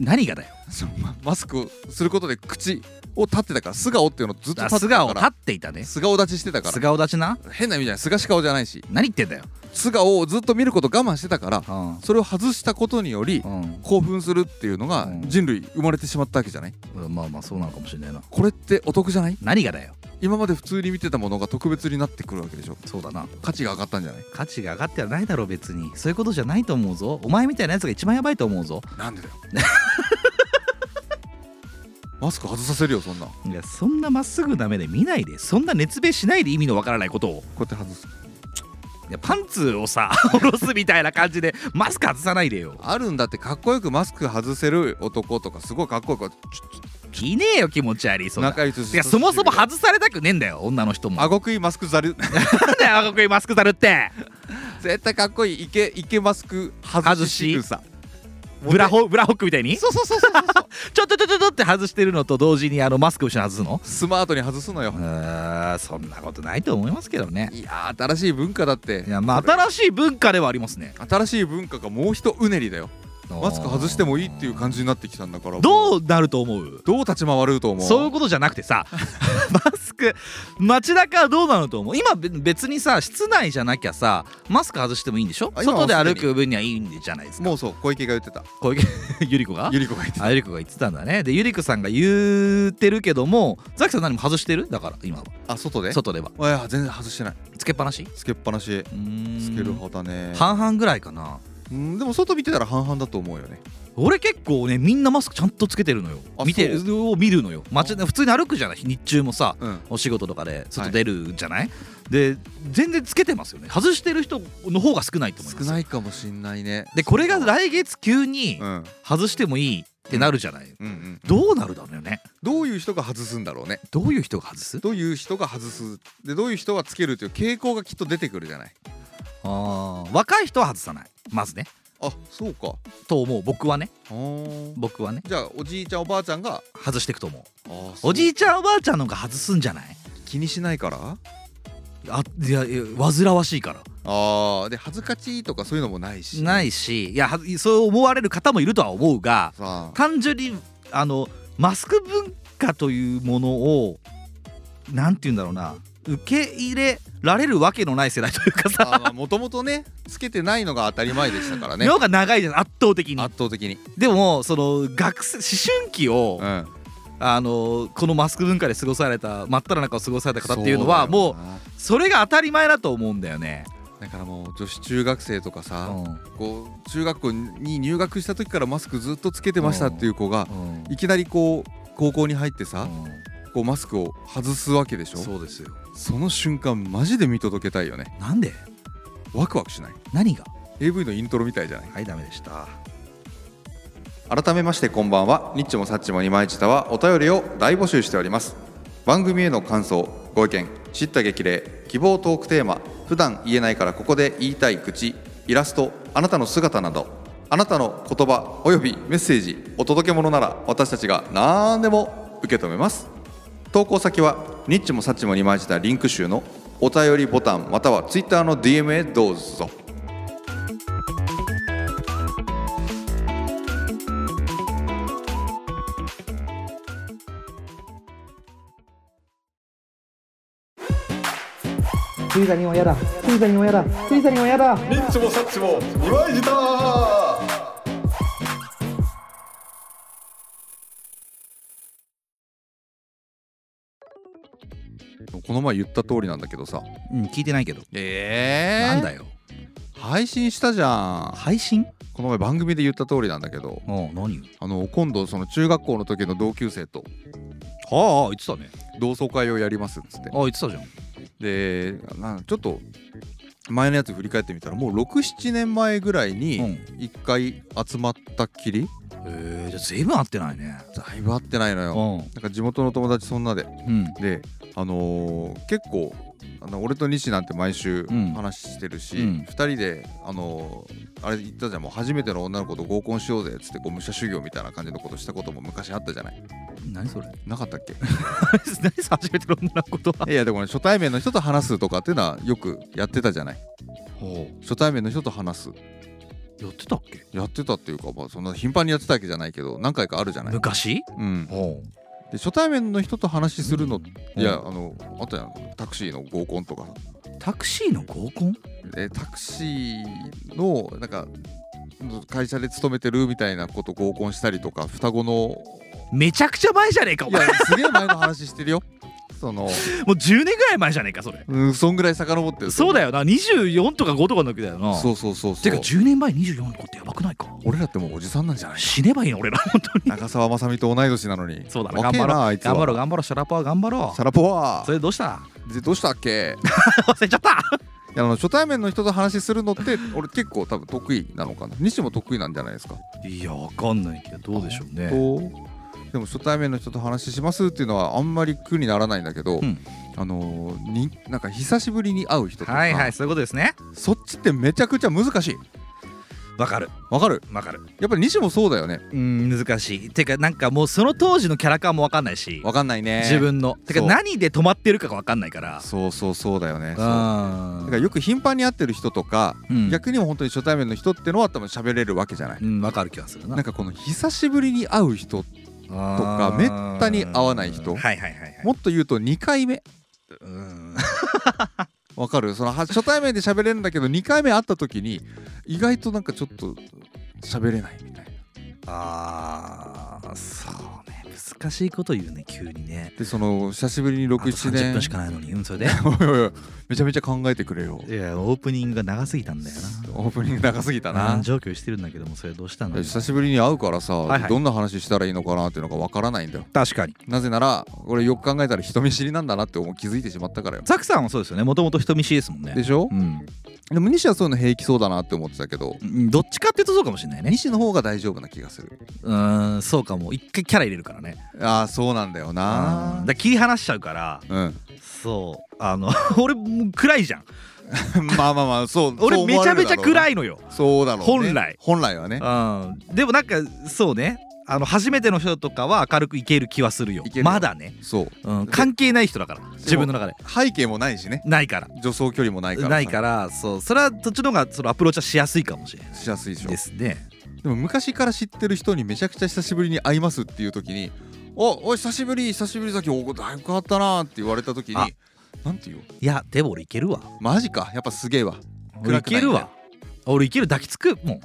Speaker 2: 何がだよ
Speaker 1: そうまマスクをすることで口を立ってたから素顔っていうのをずっと
Speaker 2: あ
Speaker 1: 立って
Speaker 2: 素
Speaker 1: た
Speaker 2: 顔
Speaker 1: か
Speaker 2: 立
Speaker 1: ら
Speaker 2: っていたね
Speaker 1: 素顔立ちしてたか
Speaker 2: 素
Speaker 1: ら
Speaker 2: 顔立ちな
Speaker 1: 変な意味じゃない素がし顔じゃないし
Speaker 2: 何言ってんだよ
Speaker 1: 素顔をずっと見ること我慢してたから
Speaker 2: うん
Speaker 1: それを外したことにより
Speaker 2: うん
Speaker 1: 興奮するっていうのが
Speaker 2: うん
Speaker 1: 人類生まれてしまったわけじゃない
Speaker 2: まあまあそうなのかもしれないな
Speaker 1: これってお得じゃない
Speaker 2: 何がだよ
Speaker 1: 今まで普通に見てたものが特別になってくるわけでしょ
Speaker 2: そうだな
Speaker 1: 価値が上がったんじゃない
Speaker 2: 価値が上がってはないだろう別にそういうことじゃないと思うぞお前みたいなやつが一番やばいと思うぞ
Speaker 1: なんでだよ マスク外させるよそんなんこ
Speaker 2: いやそんなまっすぐな目で見ないでそんな熱弁しないで意味のわからないことを
Speaker 1: うやって外す
Speaker 2: いやパンツをさ 下ろすみたいな感じでマスク外さないでよ
Speaker 1: あるんだってかっこよくマスク外せる男とかすごいかっこよく
Speaker 2: いねえよ気持ち悪いそんな
Speaker 1: 仲良し
Speaker 2: いやそもそも外されたくねえんだよ女の人も
Speaker 1: 顎食いマスクざる
Speaker 2: なん だよ赤くいマスクさるって
Speaker 1: 絶対かっこいいイケイケマスク外し仕草
Speaker 2: ブラホブラホックみたいに
Speaker 1: そうそうそうそうそうそう
Speaker 2: ちょっとちょっとちょっとって外してるのと同時にあのマスクを後ろに外すの
Speaker 1: スマートに外すのよ
Speaker 2: うーんそんなことないと思いますけどね
Speaker 1: いやー新しい文化だって
Speaker 2: いやまあ新しい文化ではありますね
Speaker 1: 新しい文化がもうひとうねりだよマスク外してもいいっていう感じになってきたんだから
Speaker 2: ど
Speaker 1: う
Speaker 2: うなると思う
Speaker 1: どう立ち回ると思う
Speaker 2: そういうことじゃなくてさ マスク街中はどうなると思う今べ別にさ室内じゃなきゃさマスク外してもいいんでしょ
Speaker 1: あ今は
Speaker 2: 外で
Speaker 1: すで
Speaker 2: 歩
Speaker 1: に
Speaker 2: く分にはいいんじゃないですか
Speaker 1: もうそう小池が言ってた
Speaker 2: 小池 ゆり子が
Speaker 1: ゆり子が言ってた
Speaker 2: あゆり子が言ってたんだねでゆり子さんが言ってるけどもザキさん何も外してるだから今は
Speaker 1: あ外で
Speaker 2: 外ではい
Speaker 1: や全然外してない
Speaker 2: つけっぱなし
Speaker 1: つけっぱなし
Speaker 2: うーん
Speaker 1: つける派だね
Speaker 2: 半々ぐらいかな
Speaker 1: うんでも外見てたら半々だと思うよね
Speaker 2: 俺結構ねみんなマスクちゃんとつけてるのよ
Speaker 1: あ
Speaker 2: 見てるを見るのよ街で普通に歩くじゃない日中もさ
Speaker 1: うん
Speaker 2: お仕事とかで外出るじゃない、で全然つけてますよね外してる人の方が少ないと思います
Speaker 1: 少ないいかもしんないね
Speaker 2: でこれが来月急に
Speaker 1: うんうん
Speaker 2: 外してもいいってなるじゃない、
Speaker 1: うん
Speaker 2: どうなるだろうね
Speaker 1: どういう人が外すんだろうね
Speaker 2: どういう人が外す
Speaker 1: どういう人が外すでどういう人がつけるという傾向がきっと出てくるじゃない
Speaker 2: あー若い人は外さないまずね
Speaker 1: あそうか
Speaker 2: と思う僕はね
Speaker 1: あー
Speaker 2: 僕はね
Speaker 1: じゃあおじいちゃんおばあちゃんが
Speaker 2: 外していくと思う
Speaker 1: あ
Speaker 2: おじ
Speaker 1: い
Speaker 2: いちゃんおばあちゃんの方が外すんじゃない
Speaker 1: 気にしないから
Speaker 2: あいやいや煩わしいから
Speaker 1: あーで恥ずかしいとかそういうのもないし
Speaker 2: ないしいやはそう思われる方もいるとは思うが
Speaker 1: さあ
Speaker 2: 単純にあのマスク文化というものをなんて言うんだろうな受け入れられるわけのない世代というかさ、
Speaker 1: あーまあもともとね つけてないのが当たり前でしたからね
Speaker 2: 量が長いじゃん圧倒的に
Speaker 1: 圧倒的に
Speaker 2: でもその学生思春期を、
Speaker 1: うん
Speaker 2: あのこのマスク文化で過ごされた真っ只中を過ごされた方っていうのはもう
Speaker 1: そうだよな
Speaker 2: それが当たり前だと思うんだよね。
Speaker 1: だからもう女子中学生とか
Speaker 2: う
Speaker 1: さ、
Speaker 2: ん
Speaker 1: こう中学校に入学した時からマスクずっとつけてましたっていう子が
Speaker 2: うん
Speaker 1: いきなりこう高校に入ってさこうマスクを外すわけでしょ
Speaker 2: そうですよ。
Speaker 1: その瞬間マジで見届けたいよね
Speaker 2: なんで
Speaker 1: ワクワクしない
Speaker 2: 何が
Speaker 1: AV のイントロみたいじゃない
Speaker 2: はいダメでした。
Speaker 1: 改めましてこんばんはニッチもサッチも二枚舌はお便りを大募集しております番組への感想ご意見知った激励希望トークテーマ普段言えないからここで言いたい口イラストあなたの姿などあなたの言葉およびメッセージお届け物なら私たちが何でも受け止めます投稿先はニッチもサッチも二枚舌リンク集のお便りボタンまたはツイッターの DM へどうぞ
Speaker 4: 水谷はやだ水谷はやだ水谷はやだ
Speaker 5: リッチもサッチも二枚舌
Speaker 1: この前言った通りなんだけどさ
Speaker 2: うん聞いてないけど
Speaker 1: え
Speaker 2: なん
Speaker 1: だ
Speaker 2: だよ
Speaker 1: 配信したじゃん
Speaker 2: 配信
Speaker 1: この前番組で言った通りなんだけど
Speaker 2: おう何
Speaker 1: あの今度その中学校の時の同級生と
Speaker 2: はあ言ってたね
Speaker 1: 同窓会をやりますっつって
Speaker 2: あ言ってたじゃん
Speaker 1: でなちょっと前のやつ振り返ってみたらもう67年前ぐらいに
Speaker 2: ん
Speaker 1: 1回集まったっきり、
Speaker 2: えー、じゃあ随分合ってないね
Speaker 1: だいぶ会ってないの
Speaker 2: う
Speaker 1: よ
Speaker 2: ん
Speaker 1: なんか地元の友達そんなで
Speaker 2: うん
Speaker 1: であのー結構あの俺と西なんて毎週
Speaker 2: うん
Speaker 1: 話してるし、
Speaker 2: う
Speaker 1: 二
Speaker 2: ん
Speaker 1: 2人であのーあれ言ったじゃんもう初めての女の子と合コンしようぜっつってこう武者修行みたいな感じのことしたことも昔あったじゃない
Speaker 2: 何それ
Speaker 1: なかったっけ
Speaker 2: 何さ初めての女のことはい
Speaker 1: やでもね初対面の人と話すとかっていうのはよくやってたじゃない
Speaker 2: ほ
Speaker 1: 初対面の人と話す
Speaker 2: うやってたっけ
Speaker 1: やってたっていうか、まあ、そんな頻繁にやってたわけじゃないけど何回かあるじゃない、
Speaker 2: 昔
Speaker 1: うん、
Speaker 2: ほ
Speaker 1: で初対面の人と話するの、
Speaker 2: うん
Speaker 1: いやあのあったじゃんタクシーの合コンとかさ
Speaker 2: うタクシーの合コン
Speaker 1: えータクシーのなんか会社で勤めてるみたいなこと合コンしたりとか双子の
Speaker 2: めちゃくちゃ前じゃねえかお
Speaker 1: い
Speaker 2: 前
Speaker 1: やすげえ前の話して るよその
Speaker 2: もう10年ぐらい前じゃねえかそれ
Speaker 1: うんそんぐらい遡ってる
Speaker 2: そうだよな24とか5とかの時だよな
Speaker 1: そうそうそうそう
Speaker 2: てか10年前24の子ってやばくないか
Speaker 1: 俺らってもうおじさんなん じゃない
Speaker 2: 死ねばいいの俺ら 本当に
Speaker 1: 長澤まさみと同い年なのに
Speaker 2: そうだな
Speaker 1: 若え
Speaker 2: 頑張ろう
Speaker 1: あいつは
Speaker 2: 頑張ろう頑張ろうシャラパワ頑張ろ
Speaker 1: サラポワ
Speaker 2: うそれどうした
Speaker 1: ーでどうしたっけ
Speaker 2: 忘れちゃった
Speaker 1: いやあの初対面の人と話するのって俺結構多分得意なのかな西も得意なんじゃないですか
Speaker 2: いやわかんないけどどうでしょうね
Speaker 1: とでも初対面の人と話しますっていうのはあんまり苦にならないんだけど、
Speaker 2: うん
Speaker 1: あのーになんか久しぶりに会う人とか、
Speaker 2: はいはいそういうことですね
Speaker 1: そっちってめちゃくちゃ難しい
Speaker 2: わかる
Speaker 1: わかる
Speaker 2: わかる
Speaker 1: やっぱり西もそうだよね
Speaker 2: うん難しいてかなんかもうその当時のキャラ感もわかんないし
Speaker 1: わかんないね
Speaker 2: 自分のてか
Speaker 1: そう
Speaker 2: 何で止まってるかがわかんないから
Speaker 1: そうそうそうだよねそうだ
Speaker 2: あ
Speaker 1: からよく頻繁に会ってる人とか、
Speaker 2: うん
Speaker 1: 逆にも本当に初対面の人ってのは多分喋れるわけじゃない、
Speaker 2: うんわかる気がするな
Speaker 1: なんかこの久しぶりに会う人
Speaker 2: と
Speaker 1: かめったに会わない人
Speaker 2: はいはいはいはい
Speaker 1: もっと言うと2回目
Speaker 2: うん
Speaker 1: わかるそのは初対面で喋れるんだけど2回目会った時に意外となんかちょっと喋れないみたいな
Speaker 2: あーそうね難しいこと言うね急にね
Speaker 1: でその久しぶりに
Speaker 2: あと
Speaker 1: 67
Speaker 2: 30
Speaker 1: 年
Speaker 2: 分しかないのにうんそれで
Speaker 1: おいおいおいめちゃめちゃ考えてくれよ
Speaker 2: いやオープニングが長すぎたんだよな
Speaker 1: オープニング長すぎた
Speaker 2: うん
Speaker 1: な
Speaker 2: 上京してるんだけどもそれどうしたの
Speaker 1: 久しぶりに会うからさ、
Speaker 2: はいはい
Speaker 1: どんな話したらいいのかなっていうのがわからないんだよ
Speaker 2: 確かに
Speaker 1: なぜなら俺よく考えたら人見知りなんだなって思う気づいてしまったからよ
Speaker 2: ザクさんはそうですよねもともと人見知りですもんね
Speaker 1: でしょ
Speaker 2: う、ん
Speaker 1: でも西はそういうの平気そうだなって思ってたけど
Speaker 2: うんどっちかっていうとそうかもしれないね
Speaker 1: 西の方が大丈夫な気がする
Speaker 2: うーんそうかも一回キャラ入れるからね
Speaker 1: ああそうなんだよ
Speaker 2: う
Speaker 1: なん
Speaker 2: だから切り離しちゃうから
Speaker 1: うん
Speaker 2: そうあの 俺もう暗いじゃん
Speaker 1: まあまあまあそう
Speaker 2: 俺めちゃめちゃ
Speaker 1: い
Speaker 2: 暗いのよ、
Speaker 1: そうだろう、ね、
Speaker 2: 本来
Speaker 1: 本来はね
Speaker 2: うん、でもなんかそうねあの初めての人とかは明るくいける気はするよ
Speaker 1: いける
Speaker 2: まだね、
Speaker 1: そう
Speaker 2: うん、関係ない人だから自分の中で
Speaker 1: 背景もないしね
Speaker 2: ないから
Speaker 1: 助走距離もないからさ
Speaker 2: ないからそうそれはどっちの方がそのアプローチはしやすいかもしれない
Speaker 1: しやすいでしょ
Speaker 2: ですね
Speaker 1: でも昔から知ってる人にめちゃくちゃ久しぶりに会いますっていう時に「おお久しぶり久しぶりだけどおだいぶ変わったな」って言われた時に
Speaker 2: あ
Speaker 1: なんて言う
Speaker 2: いやでも俺いけるわ
Speaker 1: マジかやっぱすげえわ暗
Speaker 2: 俺い
Speaker 1: くないん
Speaker 2: け
Speaker 1: だ
Speaker 2: る
Speaker 1: よ
Speaker 2: わ俺いける抱きつく もう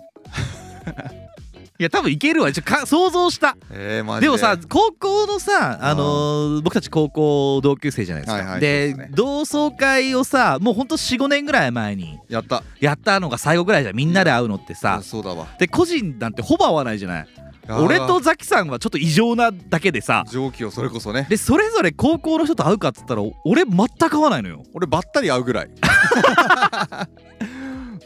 Speaker 2: いや多分いけるわちょか想像した
Speaker 1: えー、マジ
Speaker 2: でもさ高校のさ、あのー僕たち高校同級生じゃないですか、
Speaker 1: はいはい
Speaker 2: で
Speaker 1: そうですね
Speaker 2: 同窓会をさもうほんと45年ぐらい前に
Speaker 1: やった
Speaker 2: やったのが最後ぐらいじゃんみんなで会うのって
Speaker 1: あ
Speaker 2: さ
Speaker 1: そうだわ
Speaker 2: で個人なんてほぼ会わないじゃない俺とザキさんはちょっと異常なだけでさ
Speaker 1: 上気をそれこそね
Speaker 2: でそれぞれ高校の人と会うかっつったら俺全く会わないのよ
Speaker 1: 俺ばったり会うぐ らい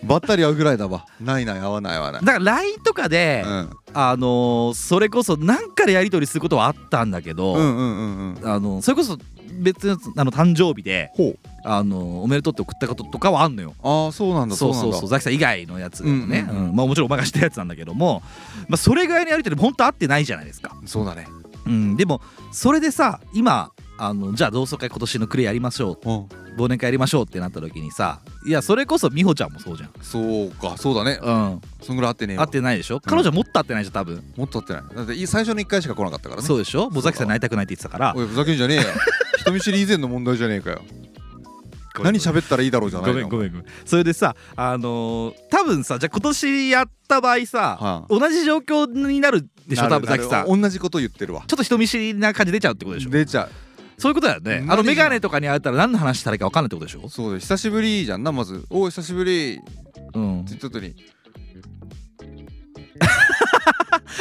Speaker 1: ばったり会うぐらいだわないない会わない会わない、
Speaker 2: だから LINE とかで、
Speaker 1: うん、
Speaker 2: あのーそれこそ何かでやり取りすることはあったんだけど、
Speaker 1: うんうんうんうん
Speaker 2: あのそれこそ別のあの誕生日で
Speaker 1: ほう
Speaker 2: あのおめでとうって送ったこととかはあんのよ
Speaker 1: ああそうなんだ
Speaker 2: そう
Speaker 1: な
Speaker 2: そ
Speaker 1: ん
Speaker 2: う
Speaker 1: だ
Speaker 2: そうザキさん以外のやつでもね、
Speaker 1: う
Speaker 2: うんんまあ、もちろんお前がしたやつなんだけども、まあ、それぐらいのやり取り本当合ってないじゃないですか、
Speaker 1: そうだね
Speaker 2: うん、でもそれでさ今あのじゃあ同窓会今年の暮れやりましょ
Speaker 1: うん
Speaker 2: う忘年会やりましょうってなった時にさいやそれこそ美穂ちゃんもそうじゃん
Speaker 1: そうかそうだね
Speaker 2: うん、
Speaker 1: そんぐらい会ってねえ
Speaker 2: 合
Speaker 1: わ
Speaker 2: ってないでしょ彼女もっと合ってないじゃん多分、
Speaker 1: もっと会ってないだってい最初の1回しか来なかったからね
Speaker 2: そうで しょもうザキさん泣いたくないって言ってたから
Speaker 1: おいふざけんじゃねえよ人見知り以前の問題じゃねえかよ
Speaker 2: ごめ
Speaker 1: 何
Speaker 2: ん
Speaker 1: 喋ったらいいだろうじゃないの
Speaker 2: ごめんごめんごめんそれでさあのー多分さじゃあ今年やった場合さ、
Speaker 1: はあ
Speaker 2: 同じ状況になるでしょ
Speaker 1: な
Speaker 2: 多
Speaker 1: る
Speaker 2: 分ザキさん
Speaker 1: なる同じこと言ってるわ
Speaker 2: ちょっと人見知りな感じ出ちゃうってことでしょ
Speaker 1: 出ちゃ
Speaker 2: そういうことだよねあのメガネとかにあったら何の話したらいいか分かんないってことでしょ
Speaker 1: う、そうです久しぶりじゃんなまず「おう久しぶり」って
Speaker 2: うん、
Speaker 1: 言った後に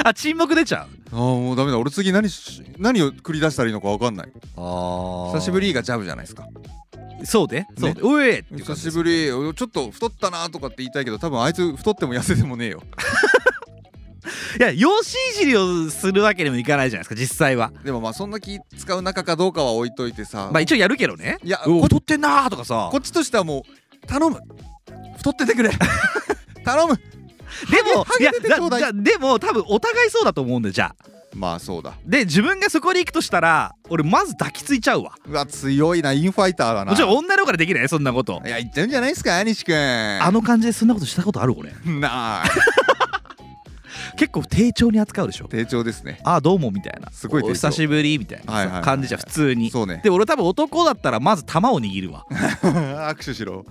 Speaker 2: あ沈黙出ちゃう
Speaker 1: 「ああもうダメだ俺次何し何を繰り出したらいいのか分かんない」「
Speaker 2: あ
Speaker 1: 久しぶり」がジャブじゃないですか
Speaker 2: そうでそうで、おいって
Speaker 1: 「
Speaker 2: いう
Speaker 1: 久
Speaker 2: 感じで
Speaker 1: し
Speaker 2: す
Speaker 1: ぶりおちょっと太ったな」とかって言いたいけど多分あいつ太っても痩せてもねえよ
Speaker 2: いや養子いじりをするわけにもいかないじゃないですか実際は
Speaker 1: でもまあそんな気使う仲かどうかは置いといてさ、
Speaker 2: まあ一応やるけどね
Speaker 1: いや
Speaker 2: お
Speaker 1: こ
Speaker 2: 太ってんなーとかさ
Speaker 1: こっちとしてはもう頼む太ってて くれ頼む
Speaker 2: でも
Speaker 1: ハ
Speaker 2: い
Speaker 1: ゲハ
Speaker 2: や
Speaker 1: ゲ出て
Speaker 2: だ
Speaker 1: ちょうだい
Speaker 2: じゃあでも多分お互いそうだと思うんでじゃあ
Speaker 1: まあそうだ
Speaker 2: で自分がそこに行くとしたら俺まず抱きついちゃうわ
Speaker 1: うわ強いなインファイターだな
Speaker 2: もちろん女の子からできないそんなこと
Speaker 1: いや言ってるんじゃないですか西君
Speaker 2: あ
Speaker 1: あ
Speaker 2: の感じでそんなことしたことある俺
Speaker 1: なあ
Speaker 2: 結構丁重に扱うでしょ
Speaker 1: 丁重ですね
Speaker 2: ああどうもみたいな
Speaker 1: すごい丁重
Speaker 2: お久しぶりみたい
Speaker 1: はいはいはいは
Speaker 2: ない感じじゃん普通に
Speaker 1: そうね
Speaker 2: で俺多分男だったらまず玉を 握 るわ
Speaker 1: 握手し ろ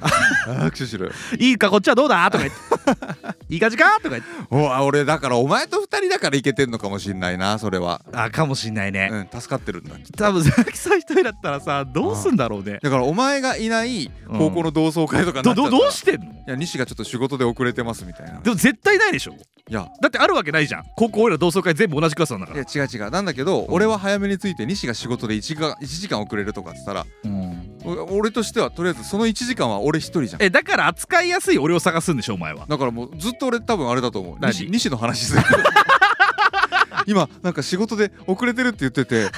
Speaker 1: 握手しろよ
Speaker 2: いいかこっちはどうだとか言っていい感じかとか言って
Speaker 1: おわ俺だからお前と二人だからいけてんのかもしんないなそれは
Speaker 2: あかもしんないね、
Speaker 1: うん助かってるんだ
Speaker 2: 多分佐々木さん一人だったらさどうすんだろうね
Speaker 1: だからお前がいない高校の同窓会とかになっち
Speaker 2: ど
Speaker 1: ゃっ
Speaker 2: ど
Speaker 1: たら
Speaker 2: どうしてんの
Speaker 1: いや西がちょっと仕事で遅れてますみたいない
Speaker 2: でも絶対ないでしょ
Speaker 1: や
Speaker 2: だってあるわけないじゃん高校俺ら同窓会全部同じクラスなんだか
Speaker 1: い
Speaker 2: ら
Speaker 1: や違う違うなんだけど、俺は早めに着いて西が仕事で 1, が1時間遅れるとかっつったら
Speaker 2: うん
Speaker 1: お俺としてはとりあえずその1時間は俺一人じゃん
Speaker 2: えだから扱いやすい俺を探すんでしょお前は
Speaker 1: だからもうずっと俺多分あれだと思う
Speaker 2: 何
Speaker 1: 西西の話 する今なんか仕事で遅れてるって言っててで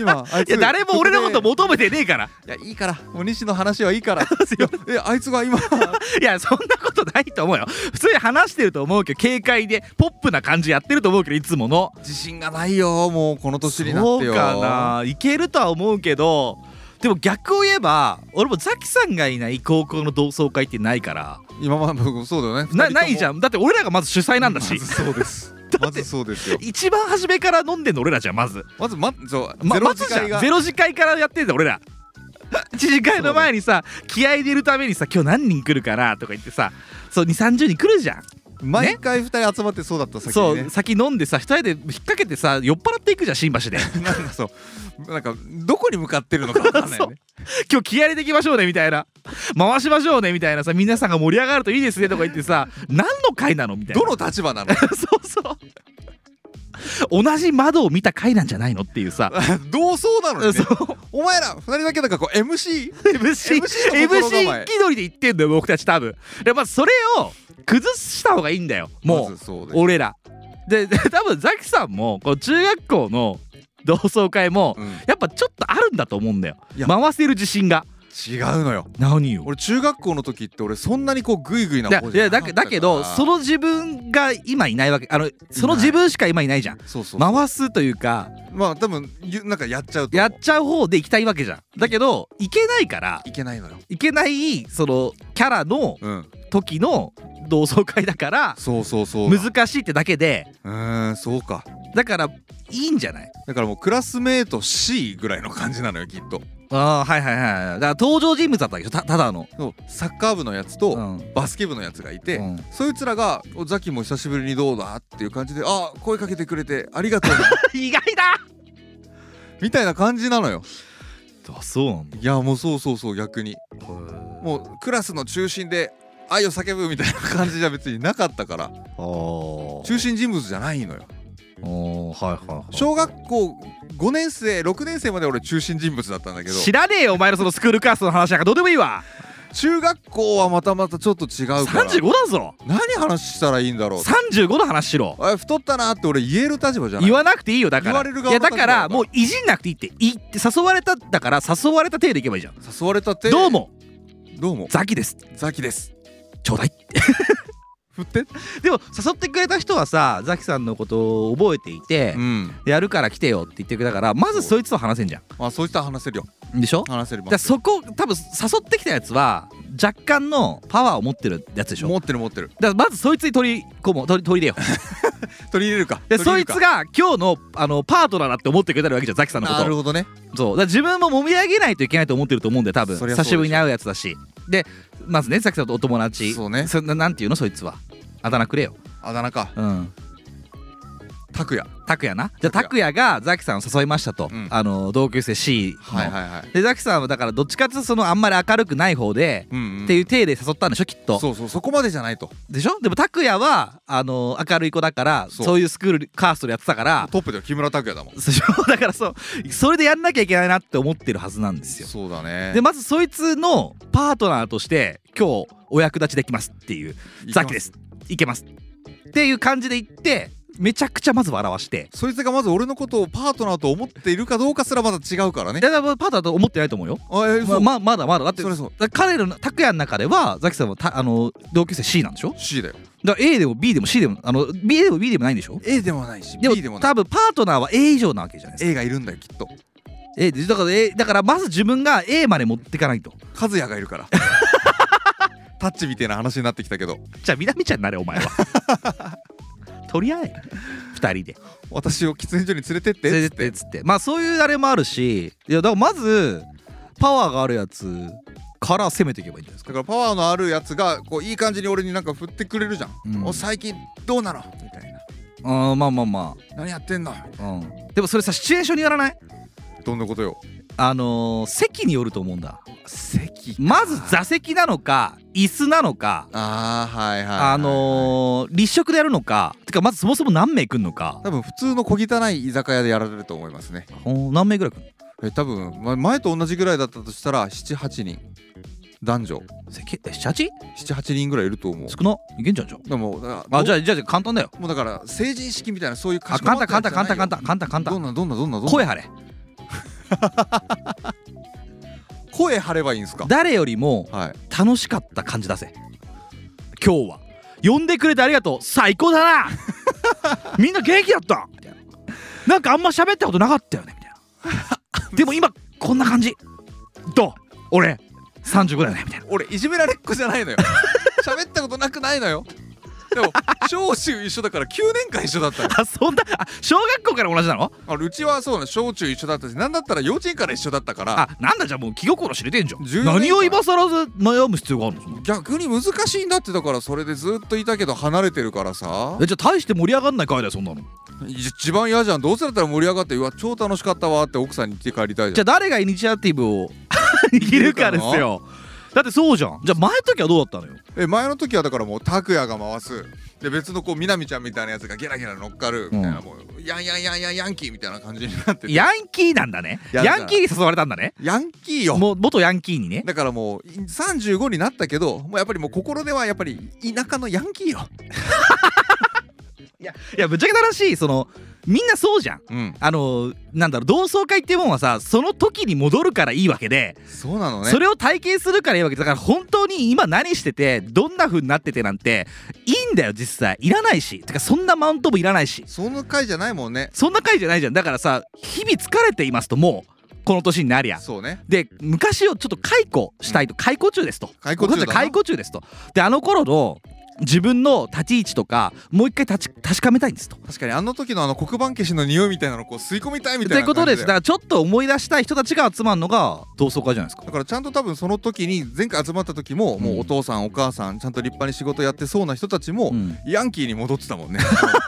Speaker 1: 今 あいつ
Speaker 2: いや誰も俺のこと
Speaker 1: も
Speaker 2: 求めてねえから
Speaker 1: いやいいからもう西の話はいいからい
Speaker 2: すいま
Speaker 1: やえあいつが今
Speaker 2: いやそんなことないと思うよ普通に話してると思うけど軽快でポップな感じやってると思うけどいつもの
Speaker 1: 自信がないよもうこの年になっ
Speaker 2: そ
Speaker 1: て
Speaker 2: う
Speaker 1: よ
Speaker 2: かないけるとは思うけどでも逆を言えば俺もザキさんがいない高校の同窓会ってないから
Speaker 1: 今まで僕そうだよね
Speaker 2: なないじゃ
Speaker 1: ん
Speaker 2: んだって俺らがまず主催なんだし、
Speaker 1: まずそうですまずそうですよ
Speaker 2: 一番初めから飲んでんの俺らじゃんまず、
Speaker 1: まずまそう
Speaker 2: ま、
Speaker 1: ゼ
Speaker 2: ま
Speaker 1: ロ
Speaker 2: ず
Speaker 1: 次
Speaker 2: じゃ
Speaker 1: 会
Speaker 2: ん
Speaker 1: が
Speaker 2: ゼロ次会からやってんだ俺ら一次会の前にさ気合い入れるためにさ今日何人来るかなとか言ってさそう2 3 0人来るじゃん
Speaker 1: 毎回二人集まってそうだった先
Speaker 2: そ
Speaker 1: に
Speaker 2: う
Speaker 1: ね
Speaker 2: 先飲んでさ二人で引っ掛けてさ酔っ払っていくじゃん新橋で
Speaker 1: なんかそうなんかどこに向かってるのかわかんないよね
Speaker 2: 今日気合い入れていきましょうねみたいな回しましょうねみたいなさ皆さんが盛り上がるといいですねとか言ってさ何の会なのみたいな
Speaker 1: どの立場なの
Speaker 2: そうそう同じ窓を見た会なんじゃないのってい うさ
Speaker 1: 同窓なのに、
Speaker 2: そ
Speaker 1: ね
Speaker 2: う、
Speaker 1: お前ら二人だけだからこう MC MC の心
Speaker 2: MC,
Speaker 1: 構
Speaker 2: MC
Speaker 1: え
Speaker 2: 気取りで言ってんだよ僕たち多分でまあそれを崩した方がいいんだよも
Speaker 1: ま
Speaker 2: う
Speaker 1: ずそうです
Speaker 2: 俺らでで多分ザキさんもこう中学校の同窓会も
Speaker 1: うん
Speaker 2: やっぱちょっとあるんだと思うんだよ
Speaker 1: いや
Speaker 2: 回せる自信が
Speaker 1: 違うのよ
Speaker 2: 何よ
Speaker 1: 俺中学校の時って俺そんなにこうグイグイな
Speaker 2: だ
Speaker 1: 方
Speaker 2: い
Speaker 1: じゃ
Speaker 2: や
Speaker 1: な
Speaker 2: だ
Speaker 1: かっ
Speaker 2: け
Speaker 1: たから
Speaker 2: だけどその自分が今いないわけあのその自分しか今いないじゃん
Speaker 1: そうそう
Speaker 2: 回すというか
Speaker 1: まあ多分ゆなんかやっちゃうと
Speaker 2: やっちゃう方で行きたいわけじゃんだけど行けないから
Speaker 1: いけないのよ
Speaker 2: 行けないそのキャラの
Speaker 1: うん
Speaker 2: 時の同窓会だから
Speaker 1: そうそうそうだ
Speaker 2: 難しいってだけで
Speaker 1: うーんそうか
Speaker 2: だからいいんじゃない
Speaker 1: だからもうクラスメート C ぐらいの感じなのよきっと
Speaker 2: ああはいはいはいだから登場人物だったわけどたただの、
Speaker 1: そうサッカー部のやつと、
Speaker 2: うん
Speaker 1: バスケ部のやつがいて、
Speaker 2: うん
Speaker 1: そいつらが「おザキも久しぶりにどうだ?」っていう感じで「あ声かけてくれてありが とうな」
Speaker 2: 意外だ
Speaker 1: みたいな感じなのよ
Speaker 2: あそうなんだ
Speaker 1: いやもうそうそうそう逆にもうクラスの中心で愛を叫ぶみたいな感じじゃ別になかったから
Speaker 2: あ
Speaker 1: 中心人物じゃないのよ
Speaker 2: おはいはい、はい、
Speaker 1: 小学校5年生6年生まで俺中心人物だったんだけど
Speaker 2: 知らねえよお前のそのスクールカーストの話なんかどうでもいいわ
Speaker 1: 中学校はまたまたちょっと違うから
Speaker 2: 35だぞ
Speaker 1: 何話したらいいんだろう
Speaker 2: 35の話しろ
Speaker 1: あ太ったなって俺言える立場じゃない
Speaker 2: 言わなくていいよだから
Speaker 1: 言われる側
Speaker 2: いや
Speaker 1: の
Speaker 2: だ
Speaker 1: 立場
Speaker 2: か
Speaker 1: だから
Speaker 2: らもういじんなくていいっていいって誘われただから誘われた体でいけばいいじゃん
Speaker 1: 誘われたって
Speaker 2: どうも
Speaker 1: どうも
Speaker 2: ザキです
Speaker 1: ザキです
Speaker 2: ちょうだい
Speaker 1: 振って
Speaker 2: でも誘ってくれた人はさザキさんのことを覚えていて
Speaker 1: うん
Speaker 2: やるから来てよって言ってくれたからまずそいつと話せんじゃ
Speaker 1: まあそういったら話せるよ
Speaker 2: んでしょだか
Speaker 1: 話せる
Speaker 2: らそこ多分誘ってきたやつは若干のパワーを持ってるやつでしょ
Speaker 1: 持ってる持ってる
Speaker 2: だからまずそいつに取り込もう取り取り入れよう
Speaker 1: 取り入れるか
Speaker 2: で
Speaker 1: 取り
Speaker 2: そ
Speaker 1: 入れ
Speaker 2: い
Speaker 1: る
Speaker 2: つ
Speaker 1: か
Speaker 2: が今日のあのパートナーだって思ってくれたわけじゃんザキさんのこと
Speaker 1: なるほどね
Speaker 2: そうだから自分ももみ上げないといけないと思ってると思うんだよ多分
Speaker 1: そりゃそうで
Speaker 2: 久
Speaker 1: しょ
Speaker 2: しぶりに会うやつだしでまずねザキさんとお友達
Speaker 1: そうね
Speaker 2: そんななんていうのそいつはあだ名くれよ
Speaker 1: あだ名か
Speaker 2: うん
Speaker 1: 拓也
Speaker 2: 拓也なじゃあ拓
Speaker 1: 拓
Speaker 2: 也がザキさんを誘いましたと、
Speaker 1: うん
Speaker 2: あの同級生 C の、
Speaker 1: はいはいはい
Speaker 2: でザキさんはだからどっちかっていうとそのあんまり明るくない方で、
Speaker 1: うんうん
Speaker 2: っていう体で誘ったんでしょきっと
Speaker 1: そうそうそこまでじゃないと
Speaker 2: でしょでも拓也はあの明るい子だからそ
Speaker 1: そうう
Speaker 2: いうスクールカーストでやってたから
Speaker 1: トップでは木村拓哉だもん
Speaker 2: そうだからそうそれでやんなきゃいけないなって思ってるはずなんですよ
Speaker 1: そうだね
Speaker 2: でまずそいつのパートナーとして今日お役立ちできますっていう
Speaker 1: いきます
Speaker 2: ザキですいけますっていう感じで言ってめちゃくちゃまず笑わして
Speaker 1: そいつがまず俺のことをパートナーと思っているかどうかすらまだ違うからね
Speaker 2: いやだからパートナーと思ってないと思うよ
Speaker 1: あえ
Speaker 2: ま
Speaker 1: そう、
Speaker 2: ままだまだだって
Speaker 1: それそう
Speaker 2: だから彼らの拓也の中ではザキさんはたあの同級生 C なんでしょ
Speaker 1: C だよ
Speaker 2: だから A でも B でも C でもあの B でも B でもないんでしょ
Speaker 1: A でもないし
Speaker 2: で
Speaker 1: B で
Speaker 2: も
Speaker 1: もない
Speaker 2: 多分パートナーは A 以上なわけじゃないですか
Speaker 1: A がいるんだよきっと
Speaker 2: A でだから A だからまず自分が A まで持っていかないと
Speaker 1: 和也がいる からタッチみたいな話になってきたけど
Speaker 2: じゃあ南ちゃんになれお前は 取り合え2人で
Speaker 1: 私を喫煙所に連れてって
Speaker 2: 連れてってっつってまあそういうあれもあるしいやだからまずパワーがあるやつから攻めていけばいいんじゃないですか
Speaker 1: だからパワーのあるやつがこういい感じに俺になんか振ってくれるじゃん、
Speaker 2: うん
Speaker 1: お最近どうなのみたいな
Speaker 2: あーまあまあま
Speaker 1: 何やってんのみたい
Speaker 2: あ、うん、でもそれさシチュエーションによらない
Speaker 1: などんなことよ
Speaker 2: あのー席によると思うんだ
Speaker 1: 席
Speaker 2: まず座席なのか椅子なのか
Speaker 1: ああはいはいはい、
Speaker 2: あのー立食でやるのかてかまずそもそも何名来んのか
Speaker 1: 多分普通の小汚い居酒屋でやられると思いますね
Speaker 2: おー何名ぐらい来んの
Speaker 1: え多分ま前と同じぐらいだったとしたら78人男女
Speaker 2: 席えシャチ
Speaker 1: 78人ぐらいいると思う
Speaker 2: 少ないけんじゃんじゃん
Speaker 1: でもだから
Speaker 2: あじゃ
Speaker 1: あ
Speaker 2: あじゃあじゃあ簡単だよ
Speaker 1: もうだから成人式みたいなそういう
Speaker 2: あ簡単簡単簡単簡単簡単簡
Speaker 1: どん
Speaker 2: 単
Speaker 1: などんなどんなどんな
Speaker 2: 声張れ
Speaker 1: 声張ればいいんですか
Speaker 2: 誰よりも
Speaker 1: はい
Speaker 2: 楽しかった感じ出せ今日は呼んでくれてありがとう最 高だなみんな元気だったみたいななんかあんま喋ったことなかったよねみた いなでも今こんな感じどう俺30ぐらいだねみたいな
Speaker 1: 俺いじめられっ子じゃないのよ 喋ったことなくないのよでも小中一緒だから9年間一緒だったの
Speaker 2: あそんなあ小学校から同じなの
Speaker 1: あうちはそうなの小中一緒だったし何だったら幼稚園から一緒だったから
Speaker 2: あなんだじゃあもう気心知れてんじゃ
Speaker 1: 14
Speaker 2: ん何を今更悩む必要があるのそんな
Speaker 1: 逆に難しいんだってだからそれでずっといたけど離れてるからさ
Speaker 2: えじゃあ大して盛り上がんない回だよそんなの
Speaker 1: 一番嫌じゃんどうせだったら盛り上がってうわ超楽しかったわって奥さんに言って帰りたいじ
Speaker 2: じ
Speaker 1: ゃ
Speaker 2: ゃあ誰がイニシアティブを 握るかですよだってそうじゃんじゃあ前の時はどうだったのよ
Speaker 1: んえ前の時はだからもう拓哉が回すで別のこう南ちゃんみたいなやつがゲラゲラ乗っかるみたいな、
Speaker 2: うん
Speaker 1: もうヤンヤンヤンヤンヤンキーみたいな感じになってて
Speaker 2: ヤンキーなんだね
Speaker 1: やだ
Speaker 2: ヤンキーに誘われたんだね
Speaker 1: ヤンキーよ
Speaker 2: もう元ヤンキーにね
Speaker 1: だからもう35になったけどもうやっぱりもう心ではやっぱり田舎のヤンキーよ、
Speaker 2: いやぶっちゃけたらしいそのみんなそうじゃん
Speaker 1: うん、
Speaker 2: あのなんだろう同窓会っていうもんはさその時に戻るからいいわけで、
Speaker 1: そうなのね
Speaker 2: それを体験するからいいわけだから本当に今何しててどんな風になっててなんていいんだよ実際いらないしてかそんなマウントもいらないし
Speaker 1: その回じゃないもんね
Speaker 2: そんな回じゃないじゃんだからさ日々疲れていますともうこの年になりゃ
Speaker 1: そうね
Speaker 2: で昔をちょっと解雇したいと解雇中ですと
Speaker 1: 解雇中だな
Speaker 2: 僕たちは解雇中ですとであの頃の自分の立ち位置とかもう一回立ち確かめたいんですと。
Speaker 1: 確かにあの時のあの黒板消しの匂いみたいなのをこう吸い込みたいみ
Speaker 2: と
Speaker 1: たい
Speaker 2: い
Speaker 1: うな
Speaker 2: こと
Speaker 1: 感じ
Speaker 2: で
Speaker 1: だ
Speaker 2: す
Speaker 1: よ
Speaker 2: だからちょっと思い出したい人たちが集まるのが同窓会じゃないですか
Speaker 1: だからちゃんと多分その時に前回集まった時も、もうお父さんお母さんちゃんと立派に仕事やってそうな人たちも、
Speaker 2: うん
Speaker 1: ヤンキーに戻ってた もんね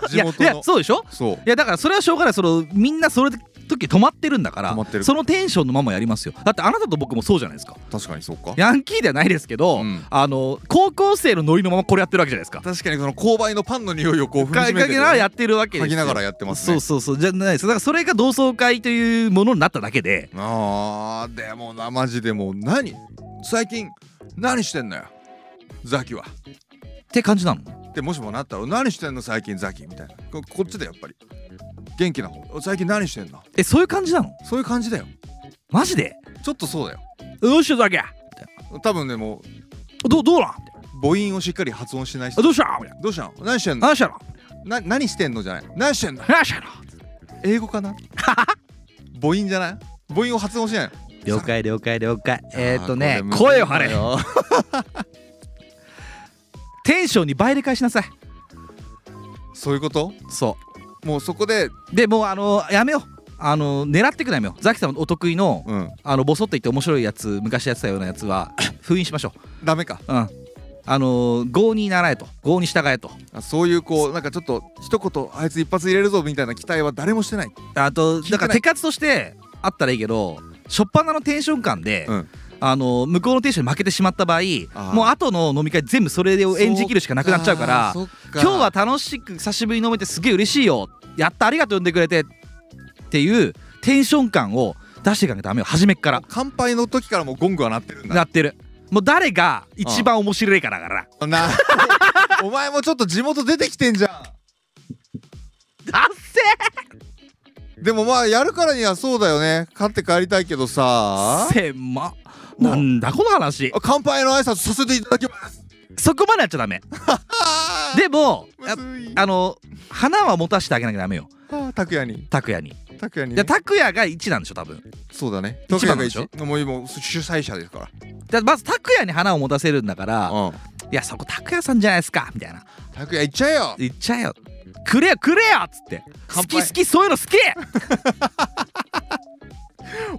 Speaker 2: い
Speaker 1: 地
Speaker 2: や
Speaker 1: 元
Speaker 2: いや
Speaker 1: の
Speaker 2: そうでしょ
Speaker 1: そう
Speaker 2: いやだからそれはしょうがないそのみんなそれで時止まってるんだから
Speaker 1: 止まってる
Speaker 2: そのテンションのままやりますよだってあなたと僕もそうじゃないですか
Speaker 1: 確かにそうか
Speaker 2: ヤンキーではないですけど、
Speaker 1: うん
Speaker 2: あの高校生のノリのままこれやってるわけじゃないですか
Speaker 1: 確かにその購買のパンの匂いをこう踏み
Speaker 2: か
Speaker 1: しめ
Speaker 2: け
Speaker 1: て
Speaker 2: ながらやってるわけです
Speaker 1: 嗅ぎ
Speaker 2: よ
Speaker 1: ながらやってます
Speaker 2: そう
Speaker 1: ね
Speaker 2: そうそうじゃないですだからそれが同窓会というものになっただけで
Speaker 1: あーでもなマジでもう何最近何してんのよザキは
Speaker 2: って感じなの
Speaker 1: ってもしもなったら何してんの最近ザキみたいなここっちだよやっぱり元気な方最近何してんの
Speaker 2: えそういう感じなの
Speaker 1: そういう感じだよ
Speaker 2: マジで
Speaker 1: ちょっとそうだよ
Speaker 2: どうしてだけ
Speaker 1: 多分ねもう
Speaker 2: どうどうなん
Speaker 1: 母音をしっかり発音しない人
Speaker 2: どうしたの
Speaker 1: どうしたの何してんの
Speaker 2: 何したの
Speaker 1: な何してんのじゃない何してんの
Speaker 2: 何したの
Speaker 1: 英語かな母音じゃない母音を発音しないの
Speaker 2: 了解了解了解えーっと
Speaker 1: あ
Speaker 2: ね
Speaker 1: ーこれ
Speaker 2: 声を
Speaker 1: む
Speaker 2: 張
Speaker 1: ずい
Speaker 2: れ
Speaker 1: よ
Speaker 2: テンションに倍で返しなさい
Speaker 1: そういうこと
Speaker 2: そ
Speaker 1: もうそこで
Speaker 2: うでもうあのやめようあの狙ってくのやめようザキさんのお得意の、
Speaker 1: うん
Speaker 2: あのボソッと言って面白いやつ昔やってたようなやつ は封印しましょ
Speaker 1: ダメか
Speaker 2: ううんあのー業に習えと業に従えと
Speaker 1: あそういうこうなんかちょっと一言あいつ一発入れるぞみたいな期待は誰もしてない
Speaker 2: あと
Speaker 1: 聞いてない
Speaker 2: だから手数としてあったらいいけど初っ端のテンション感で、
Speaker 1: うん
Speaker 2: あのー向こうのテンションに負けてしまった場合
Speaker 1: ー
Speaker 2: もう後の飲み会全部それを演じきるしかなくなっちゃうから
Speaker 1: そっ
Speaker 2: 今日は楽しく久しぶりに飲めてすげえ嬉しいよやったありがとう呼んでくれてっていうテンション感を出していかなきゃダメよ初めっから
Speaker 1: 乾杯の時からもうゴングは鳴ってるんだ
Speaker 2: なってるもう誰が一番面白いかだから
Speaker 1: な お前もちょっと地元出てきてんじゃ
Speaker 2: だっせ
Speaker 1: んでもまあやるからにはそうだよね勝って帰りたいけどさ
Speaker 2: せんまなんだこの話
Speaker 1: あ乾杯の挨拶させていただきます
Speaker 2: そこまでやっちゃ ダメ
Speaker 1: あー
Speaker 2: でもや
Speaker 1: むずい
Speaker 2: あの花は持たしてあげなきゃダメよ
Speaker 1: あー拓也に
Speaker 2: 拓也に
Speaker 1: 拓也に
Speaker 2: いや
Speaker 1: ね
Speaker 2: 拓也が1なんでしょ多分
Speaker 1: そうだね
Speaker 2: 一
Speaker 1: 拓
Speaker 2: 番
Speaker 1: 也が
Speaker 2: なんでしょ
Speaker 1: 一もう今主催者ですから
Speaker 2: だまず拓也に花を持たせるんだから
Speaker 1: うん
Speaker 2: いやそこ拓也さんじゃないですかみたいな
Speaker 1: 拓也行っちゃえよ
Speaker 2: 言っちゃえよくれよくれよっつって好
Speaker 1: 乾
Speaker 2: き
Speaker 1: 杯
Speaker 2: 好きそういうの好き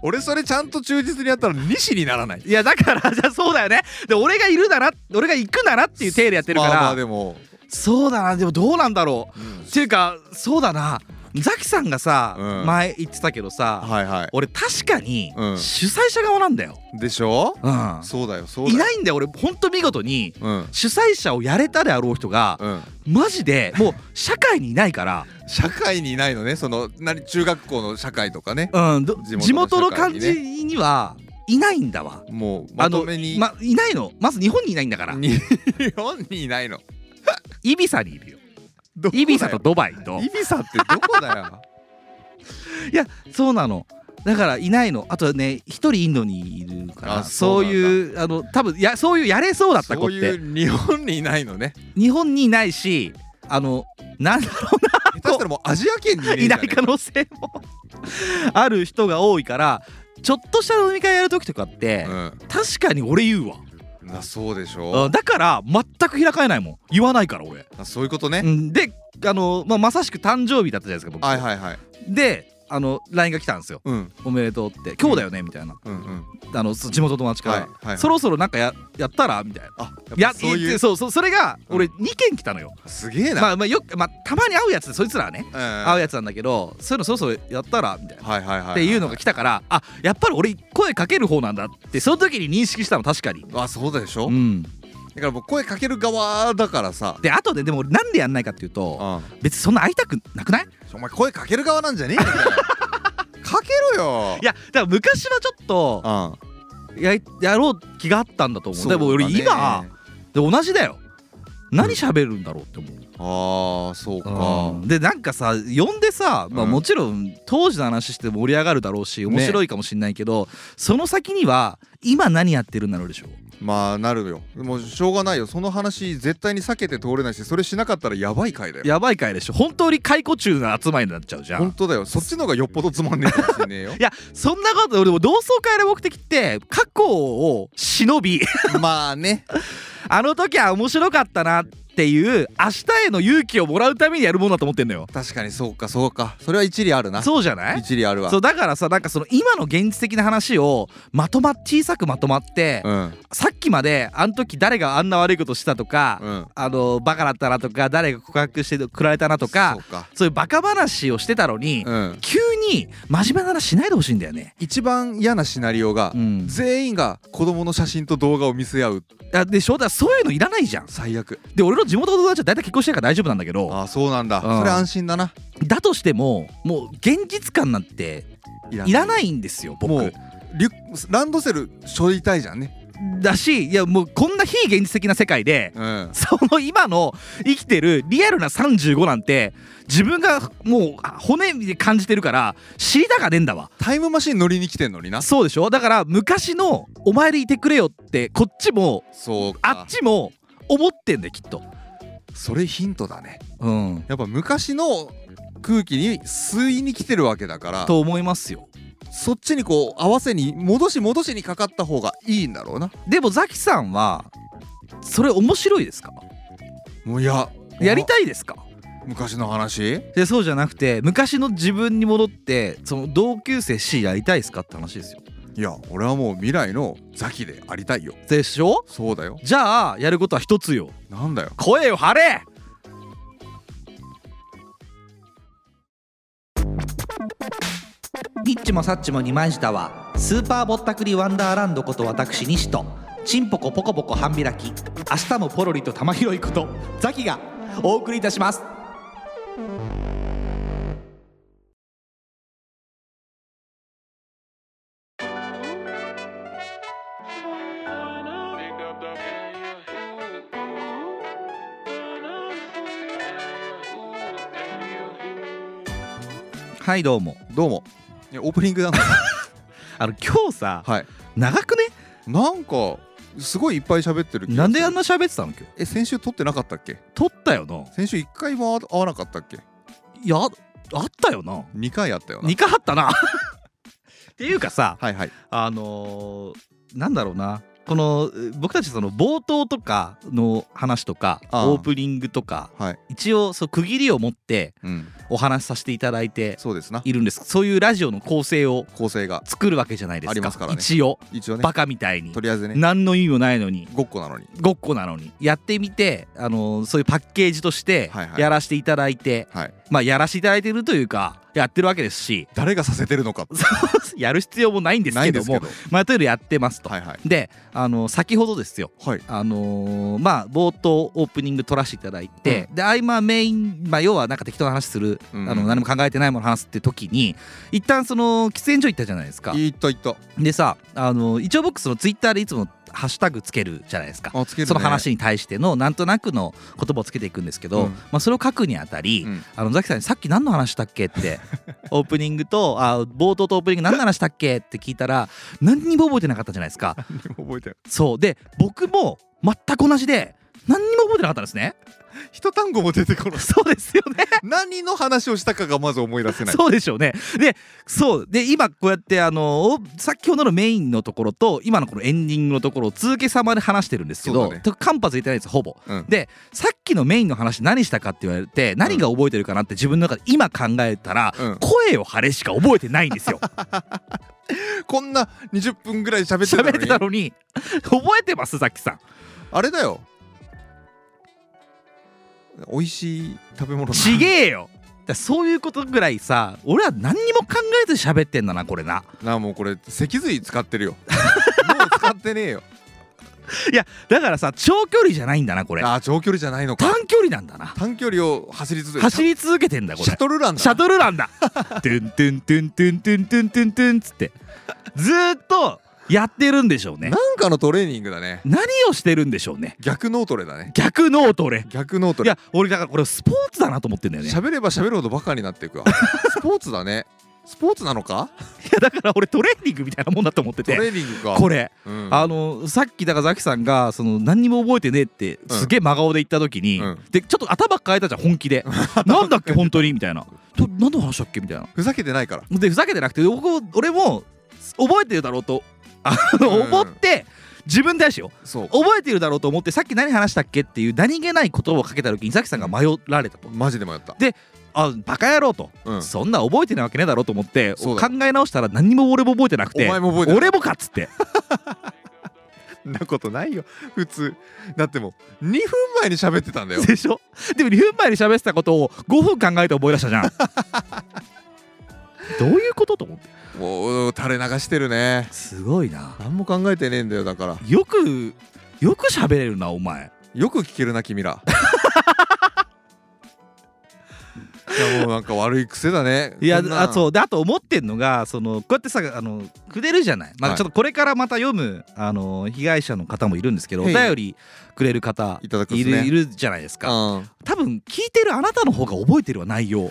Speaker 1: 俺それちゃんと忠実にやったら西にならない
Speaker 2: いやだからじゃあそうだよねで俺がいるなら俺が行くならっていう体でやってるから、
Speaker 1: まあまあでも、
Speaker 2: そうだなでもどうなんだろ
Speaker 1: う
Speaker 2: うんっていうかそうだなザキさんがさ、
Speaker 1: うん
Speaker 2: 前言ってたけどさ、
Speaker 1: はいは
Speaker 2: 俺確かに
Speaker 1: うん
Speaker 2: 主催者側なんだよ、
Speaker 1: いでしょ
Speaker 2: うん
Speaker 1: そうだよそうだ
Speaker 2: い
Speaker 1: よ
Speaker 2: ないんだよ俺ほんと見事に
Speaker 1: うん
Speaker 2: 主催者をやれたであろう人が、
Speaker 1: うん
Speaker 2: マジでもう社会にいないから、
Speaker 1: 社会にいないのねその何中学校の社会とかね
Speaker 2: うん、ど
Speaker 1: 地元の
Speaker 2: 地元の
Speaker 1: 社会
Speaker 2: 感
Speaker 1: にね
Speaker 2: じにはいないんだわ
Speaker 1: もう
Speaker 2: あ
Speaker 1: ま
Speaker 2: の
Speaker 1: とめに
Speaker 2: まいないのまず日本にいないんだから
Speaker 1: 日本にいないの
Speaker 2: イビサにいるよ
Speaker 1: どこだよ
Speaker 2: イビサとドバイと
Speaker 1: イビサってどこだよ
Speaker 2: いやそうなのだからいないのあとね一人インドにいるから
Speaker 1: あ
Speaker 2: そういうあの多分やそういうやれそうだった子
Speaker 1: そ
Speaker 2: っ
Speaker 1: う
Speaker 2: て
Speaker 1: いう日本にいないのね
Speaker 2: 日本にいないしあのなんだろ
Speaker 1: 下手したらもうアジア圏にいねえ
Speaker 2: う い
Speaker 1: んじ
Speaker 2: な
Speaker 1: ゃね
Speaker 2: い可能性もある人が多いからちょっとした飲み会やる時とかって、確かに俺言うわ
Speaker 1: うんあそうでし
Speaker 2: う
Speaker 1: ょ
Speaker 2: んだから全く開かれないもん言わないから俺、
Speaker 1: あそういうことね
Speaker 2: うんであの、まあ、まさしく誕生日だったじゃないですか僕、
Speaker 1: はいはいはい
Speaker 2: であの LINE が来たんですよ
Speaker 1: うん
Speaker 2: 「おめでとう」って「今日だよね」みたいな
Speaker 1: うんうん
Speaker 2: あのそ地元の友達から、
Speaker 1: はいはい
Speaker 2: そろそろなんかややったらみたいな。
Speaker 1: あ
Speaker 2: いや
Speaker 1: っぱそうい
Speaker 2: え
Speaker 1: う
Speaker 2: そうそうそれが俺
Speaker 1: う
Speaker 2: 2件来たのよ、
Speaker 1: すげえな
Speaker 2: まあまあよく、まあ、たまに会うやつでそいつらはね、
Speaker 1: うんは
Speaker 2: 会うやつなんだけどそういうのそろそろやったらみたいな、
Speaker 1: いはいはい
Speaker 2: っていうのが来たからあやっぱり俺声かける方なんだってその時に認識したの確かに
Speaker 1: あそうでしょ
Speaker 2: うん
Speaker 1: だからもう声かける側だからさ
Speaker 2: であとででも俺なんでやんないかっていう
Speaker 1: う
Speaker 2: と
Speaker 1: ん
Speaker 2: 別にそんな会いたくなくない
Speaker 1: お前声かける側なんじ ゃねえんだよかけろよ
Speaker 2: いやだから昔はちょっと
Speaker 1: う
Speaker 2: ややろう気があったんだと
Speaker 1: ん
Speaker 2: 思
Speaker 1: そう
Speaker 2: うで
Speaker 1: だね
Speaker 2: も俺今
Speaker 1: あ
Speaker 2: で同じだよ何喋るんだろうって思う
Speaker 1: あそうか
Speaker 2: うんでなんかさ呼んでさ、まあ、
Speaker 1: うん
Speaker 2: もちろん当時の話して盛り上がるだろうし
Speaker 1: ね
Speaker 2: 面白いかもしれないけど、その先には今何やってるんだろうでしょ
Speaker 1: まあなるよもうしょうがないよその話絶対に避けて通れないしそれしなかったらやばい回だよ
Speaker 2: やばい回でしょ本当に解雇中の集まりになっちゃうじゃ
Speaker 1: 本
Speaker 2: ん。
Speaker 1: 当だよそっちの方がよっぽどつまんねえかもしんねえよ
Speaker 2: いやそんなこと俺も同窓会の目的って過去を忍び
Speaker 1: まあね
Speaker 2: あの時は面白かったなっていう明日への勇気をもらうためにやるものだと思ってんのよ。
Speaker 1: 確かにそうかそうかそれは一理あるな
Speaker 2: そうじゃない
Speaker 1: 一理あるわ
Speaker 2: そうだからさなんかその今の現実的な話をまとま小さくまとまって、
Speaker 1: うん
Speaker 2: さっきまであの時誰があんな悪いことしたとか、
Speaker 1: うん
Speaker 2: あのバカだったなとか誰が告白してくられたなとか
Speaker 1: そうか
Speaker 2: そういうバカ話をしてたのに、
Speaker 1: うん
Speaker 2: 急に真面目な話しないでほしいんだよね。
Speaker 1: 一番嫌なシナリオが
Speaker 2: うん、
Speaker 1: 全員が子供の写真と動画を見せ合う
Speaker 2: あでしょだからそういうのいらないじゃん。
Speaker 1: 最悪
Speaker 2: で俺の地元の友達は大体結婚してるから大丈夫なんだけど
Speaker 1: ああそうなんだ
Speaker 2: うん
Speaker 1: それ安心だな
Speaker 2: だとしてももう現実感なんて
Speaker 1: いら
Speaker 2: いらないんですよ僕。
Speaker 1: もうリュランドセル処理たいじゃんね
Speaker 2: だしいやもうこんな非現実的な世界で。
Speaker 1: うん
Speaker 2: その今の生きてるリアルな35なんて自分がもうあ骨で感じてるから知りたがねえんだわ
Speaker 1: タイムマシン乗りに来てんのにな
Speaker 2: そうでしょだから昔の「お前でいてくれよ」ってこっちも
Speaker 1: そうか
Speaker 2: あっちも思ってんだよきっと
Speaker 1: それヒントだね
Speaker 2: うん
Speaker 1: やっぱ昔の空気に吸いに来てるわけだから
Speaker 2: と思いますよ
Speaker 1: そっちにこう合わせに戻し戻しにかかった方がいいんだろうな
Speaker 2: でもザキさんはそれ面白いですか
Speaker 1: もういや
Speaker 2: やりたいですか
Speaker 1: 昔の話
Speaker 2: でそうじゃなくて昔の自分に戻ってその同級生 C やりたいですかって話ですよ
Speaker 1: いや俺はもう未来のザキでありたいよ
Speaker 2: でしょ
Speaker 1: そうだよ
Speaker 2: じゃあやることは一つよ
Speaker 1: なんだよ
Speaker 2: 声を張れニッチもサッチも二枚舌はスーパーぼったくりワンダーランドこと私西とチンポコポコポコ半開き明日もポロリと玉拾いことザキがお送りいたしますはいどうも
Speaker 1: どうもいやオープニングなん だ
Speaker 2: あの今日さ
Speaker 1: はい
Speaker 2: 長くね
Speaker 1: なんかすごいいっぱい喋ってる気が
Speaker 2: なんであん
Speaker 1: な
Speaker 2: な喋ってたの今日
Speaker 1: え先週撮ってなかったっけ
Speaker 2: 撮ったよな
Speaker 1: 先週一回も会わなかったっけ
Speaker 2: いやあったよな
Speaker 1: 二回あったよな
Speaker 2: 2回あったな っていうかさ
Speaker 1: はいはい
Speaker 2: あのーなんだろうなこのえ僕たちその冒頭とかの話とか
Speaker 1: ああ
Speaker 2: オープニングとか
Speaker 1: はい
Speaker 2: 一応そう区切りを持って
Speaker 1: うん
Speaker 2: お話しさせていただいて
Speaker 1: そうですない
Speaker 2: るんですそういうラジオの構成を
Speaker 1: 構成が
Speaker 2: 作るわけじゃないですか
Speaker 1: ありますからね
Speaker 2: 一応
Speaker 1: 一応ね
Speaker 2: バカみたいに、
Speaker 1: とりあえずね
Speaker 2: 何の意味もないのに
Speaker 1: ごっこなのに
Speaker 2: ごっこなのにやってみて、あのーそういうパッケージとして
Speaker 1: はいはい
Speaker 2: やらせていただいて、
Speaker 1: はい
Speaker 2: まあやらせていただいてるというかやってるわけですし
Speaker 1: 誰がさせてるのか
Speaker 2: やる必要もないんです
Speaker 1: ない
Speaker 2: け
Speaker 1: んで
Speaker 2: ど
Speaker 1: すけ
Speaker 2: も
Speaker 1: ど
Speaker 2: まあというやってますと、
Speaker 1: はいはい
Speaker 2: であの先ほどですよ
Speaker 1: はい
Speaker 2: あのーまあ冒頭オープニング撮らせていただいて、で合間メイン、まあ、要はなんか適当な話する、
Speaker 1: うん
Speaker 2: あの何も考えてないもの話すって時に一旦その喫煙所行ったじゃないですか
Speaker 1: いったいった
Speaker 2: でさ、あのー一応僕そのツイッターでいつもハッシュタグつけるじゃないですか、
Speaker 1: あつけるね
Speaker 2: その話に対してのなんとなくの言葉をつけていくんですけど、
Speaker 1: うん
Speaker 2: まあ、それを書くにあたり、
Speaker 1: うん
Speaker 2: あのザキさんに「さっき何の話したっけ?」って オープニングとあ冒頭とオープニング何の話したっけって聞いたら何にも覚えてなかったじゃないです か。
Speaker 1: でも覚えてる
Speaker 2: そうで僕も全く同じで何にも覚えてなかったんですね。
Speaker 1: 一単語も出てこない
Speaker 2: そうですよね。
Speaker 1: 何の話をしたかがまず思い出せない
Speaker 2: そうでしょうね。で、そうで今こうやってあのお先ほどのメインのところと今のこのエンディングのところを続けさまで話してるんです
Speaker 1: そ
Speaker 2: け
Speaker 1: う
Speaker 2: ど、
Speaker 1: だね
Speaker 2: と間髪入れてないんですほぼ。
Speaker 1: うん
Speaker 2: でさっきのメインの話何したかって言われて何が覚えてるかなって自分の中で今考えたら、
Speaker 1: うん
Speaker 2: 声を張れしか覚えてないんで すよ
Speaker 1: こんな20分ぐらい喋ってたの
Speaker 2: 喋
Speaker 1: に
Speaker 2: ってたのに覚えてますザキさん
Speaker 1: あれだよ美味しい食べ物だ
Speaker 2: ちげえよだからそういうことぐらいさ俺は何にも考えず喋ってんだなこれな
Speaker 1: なあもうこれ脊髄使ってるよ もう使ってねえ よ
Speaker 2: だからさ長距離じゃないんだなこれ
Speaker 1: ああ長距離じゃないのか
Speaker 2: 短距離なんだな
Speaker 1: 短距離を走り続け
Speaker 2: 走り続けてんだこ
Speaker 1: シャ
Speaker 2: れ
Speaker 1: トルランだ
Speaker 2: シャトルランだトゥントゥントゥントゥントゥントゥントゥントゥンつってずーっとやってるんでしょうね
Speaker 1: なんかのトレーニングだね
Speaker 2: 何をしてるんでしょうね
Speaker 1: 逆脳トレだね
Speaker 2: 逆ノート俺
Speaker 1: 逆脳ト
Speaker 2: い
Speaker 1: レ
Speaker 2: や俺だからこれスポーツだなと思ってんだよねいや
Speaker 1: 喋れば喋るほどバカになって いくわスポーツだねスポーツなのか
Speaker 2: だから俺トレーニングみたいなもんだと思って
Speaker 1: トレ
Speaker 2: て
Speaker 1: ーニングか
Speaker 2: これ
Speaker 1: うん
Speaker 2: あのさっきだからザキさんがその何にも覚えてねえって
Speaker 1: うん
Speaker 2: すげえ真顔で言った時に、
Speaker 1: うん
Speaker 2: でちょっと頭変えたじゃん本気でなんだっけ本当にみたいなと何の話だっけみたいな
Speaker 1: ふざけてないから
Speaker 2: でふざけてなくて僕俺も覚えてるだろうとあの、
Speaker 1: うん
Speaker 2: 思って自分だしよ
Speaker 1: そう
Speaker 2: 覚えてるだろうと思ってさっき何話したっけっていう何気ない言葉をかけた時にザキさんが迷られたと
Speaker 1: マジで迷った
Speaker 2: あバカ野郎と、
Speaker 1: うん
Speaker 2: そんな覚えてないわけねえだろうと思って
Speaker 1: そ
Speaker 2: 考
Speaker 1: うだ
Speaker 2: え直したら何も俺も覚えてなく
Speaker 1: お
Speaker 2: て
Speaker 1: 前も覚えてない
Speaker 2: 俺もかっつって
Speaker 1: そんなことないよ普通だってもう2分前に喋ってたんだよ
Speaker 2: でしょでも2分前に喋ってたことを5分考えて思い出したじゃんどういうことと思って
Speaker 1: もう垂れ流してるね
Speaker 2: すごいな
Speaker 1: 何も考えてねえんだよだから
Speaker 2: よくよく喋れるなお前
Speaker 1: よく聞けるな君 らいやもうなんか悪い癖だね
Speaker 2: いや
Speaker 1: こんな
Speaker 2: あそうであと思ってんのがそのこうやってさあのくれるじゃない、ま
Speaker 1: は
Speaker 2: あ、
Speaker 1: い
Speaker 2: ちょっとこれからまた読むあの被害者の方もいるんですけどお
Speaker 1: へい
Speaker 2: 便りくれる方
Speaker 1: いただくんで
Speaker 2: い
Speaker 1: すね
Speaker 2: るいるじゃないですか
Speaker 1: うん
Speaker 2: 多分聞いてるあなたの方が覚えてるわ内容、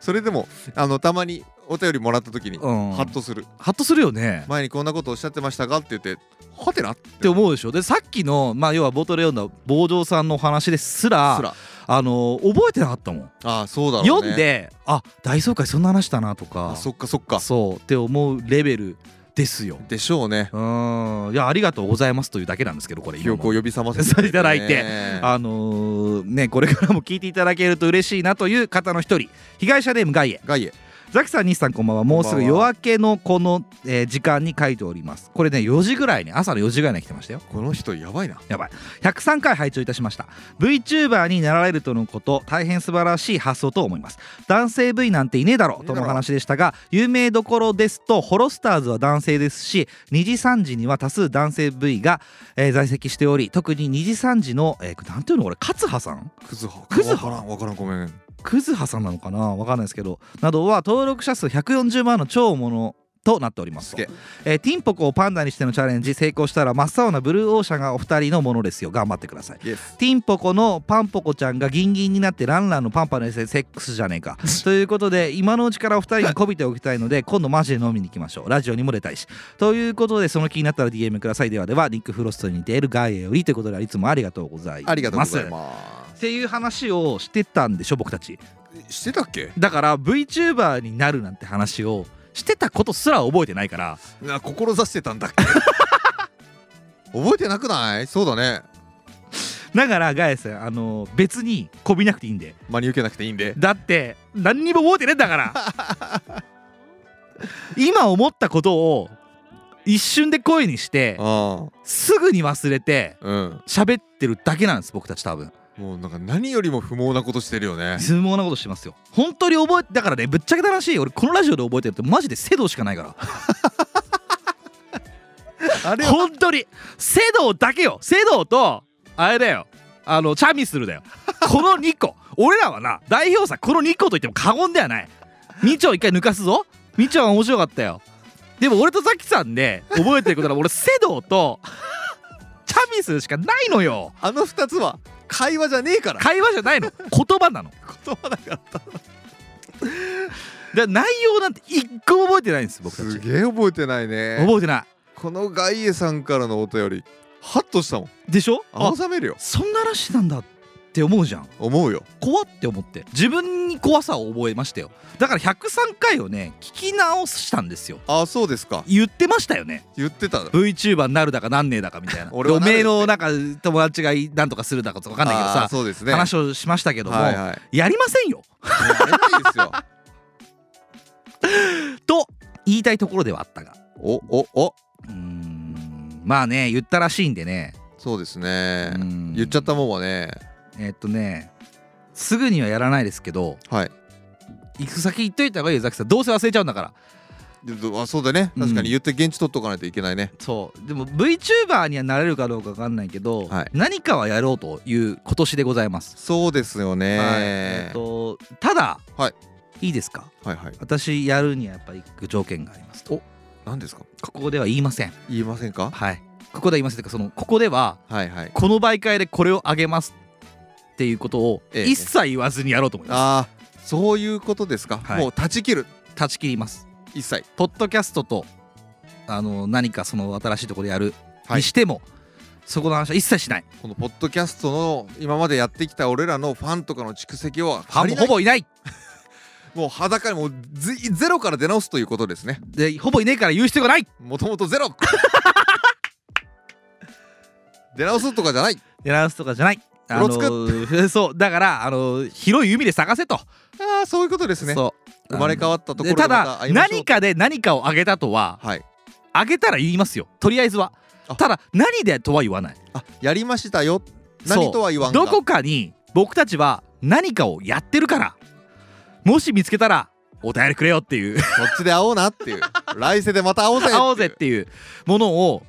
Speaker 1: それでもあのたまにお便りもらった時に
Speaker 2: うん、
Speaker 1: ハッとする
Speaker 2: ハッとするよね
Speaker 1: 前にこんなことおっしゃってましたがって言ってはてなっ
Speaker 2: って思うでしょでさっきの、まあ、要は冒頭で読んだ坊城さんのお話ですら
Speaker 1: すら
Speaker 2: あのー覚えてなかったもん、
Speaker 1: ああそうだろうね
Speaker 2: 読んであ大総会そんな話したなとか
Speaker 1: あそっかそっか
Speaker 2: そうって思うレベルですよ
Speaker 1: でしょうね
Speaker 2: うーんいやありがとうございますというだけなんですけどこれ
Speaker 1: 記
Speaker 2: 今
Speaker 1: 憶を
Speaker 2: も
Speaker 1: 呼び覚ませ
Speaker 2: そういただいて
Speaker 1: ね
Speaker 2: あのーねこれからも聞いていただけると嬉しいなという方の一人被害者ネームガイエ
Speaker 1: ガイエ
Speaker 2: ザキさん西さんこんばんはもうす
Speaker 1: こん
Speaker 2: ぐ
Speaker 1: ばん
Speaker 2: 夜
Speaker 1: は
Speaker 2: 明けのこの、えー時間に書いておりますこれね4時ぐらいに朝の4時ぐらいに来てましたよ
Speaker 1: この人やばいな
Speaker 2: やばい103回拝聴いたしました VTuber になられるとのこと大変素晴らしい発想と思います男性 V なんていねえだろとのお話でしたが有名どころですとホロスターズは男性ですし2時3時には多数男性 V が、えー在籍しており特に2時3時の、えーなんていうのこれ勝葉さん
Speaker 1: クズハ
Speaker 2: クズ
Speaker 1: わ
Speaker 2: ハ
Speaker 1: からんわからんごめん
Speaker 2: クズハさんなのかなわかんないですけどなどは登録者数140万の超大物となっております
Speaker 1: すげえ
Speaker 2: えーティンポコをパンダにしてのチャレンジ成功したら真っ青なブルーオーシャンがお二人のものですよ頑張ってください
Speaker 1: イエス
Speaker 2: ティンポコのパンポコちゃんがギンギンになってランランのパンパンのセックスじゃねえ かということで今のうちからお二人にこびておきたいので今度マジで飲みに行きましょうラジオにも出たいしということでその気になったら DM くださいではではニック・フロストに似ているガイエよりということでいつもありがとうございます
Speaker 1: ありがとうございま
Speaker 2: っていう話をしてたんでしょ僕たち
Speaker 1: すしてたっけ
Speaker 2: だから VTuber になるなんて話をしてたことすら覚えてないから
Speaker 1: な志してたんだっけ 覚えてなくないそうだね
Speaker 2: だからガヤさんあの別にこびなくていいんで
Speaker 1: 真に受けなくていいんで
Speaker 2: だって何にも覚えてねえんだから 今思ったことを一瞬で声にして
Speaker 1: あ
Speaker 2: すぐに忘れて
Speaker 1: あうん
Speaker 2: 喋ってるだけなんです僕たち多分
Speaker 1: もうなんか何よりも不毛なことしてるよ ね
Speaker 2: 無謀なことしてますよ本当に覚えてだからねぶっちゃけた話俺このラジオで覚えてるってマジでセドしかないから
Speaker 1: あれ
Speaker 2: 本当にセドだけよセドとあれだよあのチャミスルだよこの2個 俺らはな代表作この2個と言っても過言ではない2丁1回抜かすぞ2丁は面白かったよでも俺とザキさんで覚えてることは俺セドと チャミスルしかないのよ
Speaker 1: あの2つは会話じゃねえから
Speaker 2: 会話じゃないの言葉なの
Speaker 1: 言葉だから
Speaker 2: で内容なんて1個も覚えてないんです僕た
Speaker 1: す
Speaker 2: ち
Speaker 1: げえ覚えてないね
Speaker 2: 覚えてな
Speaker 1: このガイエさんからのお便りハッとしたもん
Speaker 2: いでしょあ
Speaker 1: 青ざめるよ
Speaker 2: そんな話してたんだって思うじゃん
Speaker 1: 思うよ
Speaker 2: 怖って思って自分に怖さを覚えましたよだから103回をね聞き直したんですよ
Speaker 1: ああそうですか
Speaker 2: 言ってましたよね
Speaker 1: 言ってた
Speaker 2: VTuber になるだかなんねえだかみたいな
Speaker 1: 俺は
Speaker 2: お
Speaker 1: なるって
Speaker 2: めえのなんか友達がいなんとかするだかとかわかんないけど
Speaker 1: あー
Speaker 2: さ、
Speaker 1: そうですね
Speaker 2: 話をしましたけども、
Speaker 1: はいはい
Speaker 2: やりませんよ
Speaker 1: やれないです よ
Speaker 2: と言いたいところではあったが
Speaker 1: おおお
Speaker 2: うーんまあね言ったらしいんでね
Speaker 1: そうですね
Speaker 2: うん
Speaker 1: 言っちゃったもんはね
Speaker 2: えっとねすぐにはやらないですけど
Speaker 1: はい
Speaker 2: 行く先行っといた方がいいよザキさんどうせ忘れちゃうんだから
Speaker 1: でどあそうだね確かに言って現地取っとかないといけないね、
Speaker 2: そうでも VTuber にはなれるかどうかわかんないけど、
Speaker 1: はい
Speaker 2: 何かはやろうという今年でございます、
Speaker 1: そうですよね、
Speaker 2: はいえっとただ、、
Speaker 1: はい
Speaker 2: いですか
Speaker 1: はいはい
Speaker 2: 私やるにはやっぱり行く条件がありますと
Speaker 1: 何ですか
Speaker 2: ここでは言いません
Speaker 1: 言えませんか
Speaker 2: はいここでは言いませんというかそのここでは
Speaker 1: はいはい
Speaker 2: この媒介でこれをあげますっていうことを
Speaker 1: ええ
Speaker 2: 一切言わずにやろうと思い
Speaker 1: あ
Speaker 2: ま
Speaker 1: あそういうことですか、
Speaker 2: はい
Speaker 1: もう断ち切る
Speaker 2: す断ち切ります
Speaker 1: 一切
Speaker 2: ポッドキャストとあの何かその新しいところでやる
Speaker 1: はい
Speaker 2: にしても、そこの話は一切しない
Speaker 1: このポッドキャストの今までやってきた俺らのファンとかの蓄積を
Speaker 2: ファンもほぼいない
Speaker 1: もう裸にもうゼゼロから出直すということですね
Speaker 2: でほぼいねえから言う必要がない
Speaker 1: もともと ゼロ出直すとかじゃない
Speaker 2: デランスとかじゃない。あの
Speaker 1: うろつ
Speaker 2: ー そうだからあのー広い海で探せと。
Speaker 1: ああそういうことですね
Speaker 2: そう
Speaker 1: 生まれ変わったところ
Speaker 2: で
Speaker 1: で
Speaker 2: た
Speaker 1: また
Speaker 2: だ
Speaker 1: 会いましょう
Speaker 2: 何かで何かをあげたとは
Speaker 1: はい
Speaker 2: あげたら言いますよ。とりあえずは
Speaker 1: あ。
Speaker 2: ただ何でとは言わない。
Speaker 1: あやりましたよ
Speaker 2: そう
Speaker 1: 何とは言わんが
Speaker 2: どこかに僕たちは何かをやってるから。もし見つけたらお便りくれよっていう
Speaker 1: こっちで会おうなっていう来世でまた会おうぜっていう
Speaker 2: 会おうぜっていうものを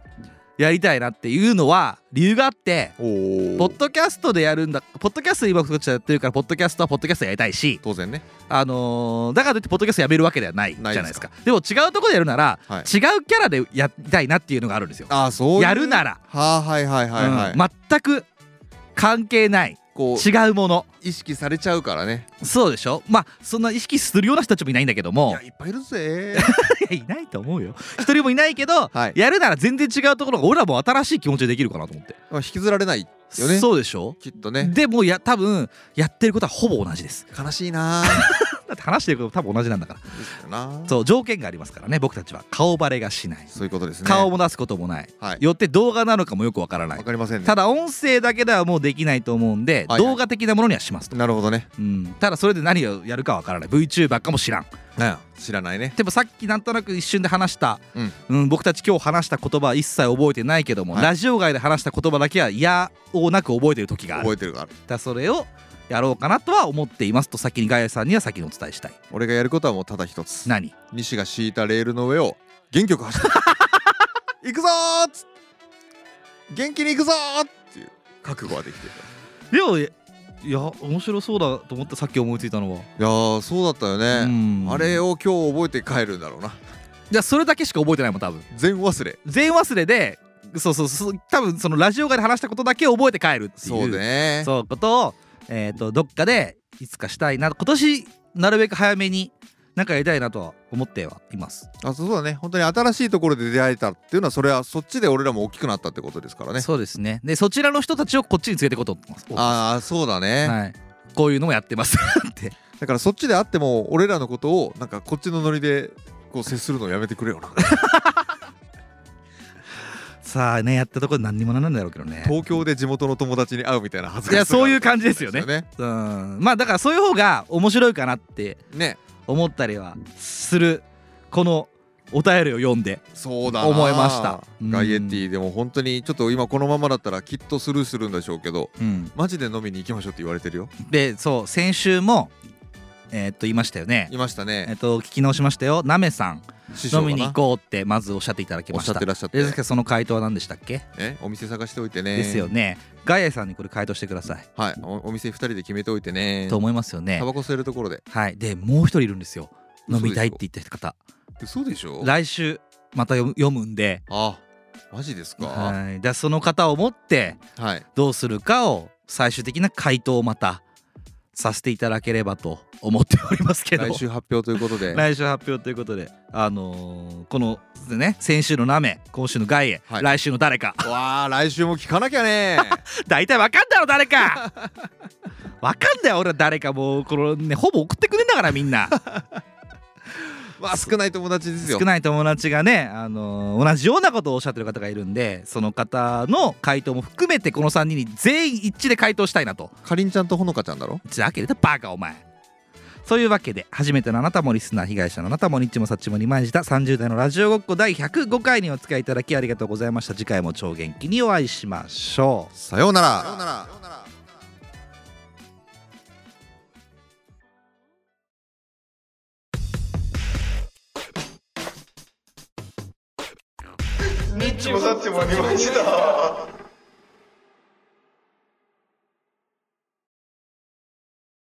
Speaker 2: やりたいなっていうのは理由があって。
Speaker 1: おー
Speaker 2: ポッドキャストでやるんだポッドキャスト今僕たちはやってるからポッドキャストはポッドキャストやりたいし、
Speaker 1: 当然ね
Speaker 2: あのーだからといってポッドキャストやめるわけではないじゃ
Speaker 1: な
Speaker 2: ないい
Speaker 1: ですか
Speaker 2: ですかでも違うところでやるなら、
Speaker 1: はい
Speaker 2: 違うキャラでやりたいなっていうのがあるんですよ、
Speaker 1: ああそういう
Speaker 2: やるなら
Speaker 1: はあはいはいはいはい、
Speaker 2: うん全く関係ない
Speaker 1: こう
Speaker 2: 違うもの
Speaker 1: 意識されちゃうからね
Speaker 2: そうでしょまあそんな意識するような人たちもいないんだけども
Speaker 1: いやいっぱいいるぜ
Speaker 2: いやいないと思うよ一人もいないけど、
Speaker 1: はい
Speaker 2: やるなら全然違うところが俺らも新しい気持ちでできるかなと思って
Speaker 1: 引きずられないよね
Speaker 2: そうでしょ
Speaker 1: きっとね
Speaker 2: でもや多分やってることはほぼ同じです
Speaker 1: 悲しいな
Speaker 2: だって話してること多分同じなんだから
Speaker 1: です よな
Speaker 2: そう条件がありますからね僕たちは顔バレがしない
Speaker 1: そういうことですね
Speaker 2: 顔も出すこともない
Speaker 1: はい
Speaker 2: よって動画なのかもよくわからない
Speaker 1: わかりませんね
Speaker 2: ただ音声だけではもうできないと思うんで
Speaker 1: はいはい
Speaker 2: 動画的なものにはしますと
Speaker 1: なるほどね
Speaker 2: うんただそれで何をやるかわからない VTuber かも知らん
Speaker 1: 知らないね
Speaker 2: でもさっきなんとなく一瞬で話した、
Speaker 1: うん
Speaker 2: うん僕たち今日話した言葉は一切覚えてないけども、
Speaker 1: はい
Speaker 2: ラジオ外で話した言葉だけはやをなく覚えてる時がある
Speaker 1: 覚えてるから
Speaker 2: だからそれをやろうかなとは思っていますと先にガヤさんには先にお伝えしたい
Speaker 1: 俺がやることはもうただ一つ
Speaker 2: 何
Speaker 1: 西が敷いたレールの上を元気よく走って 行くぞーっつ元気に行くぞーっていう覚悟はできてるか
Speaker 2: でもいや面白そうだと思ってさっき思いついたのは、
Speaker 1: らいやーそうだったよねあれを今日覚えて帰るんだろうな
Speaker 2: じゃあそれだけしか覚えてないもん多分
Speaker 1: 全忘れ
Speaker 2: 全忘れでそうそうそう多分そのラジオ外で話したことだけ覚えて帰るっていう
Speaker 1: そうね
Speaker 2: そうことを、えー、とどっかでいつかしたいな今年なるべく早めになんかやりたいなとは思ってはいます、
Speaker 1: あそうだね本当に新しいところで出会えたっていうのはそれはそっちで俺らも大きくなったってことですからね
Speaker 2: そうですねでそちらの人たちをこっちに連れてこうと思ってます
Speaker 1: ああそうだね、
Speaker 2: はい、こういうのもやってます って
Speaker 1: だからそっちであっても俺らのことをなんかこっちのノリでこう接するのやめてくれよな
Speaker 2: さあねやったところで何にもならないんだろうけどね
Speaker 1: 東京で地元の友達に会うみたいな恥ずか
Speaker 2: い
Speaker 1: し
Speaker 2: や
Speaker 1: さがあ
Speaker 2: そう
Speaker 1: る
Speaker 2: いう感じですよね
Speaker 1: ね
Speaker 2: うんまあだからそういう方が面白いかなって
Speaker 1: ね
Speaker 2: 思ったりはするこのお便りを読んで
Speaker 1: そうだな
Speaker 2: 思いましたうん
Speaker 1: ガイエティでも本当にちょっと今このままだったらきっとスルーするんでしょうけど
Speaker 2: うん、
Speaker 1: マジで飲みに行きましょうって言われてるよ
Speaker 2: でそう先週もえーっと言いましたよね
Speaker 1: いました
Speaker 2: えー
Speaker 1: ね
Speaker 2: っと聞き直しましたよなめさん
Speaker 1: 師匠
Speaker 2: 飲
Speaker 1: がな
Speaker 2: みに行こうってまずおっしゃっていただき
Speaker 1: お
Speaker 2: ま
Speaker 1: っ
Speaker 2: し
Speaker 1: しゃ
Speaker 2: た
Speaker 1: ってらっしゃって
Speaker 2: でですけどその回答は何でしたっけ、
Speaker 1: ねお店探しておいてね
Speaker 2: ですよねガイエさんにこれ回答してください、
Speaker 1: はいおお店二人で決めておいてね
Speaker 2: と思いますよね
Speaker 1: タバコ吸えるところで
Speaker 2: はいでもう一人いるんですよ飲みたいって言った方
Speaker 1: 嘘でしょ
Speaker 2: 来週また読む読むんで
Speaker 1: あマジですかは
Speaker 2: はいでその方を持って
Speaker 1: い、
Speaker 2: どうするかを最終的な回答をまたさせていただければと思っておりますけど
Speaker 1: 来週発表ということで
Speaker 2: 来週発表ということであのーこのね先週のナメ今週のガイエ、
Speaker 1: はい
Speaker 2: 来週の誰か
Speaker 1: わあ来週も聞かなきゃね
Speaker 2: 大体わかんだろ誰 かわかんだよ俺は誰かもうこのねほぼ送ってくれんだからみんな
Speaker 1: まあ少ない友達ですよ
Speaker 2: 少ない友達がね、あのー同じようなことをおっしゃってる方がいるんでその方の回答も含めてこの3人に全員一致で回答したいなと
Speaker 1: かりんちゃんとほのかちゃんだろ
Speaker 2: じゃあけれどバカお前そういうわけで初めてのあなたもリスナー被害者のあなたもニッチもサッチもにまいじた30代のラジオごっこ第105回にお付き合いいただきありがとうございました次回も超元気にお会いしましょう
Speaker 1: さようなら
Speaker 5: ニッチもサッチも二枚舌